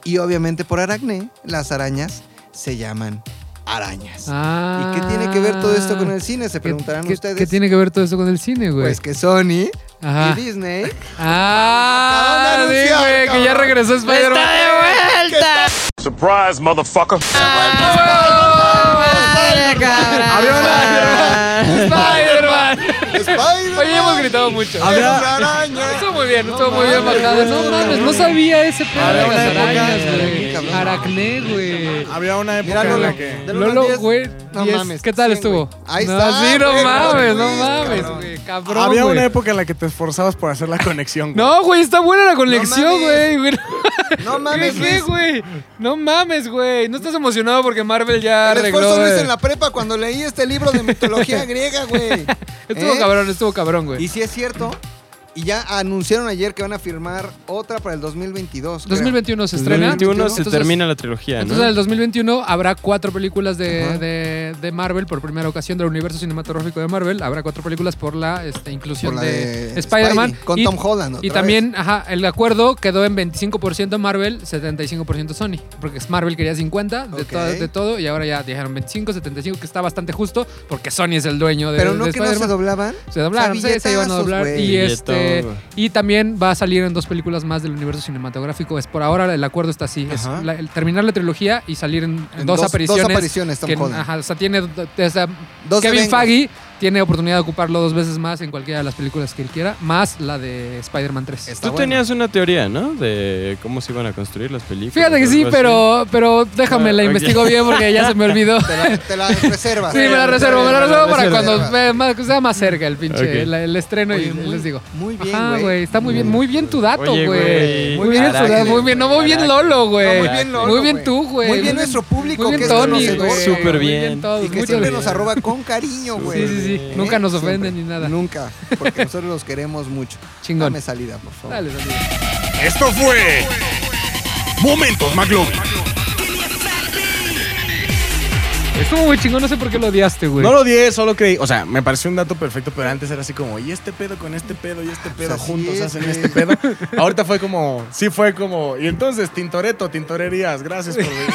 [SPEAKER 4] Y obviamente por Aracne, las arañas se llaman arañas.
[SPEAKER 2] Ah.
[SPEAKER 4] ¿Y qué tiene que ver todo esto con el cine? Se
[SPEAKER 2] ¿Qué-
[SPEAKER 4] preguntarán
[SPEAKER 2] qué-
[SPEAKER 4] ustedes.
[SPEAKER 2] ¿Qué tiene que ver todo esto con el cine, güey?
[SPEAKER 4] Pues que Sony
[SPEAKER 2] Ajá.
[SPEAKER 4] y Disney
[SPEAKER 2] Ah,
[SPEAKER 4] Acaban de
[SPEAKER 2] sí,
[SPEAKER 4] anunciar,
[SPEAKER 2] güey, que ya
[SPEAKER 4] cabrón.
[SPEAKER 2] regresó Spider-Man.
[SPEAKER 6] Surprise, motherfucker.
[SPEAKER 2] Ah, ¡Spider-Man!
[SPEAKER 4] Spider-Man.
[SPEAKER 2] Oye, hemos gritado mucho.
[SPEAKER 4] Habrá araña.
[SPEAKER 2] Estuvo muy bien, estuvo muy bien
[SPEAKER 4] mames,
[SPEAKER 2] bajado.
[SPEAKER 4] güey.
[SPEAKER 2] No mames, no sabía ese pedo de
[SPEAKER 4] Habrá una
[SPEAKER 2] las
[SPEAKER 4] época
[SPEAKER 2] arañas,
[SPEAKER 4] de-
[SPEAKER 2] güey.
[SPEAKER 4] cabrón.
[SPEAKER 2] Aracné, güey.
[SPEAKER 1] Había una época
[SPEAKER 4] Mira,
[SPEAKER 1] en Ah, la
[SPEAKER 4] Lolo.
[SPEAKER 1] que.
[SPEAKER 4] Del uno al
[SPEAKER 2] Lolo,
[SPEAKER 4] diez,
[SPEAKER 2] güey.
[SPEAKER 4] no
[SPEAKER 2] diez.
[SPEAKER 4] mames,
[SPEAKER 2] ¿Qué tal
[SPEAKER 4] cien,
[SPEAKER 2] estuvo?
[SPEAKER 4] güey. Ahí
[SPEAKER 2] no,
[SPEAKER 4] está,
[SPEAKER 2] Sí, no
[SPEAKER 4] güey,
[SPEAKER 2] mames,
[SPEAKER 4] Rodríguez,
[SPEAKER 2] no mames,
[SPEAKER 4] cabrón.
[SPEAKER 2] güey. Cabrón.
[SPEAKER 1] Había
[SPEAKER 2] güey.
[SPEAKER 1] una época en la que te esforzabas por hacer la conexión. güey.
[SPEAKER 2] No, güey, está buena la conexión,
[SPEAKER 4] mames.
[SPEAKER 2] güey. güey.
[SPEAKER 4] No mames,
[SPEAKER 2] ¿Qué,
[SPEAKER 4] Luis.
[SPEAKER 2] güey? No mames, güey. No estás emocionado porque Marvel ya
[SPEAKER 4] El
[SPEAKER 2] arregló.
[SPEAKER 4] esfuerzo lo hice
[SPEAKER 2] eh.
[SPEAKER 4] en la prepa cuando leí este libro de mitología griega, güey.
[SPEAKER 2] Estuvo
[SPEAKER 4] ¿Eh?
[SPEAKER 2] cabrón, estuvo cabrón, güey.
[SPEAKER 4] Y si es cierto, y ya anunciaron ayer que van a firmar otra para el 2022. creo.
[SPEAKER 2] 2021 se estrena.
[SPEAKER 3] 2021 se
[SPEAKER 2] Pues Entonces-
[SPEAKER 3] termina la trilogía, ¿no?
[SPEAKER 2] Entonces en el 2021 habrá cuatro películas de,
[SPEAKER 4] Ajá.
[SPEAKER 2] de- de Marvel por primera ocasión del universo cinematográfico de Marvel. Habrá cuatro películas por la este, inclusión
[SPEAKER 4] Por la
[SPEAKER 2] de,
[SPEAKER 4] de
[SPEAKER 2] Spider-Man.
[SPEAKER 4] Spidey, con
[SPEAKER 2] y,
[SPEAKER 4] Tom Holland.
[SPEAKER 2] y
[SPEAKER 4] otra
[SPEAKER 2] también, ajá, el acuerdo quedó en 25% Marvel, 75% Sony. Porque Marvel quería 50 de,
[SPEAKER 4] Ok.
[SPEAKER 2] todo, de todo y ahora ya dijeron 25, 75, que está bastante justo porque Sony es el dueño de,
[SPEAKER 4] vez. Pero no
[SPEAKER 2] de
[SPEAKER 4] que no se
[SPEAKER 2] Spider-Man.
[SPEAKER 4] doblaban.
[SPEAKER 2] Se doblaron, sí, se iban a
[SPEAKER 4] Billetazos,
[SPEAKER 2] doblar.
[SPEAKER 4] güey.
[SPEAKER 2] Y, este,
[SPEAKER 3] Billetón,
[SPEAKER 2] y también va a salir en dos películas más del universo cinematográfico. Es por ahora el acuerdo está así. Es
[SPEAKER 4] Ajá.
[SPEAKER 2] la- el terminar la trilogía y salir en, en
[SPEAKER 4] En
[SPEAKER 2] dos, apariciones.
[SPEAKER 4] Dos apariciones, Tom
[SPEAKER 2] que-
[SPEAKER 4] Holland.
[SPEAKER 2] ajá, o sea, tiene, o sea,
[SPEAKER 4] Dos
[SPEAKER 2] Kevin
[SPEAKER 4] Avengers.
[SPEAKER 2] Feige tiene oportunidad de ocuparlo dos veces más en cualquiera de las películas que él quiera, más la de Spider-Man 3.
[SPEAKER 4] Está
[SPEAKER 3] Pues Tú
[SPEAKER 4] bueno.
[SPEAKER 3] tenías una teoría, ¿no? De cómo se iban a construir las películas.
[SPEAKER 2] Fíjate que
[SPEAKER 3] o
[SPEAKER 2] sí,
[SPEAKER 3] algo así.
[SPEAKER 2] pero, pero déjame, la
[SPEAKER 3] Pues Ah, ok.
[SPEAKER 2] investigo bien porque ya se me olvidó.
[SPEAKER 4] Te la, te la reservas.
[SPEAKER 2] Sí, me la reservo, me la reservo para
[SPEAKER 3] reservo.
[SPEAKER 2] cuando ve- más- que sea más cerca el pinche,
[SPEAKER 3] Ok.
[SPEAKER 2] la- el estreno
[SPEAKER 4] Oye,
[SPEAKER 2] y
[SPEAKER 4] muy-
[SPEAKER 2] les digo.
[SPEAKER 4] Muy
[SPEAKER 2] Ajá,
[SPEAKER 4] bien,
[SPEAKER 2] güey.
[SPEAKER 4] güey.
[SPEAKER 2] Está muy bien, muy bien tu dato,
[SPEAKER 3] Oye,
[SPEAKER 2] güey.
[SPEAKER 3] güey.
[SPEAKER 2] Muy bien,
[SPEAKER 4] Caray,
[SPEAKER 2] tu dato, muy bien. No, muy bien
[SPEAKER 3] caray.
[SPEAKER 2] Lolo, güey.
[SPEAKER 4] No, muy bien Lolo,
[SPEAKER 2] Muy bien
[SPEAKER 4] güey.
[SPEAKER 2] tú, güey.
[SPEAKER 4] Muy bien nuestro público
[SPEAKER 2] Muy
[SPEAKER 4] que
[SPEAKER 2] bien
[SPEAKER 4] es
[SPEAKER 2] Tony,
[SPEAKER 4] conocedor.
[SPEAKER 2] güey.
[SPEAKER 3] Súper
[SPEAKER 2] Muy
[SPEAKER 3] bien.
[SPEAKER 2] todos,
[SPEAKER 4] Y que
[SPEAKER 2] muchas
[SPEAKER 4] siempre
[SPEAKER 2] gracias.
[SPEAKER 4] nos arroba con cariño,
[SPEAKER 2] sí,
[SPEAKER 4] güey.
[SPEAKER 2] sí.
[SPEAKER 4] ¿Eh?
[SPEAKER 2] Nunca nos ofenden
[SPEAKER 4] Siempre.
[SPEAKER 2] ni nada.
[SPEAKER 4] Nunca, porque nosotros los queremos mucho.
[SPEAKER 2] Chingón.
[SPEAKER 4] Dame salida, por favor.
[SPEAKER 2] Dale, dale.
[SPEAKER 6] Esto fue Momentos McLovin.
[SPEAKER 2] Estuvo muy chingón, no sé por qué lo odiaste, güey.
[SPEAKER 1] No lo odié, solo creí. O sea, me pareció un dato perfecto, pero antes era así como, y este pedo con este pedo, y este pedo,
[SPEAKER 4] así
[SPEAKER 1] juntos
[SPEAKER 4] es,
[SPEAKER 1] hacen
[SPEAKER 4] güey.
[SPEAKER 1] este pedo. Ahorita fue como, sí fue como, y entonces, Tintoretto, Tintorerías, gracias por venir.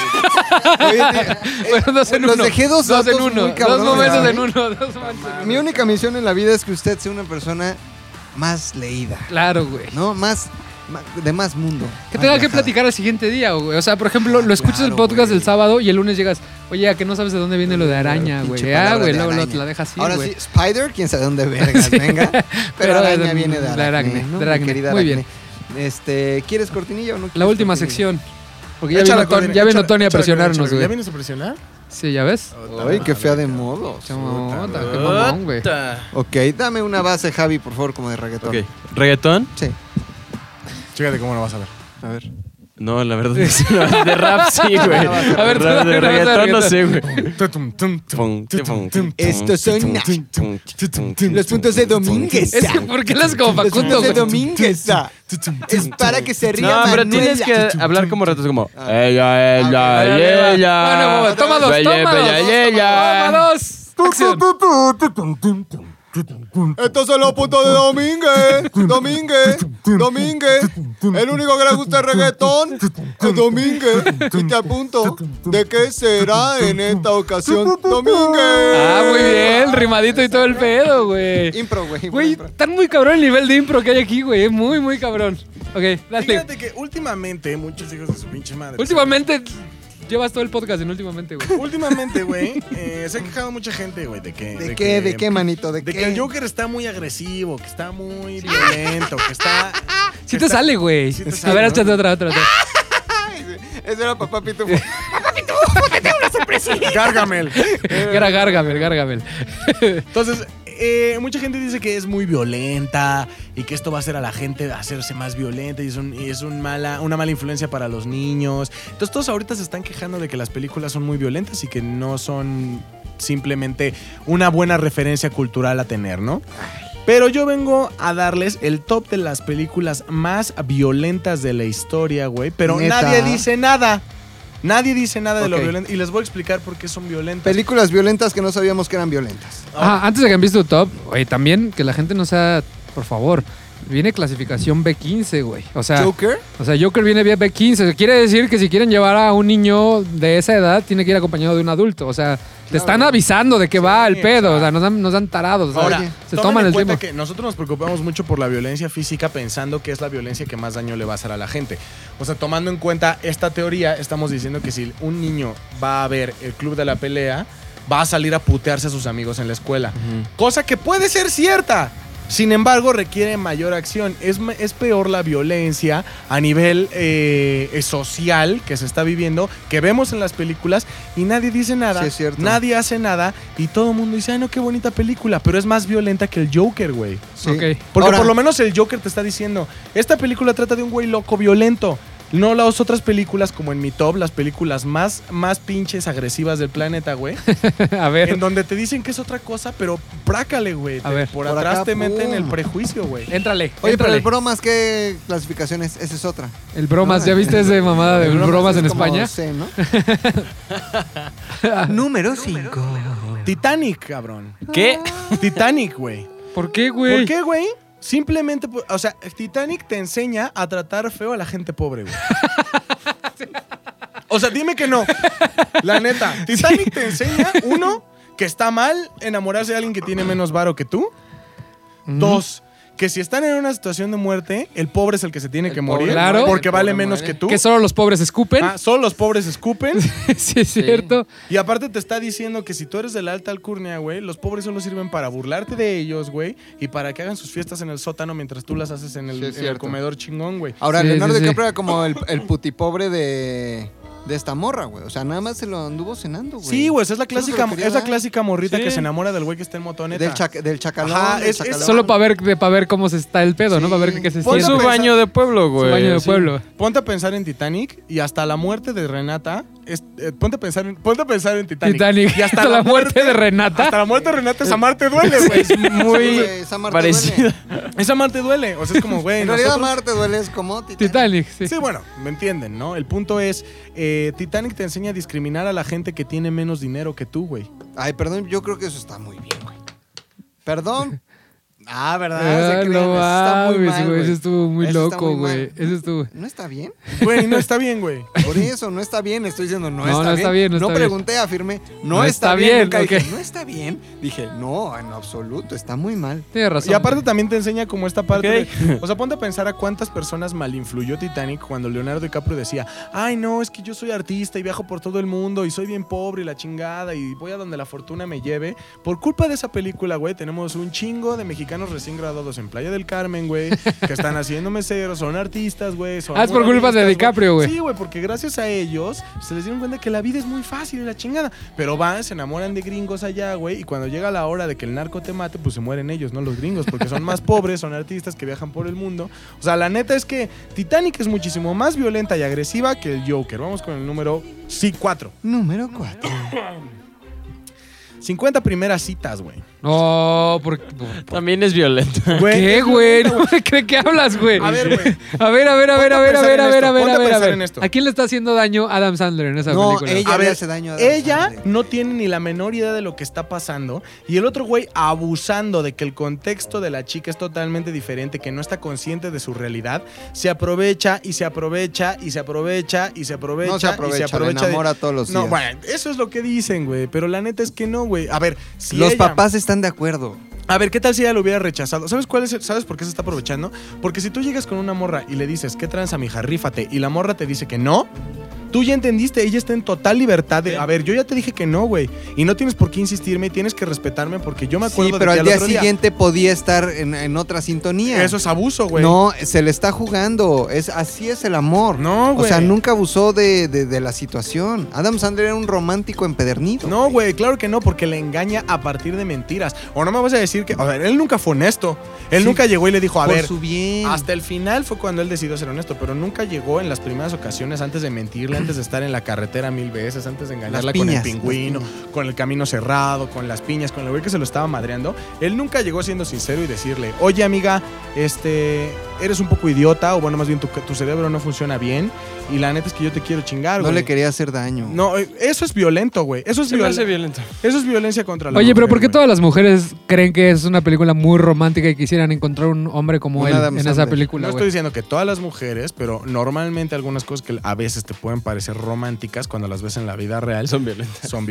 [SPEAKER 4] Oye, te-
[SPEAKER 2] Bueno, dos en
[SPEAKER 4] eh, los
[SPEAKER 2] uno.
[SPEAKER 4] dejé dos
[SPEAKER 2] dos en
[SPEAKER 4] datos
[SPEAKER 2] uno.
[SPEAKER 4] muy cabrones,
[SPEAKER 2] dos momentos
[SPEAKER 4] ¿eh?
[SPEAKER 2] en uno. Dos momentos en uno.
[SPEAKER 4] Mi única misión en la vida es que usted sea una persona más leída,
[SPEAKER 2] Claro, güey.
[SPEAKER 4] ¿no? Más, ma- de más mundo.
[SPEAKER 2] Que
[SPEAKER 4] más
[SPEAKER 2] tenga que
[SPEAKER 4] viajada.
[SPEAKER 2] platicar al siguiente día, güey. O sea, por ejemplo, lo escuchas el
[SPEAKER 4] claro,
[SPEAKER 2] podcast
[SPEAKER 4] güey.
[SPEAKER 2] el sábado y el lunes llegas, oye, a que no sabes de dónde viene lo de araña,
[SPEAKER 4] Pinche
[SPEAKER 2] güey. Ah,
[SPEAKER 4] palabra
[SPEAKER 2] güey,
[SPEAKER 4] de
[SPEAKER 2] luego luego
[SPEAKER 4] araña.
[SPEAKER 2] te la dejas así,
[SPEAKER 4] Ahora
[SPEAKER 2] güey.
[SPEAKER 4] sí, Spider, quién sabe dónde vergas venga. Pero,
[SPEAKER 2] Pero de-
[SPEAKER 4] araña viene de
[SPEAKER 2] de
[SPEAKER 4] aracne,
[SPEAKER 2] aracne,
[SPEAKER 4] ¿no?
[SPEAKER 2] de
[SPEAKER 4] Mi
[SPEAKER 2] aracne.
[SPEAKER 4] querida
[SPEAKER 2] Muy
[SPEAKER 4] aracne. Este, ¿quieres cortinilla o no?
[SPEAKER 2] La
[SPEAKER 4] quieres
[SPEAKER 2] última
[SPEAKER 4] cortinilla?
[SPEAKER 2] sección. Porque ya
[SPEAKER 1] Échala,
[SPEAKER 2] vino, Tony-
[SPEAKER 1] Corina,
[SPEAKER 2] ya vino
[SPEAKER 1] échala,
[SPEAKER 2] Tony a
[SPEAKER 1] échala,
[SPEAKER 2] presionarnos,
[SPEAKER 1] échala. ¿Ya
[SPEAKER 2] güey.
[SPEAKER 1] vienes a presionar?
[SPEAKER 2] Sí, ¿ya ves?
[SPEAKER 4] Ay, qué fea de modo.
[SPEAKER 2] Qué mamón,
[SPEAKER 4] Puta,
[SPEAKER 2] qué mamón, güey.
[SPEAKER 3] Puta.
[SPEAKER 4] Ok, dame una base, Javi, por favor, como de reggaetón.
[SPEAKER 3] Ok. ¿Reggaetón?
[SPEAKER 4] Sí.
[SPEAKER 1] Chécate cómo lo vas a ver.
[SPEAKER 4] A ver.
[SPEAKER 3] No, la verdad es que no, de rap sí, güey.
[SPEAKER 2] A ver, tú
[SPEAKER 3] Rap,
[SPEAKER 2] dame
[SPEAKER 3] de
[SPEAKER 2] una
[SPEAKER 3] reggaetón no
[SPEAKER 2] base
[SPEAKER 3] sé,
[SPEAKER 2] de
[SPEAKER 3] güey.
[SPEAKER 1] Tutum, tum, tum.
[SPEAKER 4] Estos son los puntos de Domínguez.
[SPEAKER 2] Es que, ¿por qué las como Facundo,
[SPEAKER 4] puntos de
[SPEAKER 2] güey?
[SPEAKER 4] Domínguez. ah. Es para que se ría
[SPEAKER 3] No, pero
[SPEAKER 4] Manuela.
[SPEAKER 3] tienes que hablar como ratos como ella,
[SPEAKER 4] Ah,
[SPEAKER 2] Dale,
[SPEAKER 3] ella,
[SPEAKER 2] dale, va.
[SPEAKER 3] ella.
[SPEAKER 2] Bueno, toma dos,
[SPEAKER 3] Bella,
[SPEAKER 2] toma
[SPEAKER 3] bella, ella.
[SPEAKER 2] dos. Toma dos. Acción.
[SPEAKER 4] Estos son los puntos de Domínguez. Domínguez. Domínguez. El único que le gusta el reggaetón es Domínguez. Y te apunto de qué será en esta ocasión Domínguez.
[SPEAKER 2] Ah, muy bien, rimadito y todo el pedo, güey.
[SPEAKER 4] Impro, güey.
[SPEAKER 2] Güey,
[SPEAKER 4] impro.
[SPEAKER 2] tan muy cabrón el nivel de impro que hay aquí, güey. eh, Muy, muy cabrón. Ok, dale.
[SPEAKER 1] Fíjate que últimamente, muchos hijos de su pinche madre.
[SPEAKER 2] Últimamente llevas todo el podcast en últimamente, güey.
[SPEAKER 1] Últimamente, güey, eh, se ha quejado mucha gente, güey, de que.
[SPEAKER 4] ¿De qué? ¿De qué, manito? ¿De
[SPEAKER 1] De
[SPEAKER 4] qué?
[SPEAKER 1] que el Joker está muy agresivo, que está muy violento, que está. que
[SPEAKER 2] Sí te
[SPEAKER 1] está-
[SPEAKER 2] sale, güey.
[SPEAKER 1] Sí te
[SPEAKER 2] A
[SPEAKER 1] sale,
[SPEAKER 2] ver,
[SPEAKER 1] ¿no?
[SPEAKER 2] échate otra, otra, otra.
[SPEAKER 4] Ese era papá Pitufo.
[SPEAKER 1] Gargamel.
[SPEAKER 2] Era Gargamel, Gargamel.
[SPEAKER 1] Entonces, eh, mucha gente dice que es muy violenta y que esto va a hacer a la gente hacerse más violenta y es, un, y es un mala, una mala influencia para los niños. Entonces, todos ahorita se están quejando de que las películas son muy violentas y que no son simplemente una buena referencia cultural a tener, ¿no? Pero yo vengo a darles el top de las películas más violentas de la historia, güey. Pero
[SPEAKER 4] Neta.
[SPEAKER 1] nadie dice nada. Nadie dice nada de lo
[SPEAKER 4] Ok.
[SPEAKER 1] violento. Y les voy a explicar por qué son violentas.
[SPEAKER 4] Películas violentas que no sabíamos que eran violentas.
[SPEAKER 2] Ah, antes de que envíes tu top, oye, también que la gente no sea, por favor, viene clasificación B15, güey. O sea,
[SPEAKER 4] Joker.
[SPEAKER 2] o sea, Joker viene vía B15. Quiere decir que si quieren llevar a un niño de esa edad, tiene que ir acompañado de un adulto. O sea, te están avisando de que va el pedo. O sea, nos dan, nos dan tarados. o sea,
[SPEAKER 1] Ahora,
[SPEAKER 2] se
[SPEAKER 1] tomen
[SPEAKER 2] toman
[SPEAKER 1] en
[SPEAKER 2] el
[SPEAKER 1] cuenta
[SPEAKER 2] tiempo.
[SPEAKER 1] que nosotros nos preocupamos mucho por la violencia física pensando que es la violencia que más daño le va a hacer a la gente. O sea, tomando en cuenta esta teoría, estamos diciendo que si un niño va a ver el club de la pelea, va a salir a putearse a sus amigos en la escuela. Cosa que puede ser cierta. Sin embargo, requiere mayor acción. Es, me- es peor la violencia a nivel eh, eh, social que se está viviendo, que vemos en las películas y nadie dice nada.
[SPEAKER 4] Sí, es cierto.
[SPEAKER 1] Nadie hace nada y todo el mundo dice, ay, no, qué bonita película. Pero es más violenta que el Joker, güey.
[SPEAKER 4] Sí.
[SPEAKER 2] Ok.
[SPEAKER 1] Porque
[SPEAKER 4] Ahora-
[SPEAKER 1] por lo menos el Joker te está diciendo, esta película trata de un güey loco, violento. No las otras películas como en mi top, las películas más, más pinches agresivas del planeta, güey.
[SPEAKER 2] a ver,
[SPEAKER 1] en donde te dicen que es otra cosa, pero prácale, güey.
[SPEAKER 2] A
[SPEAKER 1] Te-
[SPEAKER 2] ver.
[SPEAKER 1] por,
[SPEAKER 4] Por
[SPEAKER 1] atrás
[SPEAKER 4] acá,
[SPEAKER 1] te meten
[SPEAKER 4] pum.
[SPEAKER 1] el prejuicio, güey.
[SPEAKER 2] éntrale.
[SPEAKER 4] Oye, pero
[SPEAKER 2] éntrale.
[SPEAKER 4] el bromas, ¿qué clasificación es? Esa es otra.
[SPEAKER 2] El bromas, ¿ya viste esa mamada de bromas, en
[SPEAKER 4] es como
[SPEAKER 2] España?
[SPEAKER 4] C, ¿no? Número 5.
[SPEAKER 1] Titanic, cabrón.
[SPEAKER 3] ¿Qué?
[SPEAKER 1] Titanic, güey.
[SPEAKER 2] ¿Por qué, güey?
[SPEAKER 1] ¿Por qué, güey? Simplemente, por- o sea, Titanic te enseña a tratar feo a la gente pobre, güey. O sea, dime que no. La neta, Titanic te enseña, uno, que está mal enamorarse de alguien que tiene menos varo que tú. Dos, que si están en una situación de muerte, el pobre es el que se tiene que
[SPEAKER 2] pobre
[SPEAKER 1] morir
[SPEAKER 2] Claro. muere,
[SPEAKER 1] porque
[SPEAKER 2] el
[SPEAKER 1] vale menos que tú.
[SPEAKER 2] Que solo los pobres escupen.
[SPEAKER 1] Ah, solo los pobres escupen.
[SPEAKER 2] sí, es cierto.
[SPEAKER 1] Y aparte te está diciendo que si tú eres de la alta alcurnia, güey, los pobres solo sirven para burlarte de ellos, güey, y para que hagan sus fiestas en el sótano mientras tú las haces en el,
[SPEAKER 4] Sí, es
[SPEAKER 1] en el
[SPEAKER 4] cierto. Ah,
[SPEAKER 1] comedor chingón, güey.
[SPEAKER 4] Ahora,
[SPEAKER 2] Sí,
[SPEAKER 4] Leonardo
[SPEAKER 2] sí, sí.
[SPEAKER 4] DiCaprio era como el, el putipobre de, de esta morra, güey. O sea, nada más se lo anduvo cenando, güey.
[SPEAKER 1] Sí, güey, esa es la
[SPEAKER 4] Solo se lo
[SPEAKER 1] clásica,
[SPEAKER 4] quería
[SPEAKER 1] es la
[SPEAKER 4] dar.
[SPEAKER 1] clásica morrita
[SPEAKER 3] Sí.
[SPEAKER 1] que se enamora del güey que está en motoneta.
[SPEAKER 4] Del, chac- del chacalón.
[SPEAKER 1] Ajá, es-
[SPEAKER 4] del
[SPEAKER 1] es-
[SPEAKER 4] chacalón.
[SPEAKER 2] Solo para ver, de- pa' ver cómo se está el pedo, ¿no?
[SPEAKER 4] Sí.
[SPEAKER 2] Para ver qué
[SPEAKER 1] Pon
[SPEAKER 2] se siente.
[SPEAKER 3] Pon
[SPEAKER 1] Bueno,
[SPEAKER 3] su
[SPEAKER 1] pues,
[SPEAKER 3] baño de pueblo,
[SPEAKER 2] Su
[SPEAKER 3] güey.
[SPEAKER 2] baño de
[SPEAKER 3] Sí.
[SPEAKER 2] pueblo.
[SPEAKER 1] Ponte a pensar en Titanic y hasta la muerte de Renata. es- eh, ponte, a pensar en, ponte a pensar en Titanic.
[SPEAKER 2] Titanic.
[SPEAKER 1] Y hasta la, muerte,
[SPEAKER 2] de Renata.
[SPEAKER 1] Hasta la muerte de Renata, esa Marte duele, güey.
[SPEAKER 3] Es
[SPEAKER 4] Sí,
[SPEAKER 3] muy
[SPEAKER 4] güey, esa Marte
[SPEAKER 3] parecida.
[SPEAKER 4] duele.
[SPEAKER 1] Esa Marte duele. O sea, es como, güey.
[SPEAKER 4] En realidad,
[SPEAKER 1] nosotros-
[SPEAKER 4] Marte duele es como Titanic.
[SPEAKER 2] Titanic, sí.
[SPEAKER 1] Sí, bueno, me entienden, ¿no? El punto es, eh, Titanic te enseña a discriminar a la gente que tiene menos dinero que tú, güey.
[SPEAKER 4] Ay, perdón, yo creo que eso está muy bien, güey. Perdón. Ah, ¿verdad?
[SPEAKER 2] Ah,
[SPEAKER 4] Se crean,
[SPEAKER 2] no
[SPEAKER 4] eso está muy
[SPEAKER 2] mames,
[SPEAKER 4] mal,
[SPEAKER 2] güey. Eso estuvo muy
[SPEAKER 4] Eso está
[SPEAKER 2] loco,
[SPEAKER 4] muy mal.
[SPEAKER 2] güey. Eso estuvo.
[SPEAKER 4] ¿No está bien?
[SPEAKER 1] Güey, no está bien, güey.
[SPEAKER 4] Por eso, no está bien. Estoy diciendo, no,
[SPEAKER 2] No,
[SPEAKER 4] está,
[SPEAKER 2] no
[SPEAKER 4] bien.
[SPEAKER 2] está bien, no
[SPEAKER 4] No
[SPEAKER 2] está bien.
[SPEAKER 4] pregunté, afirmé, no,
[SPEAKER 2] No
[SPEAKER 4] está,
[SPEAKER 2] está
[SPEAKER 4] bien.
[SPEAKER 2] bien,
[SPEAKER 4] Nunca
[SPEAKER 2] ok.
[SPEAKER 4] dije, no está bien. Dije, no, en absoluto, está muy mal.
[SPEAKER 2] Tienes razón.
[SPEAKER 1] Y aparte también te enseña como esta parte
[SPEAKER 3] Ok.
[SPEAKER 1] de- O sea, ponte a pensar a cuántas personas malinfluyó Titanic cuando Leonardo DiCaprio decía Ay, no, es que yo soy artista y viajo por todo el mundo y soy bien pobre y la chingada y voy a donde la fortuna me lleve Por culpa de esa película, güey, tenemos un chingo de mexicanos recién graduados en Playa del Carmen, güey Que están haciendo meseros, son artistas, güey son
[SPEAKER 2] Ah, es por culpa de
[SPEAKER 1] muralistas,
[SPEAKER 2] DiCaprio, güey.
[SPEAKER 1] Sí, güey, porque gracias a ellos se les dieron cuenta que la vida es muy fácil y la chingada Pero van, se enamoran de gringos allá, güey Y cuando llega la hora de que el narco te mate, pues se mueren ellos, no los gringos Porque son más pobres, son artistas que viajan por el mundo O sea, la neta es que Titanic es muchísimo más violenta y agresiva que el Joker Vamos con el número sí, 4
[SPEAKER 4] Número 4.
[SPEAKER 1] 50 primeras citas, güey
[SPEAKER 2] No, por, por-
[SPEAKER 3] También es violenta.
[SPEAKER 2] ¿Qué,
[SPEAKER 1] es
[SPEAKER 2] güey?
[SPEAKER 1] violenta,
[SPEAKER 2] No me cree que hablas, güey.
[SPEAKER 1] A ver, güey
[SPEAKER 2] A ver, a ver, a ver, a ver, a
[SPEAKER 1] Ponte a
[SPEAKER 2] ver,
[SPEAKER 1] pensar
[SPEAKER 2] a
[SPEAKER 1] en esto,
[SPEAKER 2] ver, a ver, a
[SPEAKER 1] ponte a
[SPEAKER 2] ver, a
[SPEAKER 1] pensar en
[SPEAKER 2] ver.
[SPEAKER 1] esto.
[SPEAKER 2] ¿A quién le está haciendo daño Adam Sandler en esa
[SPEAKER 4] No,
[SPEAKER 2] película?
[SPEAKER 4] ella
[SPEAKER 1] A
[SPEAKER 4] le
[SPEAKER 1] ver,
[SPEAKER 4] hace daño a Ah, Adam
[SPEAKER 1] Ella
[SPEAKER 4] Sandler.
[SPEAKER 1] no tiene ni la menor idea de lo que está pasando y el otro güey abusando de que el contexto de la chica es totalmente diferente, que no está consciente de su realidad, se aprovecha y se aprovecha y se aprovecha y se aprovecha
[SPEAKER 4] No se
[SPEAKER 1] y se
[SPEAKER 4] aprovecha, le
[SPEAKER 1] aprovecha. de-
[SPEAKER 4] enamora todos los
[SPEAKER 1] No,
[SPEAKER 4] días.
[SPEAKER 1] bueno, eso es lo que dicen, güey, pero la neta es que no, güey. A ver, si
[SPEAKER 4] Los
[SPEAKER 1] ella-
[SPEAKER 4] papás están de acuerdo.
[SPEAKER 1] a ver, ¿qué tal si ella lo hubiera rechazado? ¿Sabes cuál es? el- ¿Sabes por qué se está aprovechando? Porque si tú llegas con una morra y le dices, ¿qué tranza, mija? Rífate, y la morra te dice que no, tú ya entendiste, ella está en total libertad de, a ver, yo ya te dije que no, güey, y no tienes por qué insistirme, tienes que respetarme porque yo me acuerdo
[SPEAKER 4] Sí,
[SPEAKER 1] de
[SPEAKER 4] pero
[SPEAKER 1] ti
[SPEAKER 4] al día
[SPEAKER 1] otro día".
[SPEAKER 4] siguiente podía estar en, en otra sintonía.
[SPEAKER 1] Eso es abuso, güey.
[SPEAKER 4] No, se le está jugando. Es, así es el amor.
[SPEAKER 1] No,
[SPEAKER 4] O
[SPEAKER 1] güey.
[SPEAKER 4] sea, nunca abusó de, de- de la situación. Adam Sandler era un romántico empedernido.
[SPEAKER 1] No, güey, claro que no, porque le engaña a partir de mentiras. O no me vas a decir que, a ver, él nunca fue honesto. Él
[SPEAKER 4] Sí.
[SPEAKER 1] nunca llegó y le dijo, a
[SPEAKER 4] Por
[SPEAKER 1] ver,
[SPEAKER 4] su bien.
[SPEAKER 1] Hasta el final fue cuando él decidió ser honesto, pero nunca llegó en las primeras ocasiones antes de mentirle, antes de estar en la carretera mil veces, antes de engañarla
[SPEAKER 4] Las piñas,
[SPEAKER 1] con el
[SPEAKER 4] las
[SPEAKER 1] pingüino,
[SPEAKER 4] piñas.
[SPEAKER 1] con el camino cerrado, con las piñas, con el güey que se lo estaba madreando. Él nunca llegó siendo sincero y decirle, oye amiga, este, eres un poco idiota, o bueno, más bien tu, tu cerebro no funciona bien, y la neta es que yo te quiero chingar,
[SPEAKER 4] no
[SPEAKER 1] güey.
[SPEAKER 4] le quería hacer daño.
[SPEAKER 1] No, eh, eso es violento, güey. Eso es,
[SPEAKER 3] Se me
[SPEAKER 1] violen-
[SPEAKER 3] hace violenta.
[SPEAKER 1] eso es violencia contra la
[SPEAKER 2] Oye, pero
[SPEAKER 1] mujer,
[SPEAKER 2] ¿por qué
[SPEAKER 1] güey.
[SPEAKER 2] todas las mujeres creen que es una película muy romántica y quisieran encontrar un hombre como
[SPEAKER 4] Un
[SPEAKER 2] él
[SPEAKER 4] Adam
[SPEAKER 2] en esa
[SPEAKER 4] Sandler.
[SPEAKER 2] película,
[SPEAKER 1] No estoy
[SPEAKER 2] güey?
[SPEAKER 1] diciendo que todas las mujeres, pero normalmente algunas cosas que a veces te pueden parecer románticas cuando las ves en la vida real son,
[SPEAKER 3] Son violentas.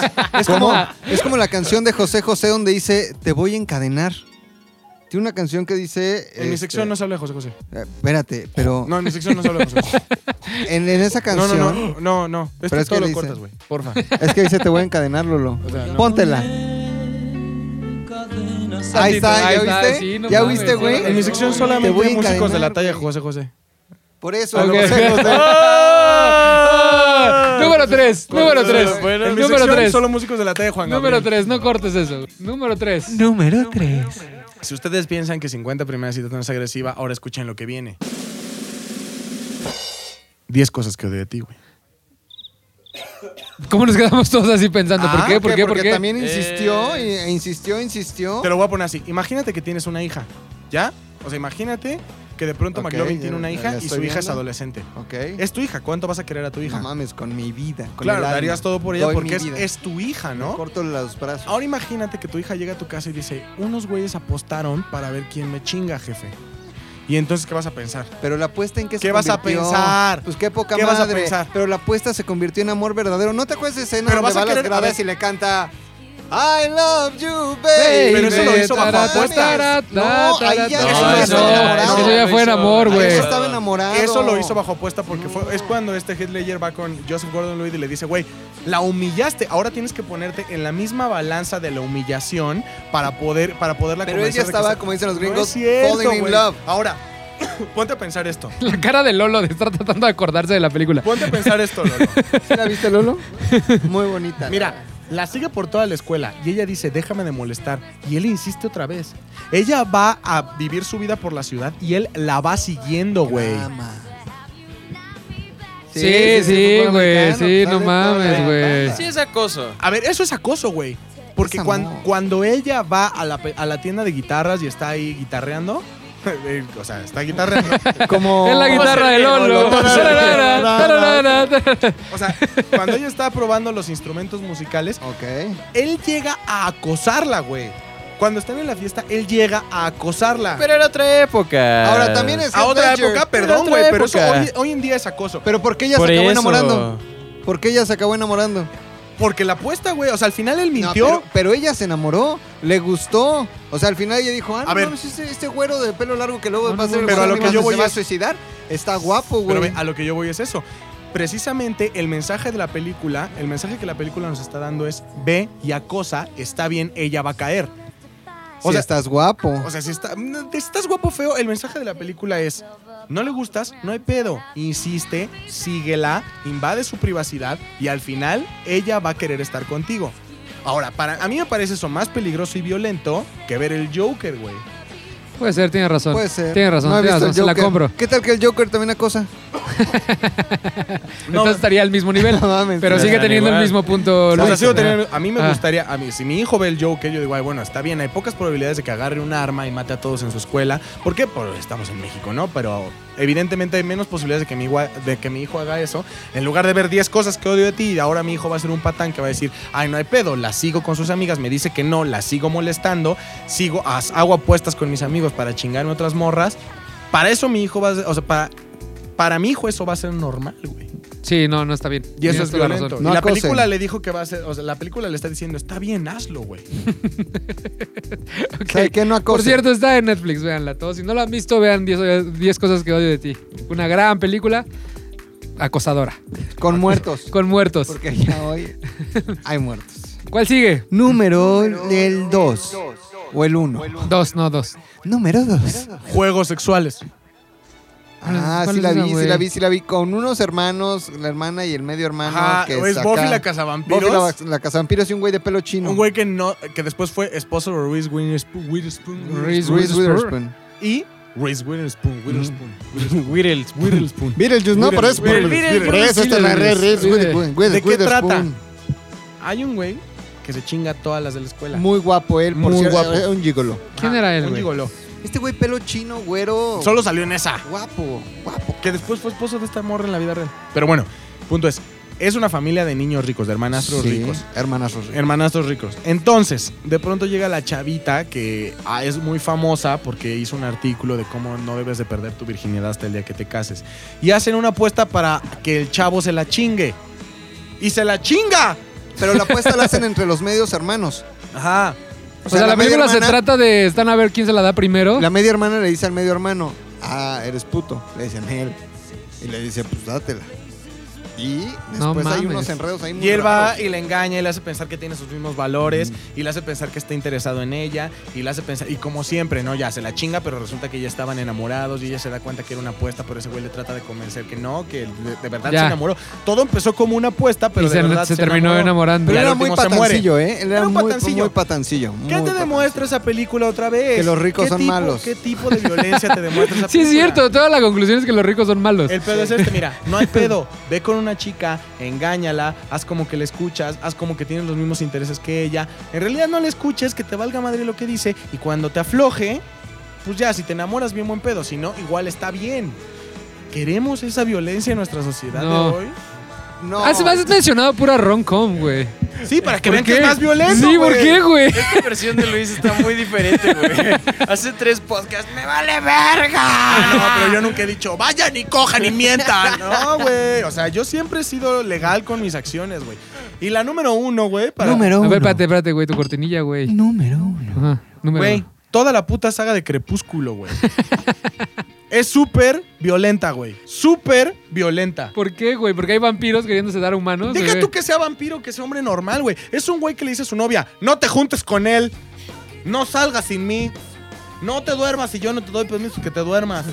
[SPEAKER 1] violentas.
[SPEAKER 4] Es como, es como la canción de José José donde dice, te voy a encadenar. Tiene una canción que dice... este, eh,
[SPEAKER 1] En mi sección no se habla de José José.
[SPEAKER 4] Espérate, pero...
[SPEAKER 1] No, en mi sección no se habla de José José.
[SPEAKER 4] en, en esa
[SPEAKER 1] No, no,
[SPEAKER 4] canción.
[SPEAKER 1] no, no, no. Esto
[SPEAKER 4] Pero es
[SPEAKER 1] todo
[SPEAKER 4] que
[SPEAKER 1] lo
[SPEAKER 4] dice-
[SPEAKER 1] cortas, güey. Porfa.
[SPEAKER 4] Es que dice te voy a encadenar, Lolo.
[SPEAKER 1] O sea, no.
[SPEAKER 4] Póntela. Ahí está,
[SPEAKER 2] Ahí
[SPEAKER 4] ¿ya
[SPEAKER 2] está,
[SPEAKER 4] viste?
[SPEAKER 2] sí, no
[SPEAKER 4] ¿Ya
[SPEAKER 2] mames,
[SPEAKER 4] viste,
[SPEAKER 2] sí,
[SPEAKER 4] güey?
[SPEAKER 2] no
[SPEAKER 1] En mi sección solamente
[SPEAKER 4] Te voy a
[SPEAKER 1] músicos de la
[SPEAKER 4] encadenar,
[SPEAKER 1] talla
[SPEAKER 4] güey.
[SPEAKER 1] José José.
[SPEAKER 4] Por eso,
[SPEAKER 2] Ok.
[SPEAKER 4] lo sé, lo sé.
[SPEAKER 2] Ah, Número 3, número 3.
[SPEAKER 1] Bueno, en mi
[SPEAKER 2] número
[SPEAKER 1] sección
[SPEAKER 2] 3.
[SPEAKER 1] solo músicos de la talla de Juan
[SPEAKER 2] Número
[SPEAKER 1] Gabriel.
[SPEAKER 2] 3, no cortes eso. Número 3.
[SPEAKER 1] Si ustedes piensan que 50 primeras citas no es agresiva, ahora escuchen lo que viene. 10 cosas que odio de ti, güey.
[SPEAKER 2] ¿Cómo nos quedamos todos así pensando? ¿Por
[SPEAKER 4] Ah,
[SPEAKER 2] qué? ¿Por
[SPEAKER 4] ok,
[SPEAKER 2] qué? ¿Por
[SPEAKER 4] Porque
[SPEAKER 2] qué?
[SPEAKER 4] también insistió,
[SPEAKER 1] Eh.
[SPEAKER 4] y- e insistió, insistió.
[SPEAKER 1] Te lo voy a poner así. Imagínate que tienes una hija, ¿ya? O sea, imagínate que de pronto
[SPEAKER 4] Ok,
[SPEAKER 1] McLovin
[SPEAKER 4] ya-
[SPEAKER 1] tiene una
[SPEAKER 4] ya
[SPEAKER 1] hija y
[SPEAKER 4] estoy
[SPEAKER 1] su hija es
[SPEAKER 4] viendo.
[SPEAKER 1] adolescente.
[SPEAKER 4] ok.
[SPEAKER 1] Es tu hija, ¿cuánto vas a querer a tu hija?
[SPEAKER 4] No mames, con mi vida. Con
[SPEAKER 1] claro,
[SPEAKER 4] el alma.
[SPEAKER 1] darías todo por ella
[SPEAKER 4] Doy mi
[SPEAKER 1] porque es,
[SPEAKER 4] vida.
[SPEAKER 1] es tu hija,
[SPEAKER 4] Me
[SPEAKER 1] ¿no?
[SPEAKER 4] Corto los brazos.
[SPEAKER 1] Ahora imagínate que tu hija llega a tu casa y dice, unos güeyes apostaron para ver quién me chinga, jefe. Y entonces, ¿qué vas a pensar?
[SPEAKER 4] Pero la apuesta en que se
[SPEAKER 1] ¿Qué vas a
[SPEAKER 4] convirtió?
[SPEAKER 1] pensar?
[SPEAKER 4] Pues qué poca
[SPEAKER 1] ¿Qué vas
[SPEAKER 4] madre.
[SPEAKER 1] a pensar?
[SPEAKER 4] Pero la apuesta se convirtió en amor verdadero. ¿No te acuerdas de escena
[SPEAKER 1] Pero
[SPEAKER 4] donde
[SPEAKER 1] vas a
[SPEAKER 4] va a las
[SPEAKER 1] querer- a
[SPEAKER 4] gradas
[SPEAKER 1] ver.
[SPEAKER 4] y le canta I love you, baby?
[SPEAKER 1] Pero eso lo hizo bajo
[SPEAKER 4] Tarara,
[SPEAKER 1] apuestas.
[SPEAKER 4] tarara, No, ahí ya
[SPEAKER 1] No,
[SPEAKER 4] estaba
[SPEAKER 1] eso-
[SPEAKER 4] enamorado.
[SPEAKER 1] eso
[SPEAKER 2] ya fue en amor,
[SPEAKER 4] Ahí
[SPEAKER 2] güey.
[SPEAKER 4] ya estaba enamorado.
[SPEAKER 1] Eso lo hizo bajo apuesta porque fue, es cuando este Heath Ledger va con Joseph Gordon-Levitt y le dice, güey, la humillaste, ahora tienes que ponerte en la misma balanza de la humillación para poder para poderla
[SPEAKER 4] Pero ella
[SPEAKER 1] convencer de que
[SPEAKER 4] estaba,
[SPEAKER 1] está-
[SPEAKER 4] como dicen los
[SPEAKER 1] No es
[SPEAKER 4] gringos,
[SPEAKER 1] cierto,
[SPEAKER 4] falling in
[SPEAKER 1] güey.
[SPEAKER 4] love.
[SPEAKER 1] Ahora, ponte a pensar esto.
[SPEAKER 2] La cara de Lolo de estar tratando de acordarse de la película.
[SPEAKER 1] Ponte a pensar esto, Lolo.
[SPEAKER 4] ¿Sí ¿La viste, Lolo? Muy bonita.
[SPEAKER 1] Mira, la sigue por toda la escuela y ella dice, déjame de molestar. Y él insiste otra vez. Ella va a vivir su vida por la ciudad y él la va siguiendo, güey.
[SPEAKER 4] Drama.
[SPEAKER 2] Sí, sí,
[SPEAKER 4] fútbol
[SPEAKER 2] güey,
[SPEAKER 4] americano,
[SPEAKER 2] sí,
[SPEAKER 4] sale
[SPEAKER 2] no
[SPEAKER 4] toda la
[SPEAKER 2] mames, güey.
[SPEAKER 4] banda.
[SPEAKER 3] Sí, es acoso.
[SPEAKER 1] A ver, eso es acoso, güey. Porque
[SPEAKER 4] Es
[SPEAKER 1] cuan-
[SPEAKER 4] amor.
[SPEAKER 1] cuando ella va a la, pe- a la tienda de guitarras y está ahí guitarreando, eh, o sea, está guitarreando.
[SPEAKER 4] Como...
[SPEAKER 2] Es la guitarra de Lolo. Tararara, tararara, tararara.
[SPEAKER 1] o sea, cuando ella está probando los instrumentos musicales,
[SPEAKER 4] Ok.
[SPEAKER 1] él llega a acosarla, güey. Cuando están en la fiesta, él llega a acosarla.
[SPEAKER 3] Pero era otra época.
[SPEAKER 4] Ahora, también es-
[SPEAKER 1] a otra
[SPEAKER 4] Ledger,
[SPEAKER 1] época,
[SPEAKER 3] pero
[SPEAKER 1] perdón,
[SPEAKER 3] otra
[SPEAKER 1] güey, pero eso
[SPEAKER 3] época.
[SPEAKER 1] hoy, hoy en día es acoso.
[SPEAKER 4] Pero ¿por qué ella
[SPEAKER 3] Por
[SPEAKER 4] se acabó
[SPEAKER 3] eso.
[SPEAKER 4] enamorando? ¿Por qué ella se acabó enamorando?
[SPEAKER 1] Porque la apuesta, güey, o sea, al final él
[SPEAKER 4] No,
[SPEAKER 1] mintió.
[SPEAKER 4] pero, pero ella se enamoró, le gustó. O sea, al final ella dijo, ah, no,
[SPEAKER 1] A ver.
[SPEAKER 4] mames, este, este güero de pelo largo que luego
[SPEAKER 2] No,
[SPEAKER 4] va a
[SPEAKER 2] no, no,
[SPEAKER 4] ser el
[SPEAKER 1] pero
[SPEAKER 4] güero
[SPEAKER 1] a lo
[SPEAKER 4] que
[SPEAKER 1] que yo
[SPEAKER 4] se
[SPEAKER 1] voy
[SPEAKER 4] va a
[SPEAKER 1] es-
[SPEAKER 4] suicidar, está guapo,
[SPEAKER 1] Pero
[SPEAKER 4] güey.
[SPEAKER 1] ve, a lo que yo voy es eso. Precisamente el mensaje de la película, el mensaje que la película nos está dando es ve y acosa, está bien, ella va a caer.
[SPEAKER 4] Si
[SPEAKER 1] o sea-
[SPEAKER 4] estás guapo.
[SPEAKER 1] O sea, si está, mm, estás guapo feo, el mensaje de la película es no le gustas, no hay pedo. Insiste, síguela, invade su privacidad y al final ella va a querer estar contigo. Ahora, para a mí me parece eso más peligroso y violento que ver el Joker, güey.
[SPEAKER 2] Puede ser, tiene razón.
[SPEAKER 4] Puede ser.
[SPEAKER 2] Tiene razón,
[SPEAKER 4] No he
[SPEAKER 2] tiene
[SPEAKER 4] visto
[SPEAKER 2] razón.
[SPEAKER 4] el
[SPEAKER 2] Se la
[SPEAKER 4] Joker.
[SPEAKER 2] compro.
[SPEAKER 4] ¿Qué tal que el Joker también acosa?
[SPEAKER 2] Entonces estaría al mismo nivel.
[SPEAKER 4] No mames.
[SPEAKER 2] Pero
[SPEAKER 3] sí.
[SPEAKER 2] sigue
[SPEAKER 3] Están
[SPEAKER 2] teniendo el
[SPEAKER 3] igual.
[SPEAKER 2] mismo punto.
[SPEAKER 1] O sea,
[SPEAKER 2] Luis.
[SPEAKER 1] sigo teniendo- a mí me
[SPEAKER 2] Ah.
[SPEAKER 1] gustaría, a mí, si mi hijo ve el Joker, yo digo, ay, bueno, está bien, hay pocas probabilidades de que agarre un arma y mate a todos en su escuela. ¿Por qué? Porque estamos en México, ¿no? Pero evidentemente hay menos posibilidades de que, mi, gua- de que mi hijo haga eso. En lugar de ver 10 cosas que odio de ti, ahora mi hijo va a ser un patán que va a decir, ay, no hay pedo, la sigo con sus amigas, me dice que no, la sigo molestando, sigo, haz- hago apuestas con mis amigos para chingarme otras morras. Para eso mi hijo va a ser, o sea, para, para mi hijo eso va a ser normal, güey.
[SPEAKER 2] Sí, no, no está bien.
[SPEAKER 1] Y eso
[SPEAKER 2] Tienes
[SPEAKER 1] es
[SPEAKER 2] toda la
[SPEAKER 1] violento.
[SPEAKER 2] razón.
[SPEAKER 1] Y
[SPEAKER 4] No
[SPEAKER 1] la
[SPEAKER 4] acosen.
[SPEAKER 1] película le dijo que va a ser. O sea, la película le está diciendo, está bien, hazlo, güey.
[SPEAKER 2] Ok.
[SPEAKER 4] ¿Sabe qué? no acosa?
[SPEAKER 2] Por cierto, está en Netflix, véanla todos. Si no la han visto, vean 10 10 cosas que odio de ti. Una gran película acosadora,
[SPEAKER 4] Con muertos.
[SPEAKER 2] con muertos.
[SPEAKER 4] Porque ya hoy hay muertos.
[SPEAKER 2] ¿Cuál sigue?
[SPEAKER 4] Número el 2. O el 1.
[SPEAKER 2] Dos, no dos.
[SPEAKER 4] Número 2.
[SPEAKER 1] Juegos sexuales.
[SPEAKER 4] Ah,
[SPEAKER 2] ¿Cuál
[SPEAKER 4] sí
[SPEAKER 2] es
[SPEAKER 4] la
[SPEAKER 2] esa,
[SPEAKER 4] vi, sí
[SPEAKER 2] güey?
[SPEAKER 4] la vi, sí la vi. Con unos hermanos, la hermana y el medio hermano.
[SPEAKER 1] Ajá,
[SPEAKER 4] Ah, que
[SPEAKER 1] es
[SPEAKER 4] saca-
[SPEAKER 1] Buffy la
[SPEAKER 4] Buffy
[SPEAKER 1] cazavampiros.
[SPEAKER 4] la, la cazavampiros y un güey de pelo chino.
[SPEAKER 1] Un güey que no, que después fue esposo de Reese Witherspoon, Witherspoon,
[SPEAKER 2] Reese
[SPEAKER 4] Reese
[SPEAKER 2] Witherspoon.
[SPEAKER 4] Witherspoon. Mm.
[SPEAKER 1] y Reese Witherspoon, Witherspoon,
[SPEAKER 3] Whittles.
[SPEAKER 1] Witherspoon.
[SPEAKER 4] Beetlejuice, no, pero es por,
[SPEAKER 2] Beetlejuice.
[SPEAKER 4] por eso está la re- Reese Witherspoon.
[SPEAKER 1] ¿De qué trata?
[SPEAKER 4] Witherspoon.
[SPEAKER 1] Hay un güey que se chinga a todas las de la escuela.
[SPEAKER 4] Muy guapo él, por
[SPEAKER 1] Muy
[SPEAKER 4] cierto,
[SPEAKER 1] guapo.
[SPEAKER 4] era un gigolo.
[SPEAKER 2] ¿Quién era él,
[SPEAKER 1] Un
[SPEAKER 2] güey?
[SPEAKER 1] gigoló.
[SPEAKER 4] Este güey pelo chino, güero.
[SPEAKER 1] Solo salió en esa.
[SPEAKER 4] Guapo, guapo.
[SPEAKER 1] Que después fue esposo de esta morra en la vida real. Pero bueno, punto es. Es una familia de niños ricos, de hermanastros
[SPEAKER 4] Sí,
[SPEAKER 1] ricos.
[SPEAKER 4] Hermanastros ricos.
[SPEAKER 1] Hermanastros ricos. Entonces, de pronto llega la chavita que ah, es muy famosa porque hizo un artículo de cómo no debes de perder tu virginidad hasta el día que te cases. Y hacen una apuesta para que el chavo se la chingue. ¡Y se la chinga!
[SPEAKER 4] Pero la apuesta la hacen entre los medios hermanos.
[SPEAKER 1] Ajá.
[SPEAKER 2] O sea, la película se
[SPEAKER 4] media hermana-
[SPEAKER 2] trata de están a ver quién se la da primero.
[SPEAKER 4] La media hermana le dice al medio hermano, ah, eres puto. Le dicen él. Y le dice, pues dátela. Y después
[SPEAKER 2] No
[SPEAKER 4] hay
[SPEAKER 2] mames.
[SPEAKER 4] unos enredos ahí muy
[SPEAKER 1] Y él va
[SPEAKER 4] raros.
[SPEAKER 1] y la engaña y le hace pensar que tiene sus mismos valores y le hace pensar que está interesado en ella y le hace pensar, y como siempre, ¿no? Ya se la chinga, pero resulta que ya estaban enamorados y ella se da cuenta que era una apuesta, pero ese güey le trata de convencer que no, que de, de verdad
[SPEAKER 2] Ya.
[SPEAKER 1] se enamoró. Todo empezó como una apuesta, pero
[SPEAKER 2] y
[SPEAKER 1] de
[SPEAKER 2] se,
[SPEAKER 1] verdad
[SPEAKER 2] se terminó enamorando.
[SPEAKER 4] Pero
[SPEAKER 1] Ya al
[SPEAKER 4] era muy
[SPEAKER 1] último se muere.
[SPEAKER 4] patancillo, ¿eh? Él era,
[SPEAKER 1] Era un
[SPEAKER 4] muy
[SPEAKER 1] patancillo.
[SPEAKER 4] muy patancillo. muy
[SPEAKER 1] ¿Qué te
[SPEAKER 4] patancillo.
[SPEAKER 1] demuestra esa película otra vez?
[SPEAKER 4] Que los ricos
[SPEAKER 1] ¿Qué
[SPEAKER 4] son
[SPEAKER 1] tipo-
[SPEAKER 4] malos.
[SPEAKER 1] ¿Qué tipo de violencia te demuestra esa película?
[SPEAKER 2] Sí, es cierto. Toda la conclusión es que los ricos son malos.
[SPEAKER 1] El pedo es este, mira, no hay pedo. Ve con una chica, engáñala, haz como que la escuchas, haz como que tienes los mismos intereses que ella. En realidad no la escuches, que te valga madre lo que dice y cuando te afloje, pues ya, si te enamoras bien buen pedo, si no, igual está bien. ¿Queremos esa violencia en nuestra sociedad
[SPEAKER 2] No.
[SPEAKER 1] de hoy?
[SPEAKER 4] No.
[SPEAKER 2] Ah, se me has mencionado pura rom-com, güey.
[SPEAKER 1] Sí, para que
[SPEAKER 2] ¿Por
[SPEAKER 1] vean que
[SPEAKER 2] qué?
[SPEAKER 1] es más violento.
[SPEAKER 2] Sí, ¿por
[SPEAKER 1] güey.
[SPEAKER 2] qué, güey?
[SPEAKER 3] Esta versión de Luis está muy diferente, güey. Hace tres podcasts. ¡Me vale verga!
[SPEAKER 1] Ah, No, pero yo nunca he dicho, vayan y cojan y mientan. No, güey. O sea, yo siempre he sido legal con mis acciones, güey. Y la número uno, güey, para.
[SPEAKER 4] Número
[SPEAKER 2] A
[SPEAKER 4] uno.
[SPEAKER 2] ver, espérate, espérate, güey, tu cortinilla, güey.
[SPEAKER 4] Número uno.
[SPEAKER 2] Ajá, número
[SPEAKER 1] Güey,
[SPEAKER 2] uno.
[SPEAKER 1] toda la puta saga de Crepúsculo, güey. es súper violenta, güey. Súper violenta.
[SPEAKER 2] ¿Por qué, güey? Porque hay vampiros queriéndose dar a humanos.
[SPEAKER 1] Deja
[SPEAKER 2] güey.
[SPEAKER 1] tú que sea vampiro, que sea hombre normal, güey. Es un güey que le dice a su novia, no te juntes con él, no salgas sin mí, no te duermas si yo no te doy permiso que te duermas.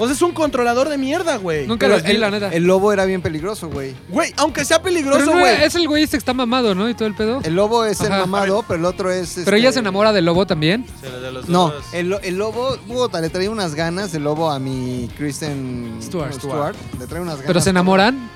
[SPEAKER 1] O sea, es un controlador de mierda, güey.
[SPEAKER 2] Nunca los vi, la neta.
[SPEAKER 4] El lobo era bien peligroso, güey.
[SPEAKER 1] Güey, aunque sea
[SPEAKER 2] Pero
[SPEAKER 1] peligroso,
[SPEAKER 2] no,
[SPEAKER 1] güey.
[SPEAKER 2] es el güey este que está mamado, ¿no? Y todo el pedo.
[SPEAKER 4] El lobo es el
[SPEAKER 2] Ajá.
[SPEAKER 4] mamado, pero el otro es.
[SPEAKER 2] Pero
[SPEAKER 4] este,
[SPEAKER 2] ella se enamora del lobo también.
[SPEAKER 4] No, el, lo- el lobo, puta, le trae unas ganas, el lobo a mi Kristen
[SPEAKER 2] Stewart.
[SPEAKER 4] Le trae unas ganas.
[SPEAKER 2] Pero se enamoran.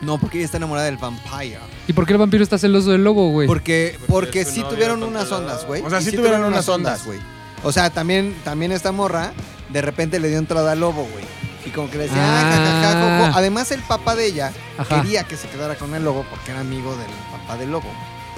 [SPEAKER 4] No, porque ella está enamorada del vampire.
[SPEAKER 2] ¿Y por qué el vampiro está celoso del lobo, güey?
[SPEAKER 4] Porque, porque
[SPEAKER 3] Pues, es su
[SPEAKER 4] sí
[SPEAKER 3] novio,
[SPEAKER 4] tuvieron
[SPEAKER 3] el
[SPEAKER 4] unas
[SPEAKER 3] controlador.
[SPEAKER 4] ondas, güey.
[SPEAKER 1] O sea,
[SPEAKER 4] Y
[SPEAKER 1] sí tuvieron unas ondas.
[SPEAKER 4] güey. O sea, también, también esta morra de repente le dio entrada al lobo, güey. Y como que le decía, ah, ja, ja, ja,
[SPEAKER 2] Ah.
[SPEAKER 4] jojo". Además, el papá de ella
[SPEAKER 2] Ajá.
[SPEAKER 4] quería que se quedara con el lobo porque era amigo del papá del lobo.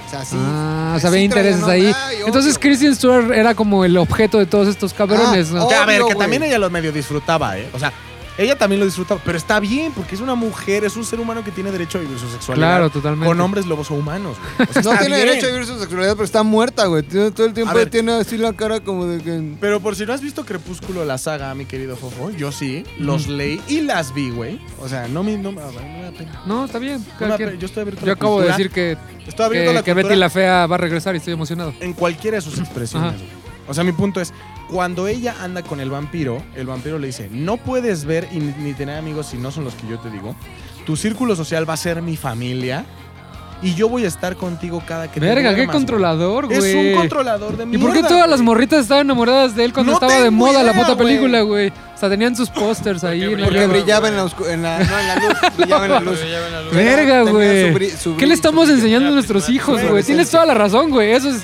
[SPEAKER 4] O sea, sí.
[SPEAKER 2] ah, o
[SPEAKER 4] sí
[SPEAKER 2] sea, había
[SPEAKER 4] traían
[SPEAKER 2] intereses
[SPEAKER 4] onda,
[SPEAKER 2] ahí.
[SPEAKER 4] ay, obvio,
[SPEAKER 2] Entonces
[SPEAKER 4] güey.
[SPEAKER 2] Kristen Stewart era como el objeto de todos estos cabrones,
[SPEAKER 4] Ah,
[SPEAKER 2] ¿no?
[SPEAKER 4] oh.
[SPEAKER 1] Que, a ver,
[SPEAKER 4] Obvio,
[SPEAKER 1] que
[SPEAKER 4] güey.
[SPEAKER 1] también ella lo medio disfrutaba, ¿eh? O sea, ella también lo disfrutaba, pero está bien, porque es una mujer, es un ser humano que tiene derecho a vivir su sexualidad.
[SPEAKER 2] Claro, totalmente.
[SPEAKER 1] Con hombres lobos o humanos. güey. O sea,
[SPEAKER 4] Pues No
[SPEAKER 1] está
[SPEAKER 4] tiene
[SPEAKER 1] bien.
[SPEAKER 4] derecho a vivir su sexualidad, pero está muerta, güey. Tiene- Todo el tiempo
[SPEAKER 1] ver.
[SPEAKER 4] tiene así la cara como de que.
[SPEAKER 1] Pero por si no has visto Crepúsculo, la saga, mi querido Fofo, yo sí, los leí y las vi, güey. O sea, no me. No, me- a ver, no me da pena.
[SPEAKER 2] No, está bien. cada
[SPEAKER 1] No me da
[SPEAKER 2] quien.
[SPEAKER 1] pena. Yo estoy abierto a
[SPEAKER 2] Yo
[SPEAKER 1] la
[SPEAKER 2] acabo de
[SPEAKER 1] cultura.
[SPEAKER 2] decir que,
[SPEAKER 1] Estoy abierto a
[SPEAKER 2] que,
[SPEAKER 1] la
[SPEAKER 2] que
[SPEAKER 1] cultura
[SPEAKER 2] Betty la Fea va a regresar y estoy emocionado.
[SPEAKER 1] en cualquiera de sus expresiones,
[SPEAKER 2] Ajá.
[SPEAKER 1] güey. O sea, mi punto es, cuando ella anda con el vampiro, el vampiro le dice, no puedes ver y ni ni tener amigos si no son los que yo te digo. Tu círculo social va a ser mi familia y yo voy a estar contigo cada que te
[SPEAKER 2] Verga, qué
[SPEAKER 1] duermas,
[SPEAKER 2] controlador,
[SPEAKER 1] güey.
[SPEAKER 2] güey.
[SPEAKER 1] Es un controlador de
[SPEAKER 2] ¿Y
[SPEAKER 1] mierda.
[SPEAKER 2] por qué todas las
[SPEAKER 1] güey.
[SPEAKER 2] morritas estaban enamoradas de él cuando
[SPEAKER 1] No
[SPEAKER 2] estaba de
[SPEAKER 1] tengo
[SPEAKER 2] moda la
[SPEAKER 1] idea,
[SPEAKER 2] puta
[SPEAKER 1] güey.
[SPEAKER 2] película, güey? O sea, tenían sus pósters ahí. en la-
[SPEAKER 4] Porque brillaba en la, oscu- en la- no, en la luz. brillaba en la luz.
[SPEAKER 2] Verga,
[SPEAKER 4] Tenía
[SPEAKER 2] güey.
[SPEAKER 4] su bri- su
[SPEAKER 2] ¿Qué le
[SPEAKER 4] brillo,
[SPEAKER 2] estamos
[SPEAKER 4] su brillo.
[SPEAKER 2] enseñando a
[SPEAKER 3] Era
[SPEAKER 2] nuestros
[SPEAKER 3] prismático.
[SPEAKER 2] hijos,
[SPEAKER 4] Bueno,
[SPEAKER 2] güey?
[SPEAKER 4] sí,
[SPEAKER 2] Tienes
[SPEAKER 4] sí.
[SPEAKER 2] toda la razón, güey. Eso es.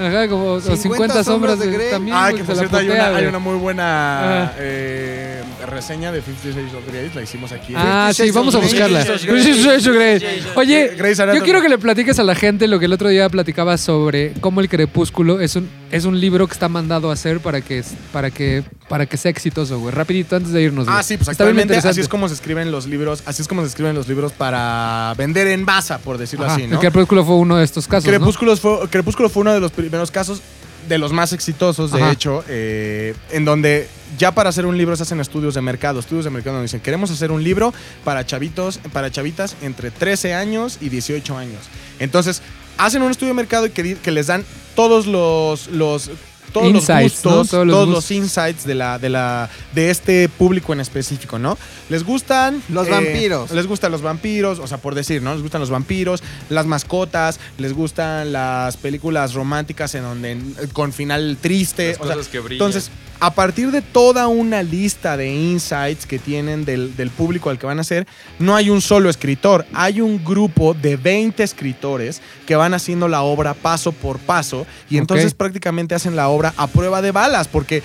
[SPEAKER 2] Ajá, como o 50, sombras de Grey. También,
[SPEAKER 1] Ah,
[SPEAKER 2] güey,
[SPEAKER 1] que
[SPEAKER 2] se
[SPEAKER 1] por
[SPEAKER 2] la
[SPEAKER 1] cierto hay
[SPEAKER 2] putea,
[SPEAKER 1] una, hay
[SPEAKER 2] güey.
[SPEAKER 1] una muy buena
[SPEAKER 2] Ah.
[SPEAKER 1] eh, reseña de 56 of Grey, la hicimos aquí. en-
[SPEAKER 2] Ah, sí,
[SPEAKER 4] Shades
[SPEAKER 2] vamos a
[SPEAKER 4] of Grey.
[SPEAKER 2] buscarla.
[SPEAKER 3] Shades of Grey.
[SPEAKER 2] Shades of Grey. Oye,
[SPEAKER 1] Grey's Anatomy.
[SPEAKER 2] yo quiero que le platiques a la gente lo que el otro día platicaba sobre cómo el crepúsculo es un, es un libro que está mandado a hacer para que, para que, para que sea exitoso, güey. Rapidito antes de irnos.
[SPEAKER 1] Ah,
[SPEAKER 2] güey.
[SPEAKER 1] sí, pues
[SPEAKER 2] Está bien
[SPEAKER 1] actualmente así
[SPEAKER 2] interesante.
[SPEAKER 1] es como se escriben los libros, así es como se escriben los libros para vender en masa, por decirlo
[SPEAKER 2] Ajá,
[SPEAKER 1] así, ¿no?
[SPEAKER 2] El crepúsculo fue uno de estos casos, ¿no?
[SPEAKER 1] Crepúsculos fue, Crepúsculo fue uno de los primeros casos, de los más exitosos, de
[SPEAKER 2] Ajá.
[SPEAKER 1] hecho, eh, en donde ya para hacer un libro se hacen estudios de mercado. Estudios de mercado donde dicen, queremos hacer un libro para chavitos, para chavitas entre 13 años y 18 años. Entonces, hacen un estudio de mercado y que, di- que les dan todos los... los todos los
[SPEAKER 2] Insights, ¿no?
[SPEAKER 1] gustos,
[SPEAKER 2] Todos
[SPEAKER 1] todos,
[SPEAKER 2] los
[SPEAKER 1] los,
[SPEAKER 2] gustos.
[SPEAKER 1] insights de la, de la, de este público en específico, ¿no? Les gustan eh,
[SPEAKER 4] Los vampiros.
[SPEAKER 1] Les gustan los vampiros, o sea, por decir, ¿no? Les gustan los vampiros, las mascotas, les gustan las películas románticas en donde con final triste,
[SPEAKER 3] Las
[SPEAKER 1] o sea,
[SPEAKER 3] cosas que brillan.
[SPEAKER 1] entonces a partir de toda una lista de insights que tienen del, del público al que van a hacer, no hay un solo escritor, hay un grupo de 20 escritores que van haciendo la obra paso por paso y
[SPEAKER 2] Ok.
[SPEAKER 1] entonces prácticamente hacen la obra a prueba de balas porque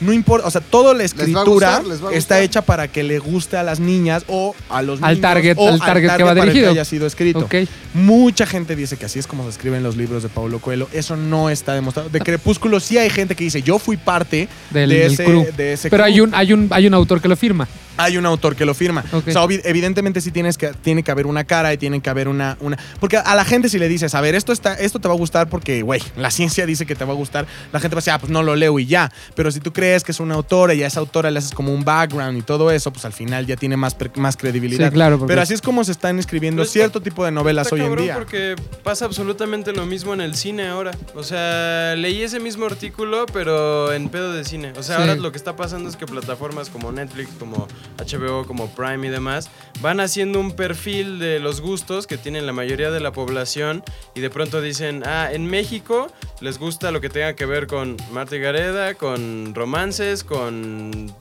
[SPEAKER 1] no importa, o sea, toda la
[SPEAKER 4] va a
[SPEAKER 1] escritura
[SPEAKER 4] gustar, les va a
[SPEAKER 1] está
[SPEAKER 4] gustar.
[SPEAKER 1] hecha para que le guste a las niñas o a los
[SPEAKER 2] Al
[SPEAKER 1] niños
[SPEAKER 2] target-
[SPEAKER 1] o
[SPEAKER 2] al target que va
[SPEAKER 1] para el
[SPEAKER 2] dirigido.
[SPEAKER 1] haya sido escrito.
[SPEAKER 2] Ok.
[SPEAKER 1] Mucha gente dice que así es como se escriben los libros de Paulo Coelho. Eso no está demostrado. De Crepúsculo sí hay gente que dice, yo fui parte
[SPEAKER 2] Del,
[SPEAKER 1] de
[SPEAKER 2] del
[SPEAKER 1] ese,
[SPEAKER 2] crew.
[SPEAKER 1] de ese
[SPEAKER 2] Pero
[SPEAKER 1] crew".
[SPEAKER 4] Mm,
[SPEAKER 2] hay un, hay, un, hay un autor que lo firma.
[SPEAKER 1] hay un autor que lo firma.
[SPEAKER 2] Ok.
[SPEAKER 1] O sea, obvi- evidentemente sí tienes que, tiene que haber una cara y tiene que haber una, una... Porque a la gente si le dices, a ver, esto, está, esto te va a gustar porque, güey, la ciencia dice que te va a gustar, la gente va a decir, ah, pues no lo leo y ya. Pero si tú crees que es una autora y a esa autora le haces como un background y todo eso, pues al final ya tiene más, per- más credibilidad.
[SPEAKER 2] Sí, claro, porque-
[SPEAKER 1] Pero así es como se están escribiendo
[SPEAKER 3] Pero está-
[SPEAKER 1] cierto tipo de novelas
[SPEAKER 3] Está
[SPEAKER 1] hoy en
[SPEAKER 3] cabrón
[SPEAKER 1] día.
[SPEAKER 3] porque pasa absolutamente lo mismo en el cine ahora. O sea, leí ese mismo artículo, pero en pedo de cine. O sea,
[SPEAKER 2] Sí.
[SPEAKER 3] ahora lo que está pasando es que plataformas como Netflix, como HBO, como Prime y demás, van haciendo un perfil de los gustos que tienen la mayoría de la población y de pronto dicen, ah, en México les gusta lo que tenga que ver con Marta y Gareda, con romances, con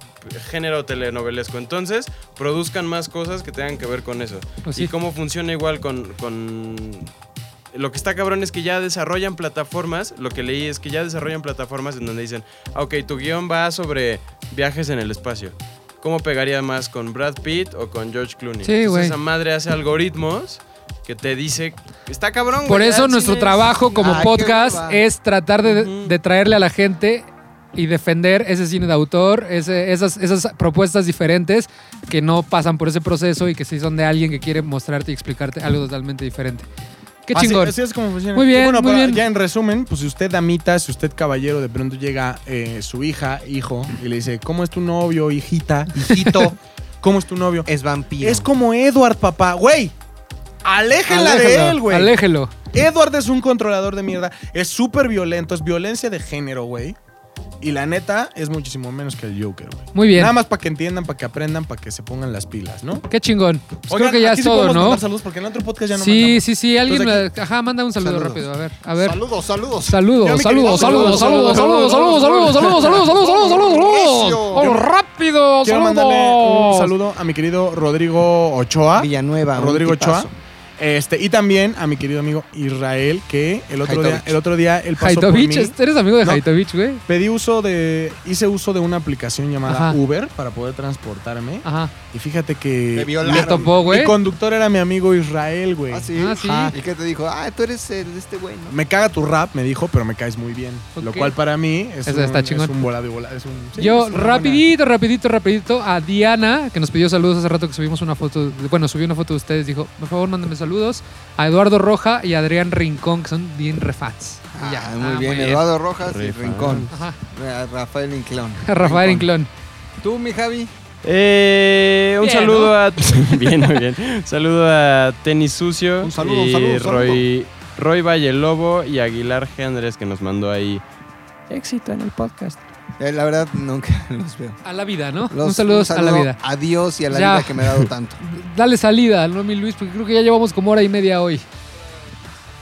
[SPEAKER 3] género telenovelesco. Entonces, produzcan más cosas que tengan que ver con eso.
[SPEAKER 2] Pues sí.
[SPEAKER 3] Y cómo funciona igual con, con... Lo que está cabrón es que ya desarrollan plataformas, lo que leí es que ya desarrollan plataformas en donde dicen, "Ah, ok, tu guión va sobre viajes en el espacio. ¿Cómo pegaría más con Brad Pitt o con George Clooney?
[SPEAKER 2] Sí,
[SPEAKER 3] Entonces,
[SPEAKER 2] güey.
[SPEAKER 3] Esa madre hace algoritmos que te dice, está cabrón. güey,
[SPEAKER 2] Por
[SPEAKER 3] ya
[SPEAKER 2] eso
[SPEAKER 3] el
[SPEAKER 2] nuestro
[SPEAKER 3] cine es-
[SPEAKER 2] trabajo como
[SPEAKER 4] Ah, qué
[SPEAKER 2] podcast
[SPEAKER 4] hueva.
[SPEAKER 2] es tratar de,
[SPEAKER 3] Ujú.
[SPEAKER 2] de traerle a la gente y defender ese cine de autor, ese- esas, esas propuestas diferentes que no pasan por ese proceso y que sí son de alguien que quiere mostrarte y explicarte algo totalmente diferente. Qué
[SPEAKER 1] Así-
[SPEAKER 2] chingón.
[SPEAKER 1] Ah, Así, es como funciona.
[SPEAKER 2] Muy
[SPEAKER 1] Y
[SPEAKER 2] bien,
[SPEAKER 1] bueno,
[SPEAKER 2] muy
[SPEAKER 1] para-
[SPEAKER 2] bien.
[SPEAKER 1] ya en resumen, pues si usted damita, si usted caballero, de pronto llega eh, su hija, hijo, y le dice, ¿cómo es tu novio, hijita, hijito? ¿Cómo es tu novio?
[SPEAKER 4] Es vampiro.
[SPEAKER 1] Es como Edward, papá. Güey, aléjenla de
[SPEAKER 4] Aléjalo,
[SPEAKER 1] él, güey.
[SPEAKER 2] Aléjelo.
[SPEAKER 1] Edward es un controlador de mierda. Es súper violento, es violencia de género, güey. Y la neta es muchísimo menos que el Joker, güey.
[SPEAKER 2] Muy bien.
[SPEAKER 1] Nada más para que entiendan, para que aprendan, para que se pongan las pilas, ¿no?
[SPEAKER 2] Qué chingón. Pues
[SPEAKER 1] Oigan,
[SPEAKER 2] creo que ya
[SPEAKER 1] aquí
[SPEAKER 2] es
[SPEAKER 1] sí
[SPEAKER 2] todo,
[SPEAKER 1] podemos
[SPEAKER 2] ¿no?
[SPEAKER 1] mandar saludos porque en otro podcast ya no
[SPEAKER 2] Sí,
[SPEAKER 1] mandamos.
[SPEAKER 2] sí, sí. Alguien,
[SPEAKER 1] Entonces
[SPEAKER 2] me- ajá, manda un saludo
[SPEAKER 4] Saludos.
[SPEAKER 2] rápido. A ver, a ver.
[SPEAKER 6] Saludos, saludos.
[SPEAKER 2] Saludos,
[SPEAKER 1] Ya, mi querido,
[SPEAKER 2] saludos, saludos, saludos, saludos, saludos, saludos, saludos, saludos, saludos, saludos, saludos. ¡Oh, rápido,
[SPEAKER 1] Quiero mandarle un
[SPEAKER 2] saludos.
[SPEAKER 1] saludo a mi querido Rodrigo Ochoa.
[SPEAKER 4] Villanueva. un
[SPEAKER 1] ¿Ah? Rodrigo
[SPEAKER 4] tipazo.
[SPEAKER 1] Ochoa. Este, y también a mi querido amigo Israel, que el otro día,
[SPEAKER 4] Haitovich.
[SPEAKER 1] el otro día él pasó por mí.
[SPEAKER 2] Haitovich, este- eres amigo de
[SPEAKER 1] No.
[SPEAKER 2] Haitovich, güey.
[SPEAKER 1] Pedí uso de. Hice uso de una aplicación llamada
[SPEAKER 2] Ajá.
[SPEAKER 1] Uber para poder transportarme.
[SPEAKER 2] Ajá.
[SPEAKER 1] Y fíjate que.
[SPEAKER 6] Te violaron.
[SPEAKER 2] Me topó, güey.
[SPEAKER 1] Mi conductor era mi amigo Israel, güey.
[SPEAKER 4] Ah, sí.
[SPEAKER 2] Ah, sí.
[SPEAKER 4] ¿Y qué te dijo? Ah, tú eres el de este güey, ¿no?
[SPEAKER 1] Me caga tu rap, me dijo, pero me caes muy bien. Lo
[SPEAKER 2] Ok.
[SPEAKER 1] cual para mí es,
[SPEAKER 2] Eso
[SPEAKER 1] un,
[SPEAKER 2] está
[SPEAKER 1] es
[SPEAKER 2] chingón.
[SPEAKER 1] un bola de bola. es un- sí,
[SPEAKER 2] Yo,
[SPEAKER 1] es una buena-
[SPEAKER 2] rapidito, rapidito, rapidito, a Diana, que nos pidió saludos hace rato que subimos una foto, bueno, subió una foto de ustedes, dijo, por favor, mándenme saludos, a Eduardo Roja y a Adrián Rincón, que son bien refans. Y ya.
[SPEAKER 4] Ah, muy
[SPEAKER 2] Ah,
[SPEAKER 4] bien, Eduardo Rojas y
[SPEAKER 3] Rifa.
[SPEAKER 4] Rincón.
[SPEAKER 2] Ajá.
[SPEAKER 4] Ra- Rafael Inclón.
[SPEAKER 2] Rafael Inclón.
[SPEAKER 4] Tú, mi Javi.
[SPEAKER 3] Eh, un
[SPEAKER 2] Bien,
[SPEAKER 3] saludo a. bien, muy bien. Un saludo a Tenis Sucio.
[SPEAKER 6] Un saludo, un
[SPEAKER 3] y
[SPEAKER 6] saludo, un saludo.
[SPEAKER 3] Roy, Roy Valle Lobo y Aguilar Gendres que nos mandó ahí. Éxito en el podcast.
[SPEAKER 4] Eh, la verdad, nunca los veo.
[SPEAKER 2] A la vida, ¿no?
[SPEAKER 4] Los-
[SPEAKER 2] un saludos a la
[SPEAKER 4] saludo
[SPEAKER 2] vida.
[SPEAKER 4] A Dios y a la
[SPEAKER 2] Ya.
[SPEAKER 4] vida que me ha dado tanto.
[SPEAKER 2] Dale salida, ¿no, mi Luis? Porque creo que ya llevamos como hora y media hoy.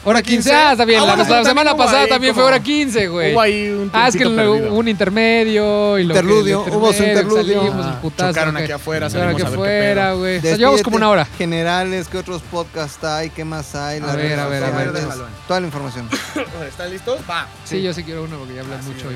[SPEAKER 2] ¿Hora 15?
[SPEAKER 1] 15?
[SPEAKER 2] Ah, está bien.
[SPEAKER 1] Ah,
[SPEAKER 2] la,
[SPEAKER 1] bueno,
[SPEAKER 2] la
[SPEAKER 1] también
[SPEAKER 2] semana
[SPEAKER 1] hubo
[SPEAKER 2] pasada
[SPEAKER 1] ahí
[SPEAKER 2] también
[SPEAKER 1] como-
[SPEAKER 2] fue hora 15, güey.
[SPEAKER 1] Hubo ahí un
[SPEAKER 2] Ah, es que
[SPEAKER 1] tiempito
[SPEAKER 2] luego
[SPEAKER 1] perdido.
[SPEAKER 2] hubo un intermedio y lo que- el
[SPEAKER 4] Interludio, hubo su
[SPEAKER 2] intermedio,
[SPEAKER 4] interludio.
[SPEAKER 2] salimos, el
[SPEAKER 1] Ah,
[SPEAKER 2] putazo,
[SPEAKER 1] chocaron
[SPEAKER 2] ¿no?
[SPEAKER 1] aquí afuera,
[SPEAKER 2] Chocaron
[SPEAKER 1] salimos
[SPEAKER 2] aquí
[SPEAKER 1] a ver qué
[SPEAKER 2] afuera,
[SPEAKER 1] pedo.
[SPEAKER 2] güey. O sea, llevamos como
[SPEAKER 4] Despídete.
[SPEAKER 2] una hora.
[SPEAKER 4] Generales, ¿qué otros podcasts hay? ¿Qué más hay?
[SPEAKER 2] A
[SPEAKER 4] Las
[SPEAKER 2] ver,
[SPEAKER 4] redes
[SPEAKER 2] a ver, a
[SPEAKER 4] sociales,
[SPEAKER 2] ver,
[SPEAKER 1] déjalo.
[SPEAKER 4] Toda la información.
[SPEAKER 1] ¿Están listos? Va.
[SPEAKER 2] Sí, yo sí quiero uno porque ya hablan
[SPEAKER 1] Ah,
[SPEAKER 2] mucho hoy.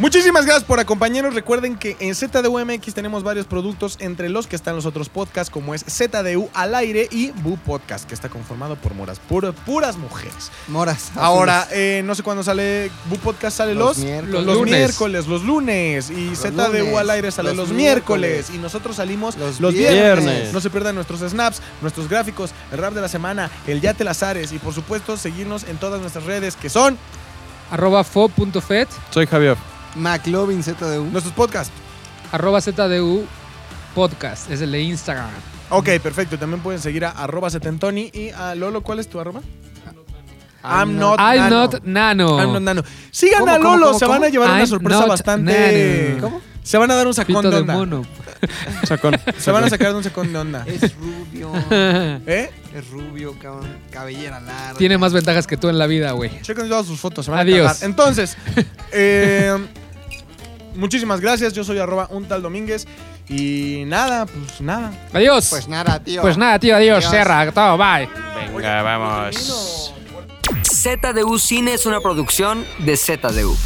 [SPEAKER 1] Muchísimas gracias por acompañarnos. Recuerden que en ZDUMX tenemos varios productos, entre los que están los otros podcasts, como es ZDU al aire y Bu Podcast, que está conformado por moras, puro- puras mujeres.
[SPEAKER 4] Moras.
[SPEAKER 1] Ahora,
[SPEAKER 4] azules.
[SPEAKER 1] eh, no sé cuándo sale Bu Podcast, sale los,
[SPEAKER 4] Los miércoles.
[SPEAKER 1] los
[SPEAKER 2] Lunes.
[SPEAKER 1] miércoles, los lunes. Y ZDU
[SPEAKER 4] lunes.
[SPEAKER 1] al aire sale los,
[SPEAKER 4] Los
[SPEAKER 1] miércoles.
[SPEAKER 4] miércoles.
[SPEAKER 1] Y nosotros salimos los,
[SPEAKER 4] Los
[SPEAKER 1] viernes.
[SPEAKER 3] viernes.
[SPEAKER 1] No se pierdan nuestros snaps, nuestros gráficos, el rap de la semana, el Yate Lazares. Y por supuesto, seguirnos en todas nuestras redes, que son
[SPEAKER 2] Arroba fo.fet,
[SPEAKER 3] Soy Javier.
[SPEAKER 4] McLovin ZDU.
[SPEAKER 1] nuestros podcasts.
[SPEAKER 2] arroba ZDU podcast. Es el de Instagram.
[SPEAKER 1] Ok, perfecto. Y También pueden seguir a arroba setentoni y a Lolo, ¿cuál es tu arroba? I'm not
[SPEAKER 2] I'm
[SPEAKER 1] nano.
[SPEAKER 2] not nano.
[SPEAKER 1] I'm not nano. Sigan
[SPEAKER 4] ¿Cómo,
[SPEAKER 1] a
[SPEAKER 4] cómo,
[SPEAKER 1] Lolo,
[SPEAKER 4] cómo,
[SPEAKER 1] se van a
[SPEAKER 4] cómo?
[SPEAKER 1] llevar una
[SPEAKER 2] I'm
[SPEAKER 1] sorpresa
[SPEAKER 2] not
[SPEAKER 1] bastante.
[SPEAKER 2] nano. ¿Cómo?
[SPEAKER 1] Se van a dar un sacón
[SPEAKER 2] Pito
[SPEAKER 1] de
[SPEAKER 2] de
[SPEAKER 1] onda.
[SPEAKER 2] mono.
[SPEAKER 3] Sacón.
[SPEAKER 1] Se van a sacar de un sacón de onda.
[SPEAKER 4] Es rubio.
[SPEAKER 1] ¿Eh?
[SPEAKER 4] es rubio, cabrón. Cabellera larga.
[SPEAKER 2] Tiene más ventajas que tú en la vida, güey.
[SPEAKER 1] Chequen todas sus fotos, se van a
[SPEAKER 2] Adiós.
[SPEAKER 1] cagar. Entonces, eh, muchísimas gracias. Yo soy arroba un tal Domínguez. Y nada, pues nada.
[SPEAKER 2] Adiós.
[SPEAKER 4] Pues nada, tío.
[SPEAKER 2] Pues nada, tío, adiós,
[SPEAKER 4] Adiós.
[SPEAKER 2] Serra, todo, bye.
[SPEAKER 3] Venga, vamos.
[SPEAKER 7] ZDU Cine es una producción de ZDU.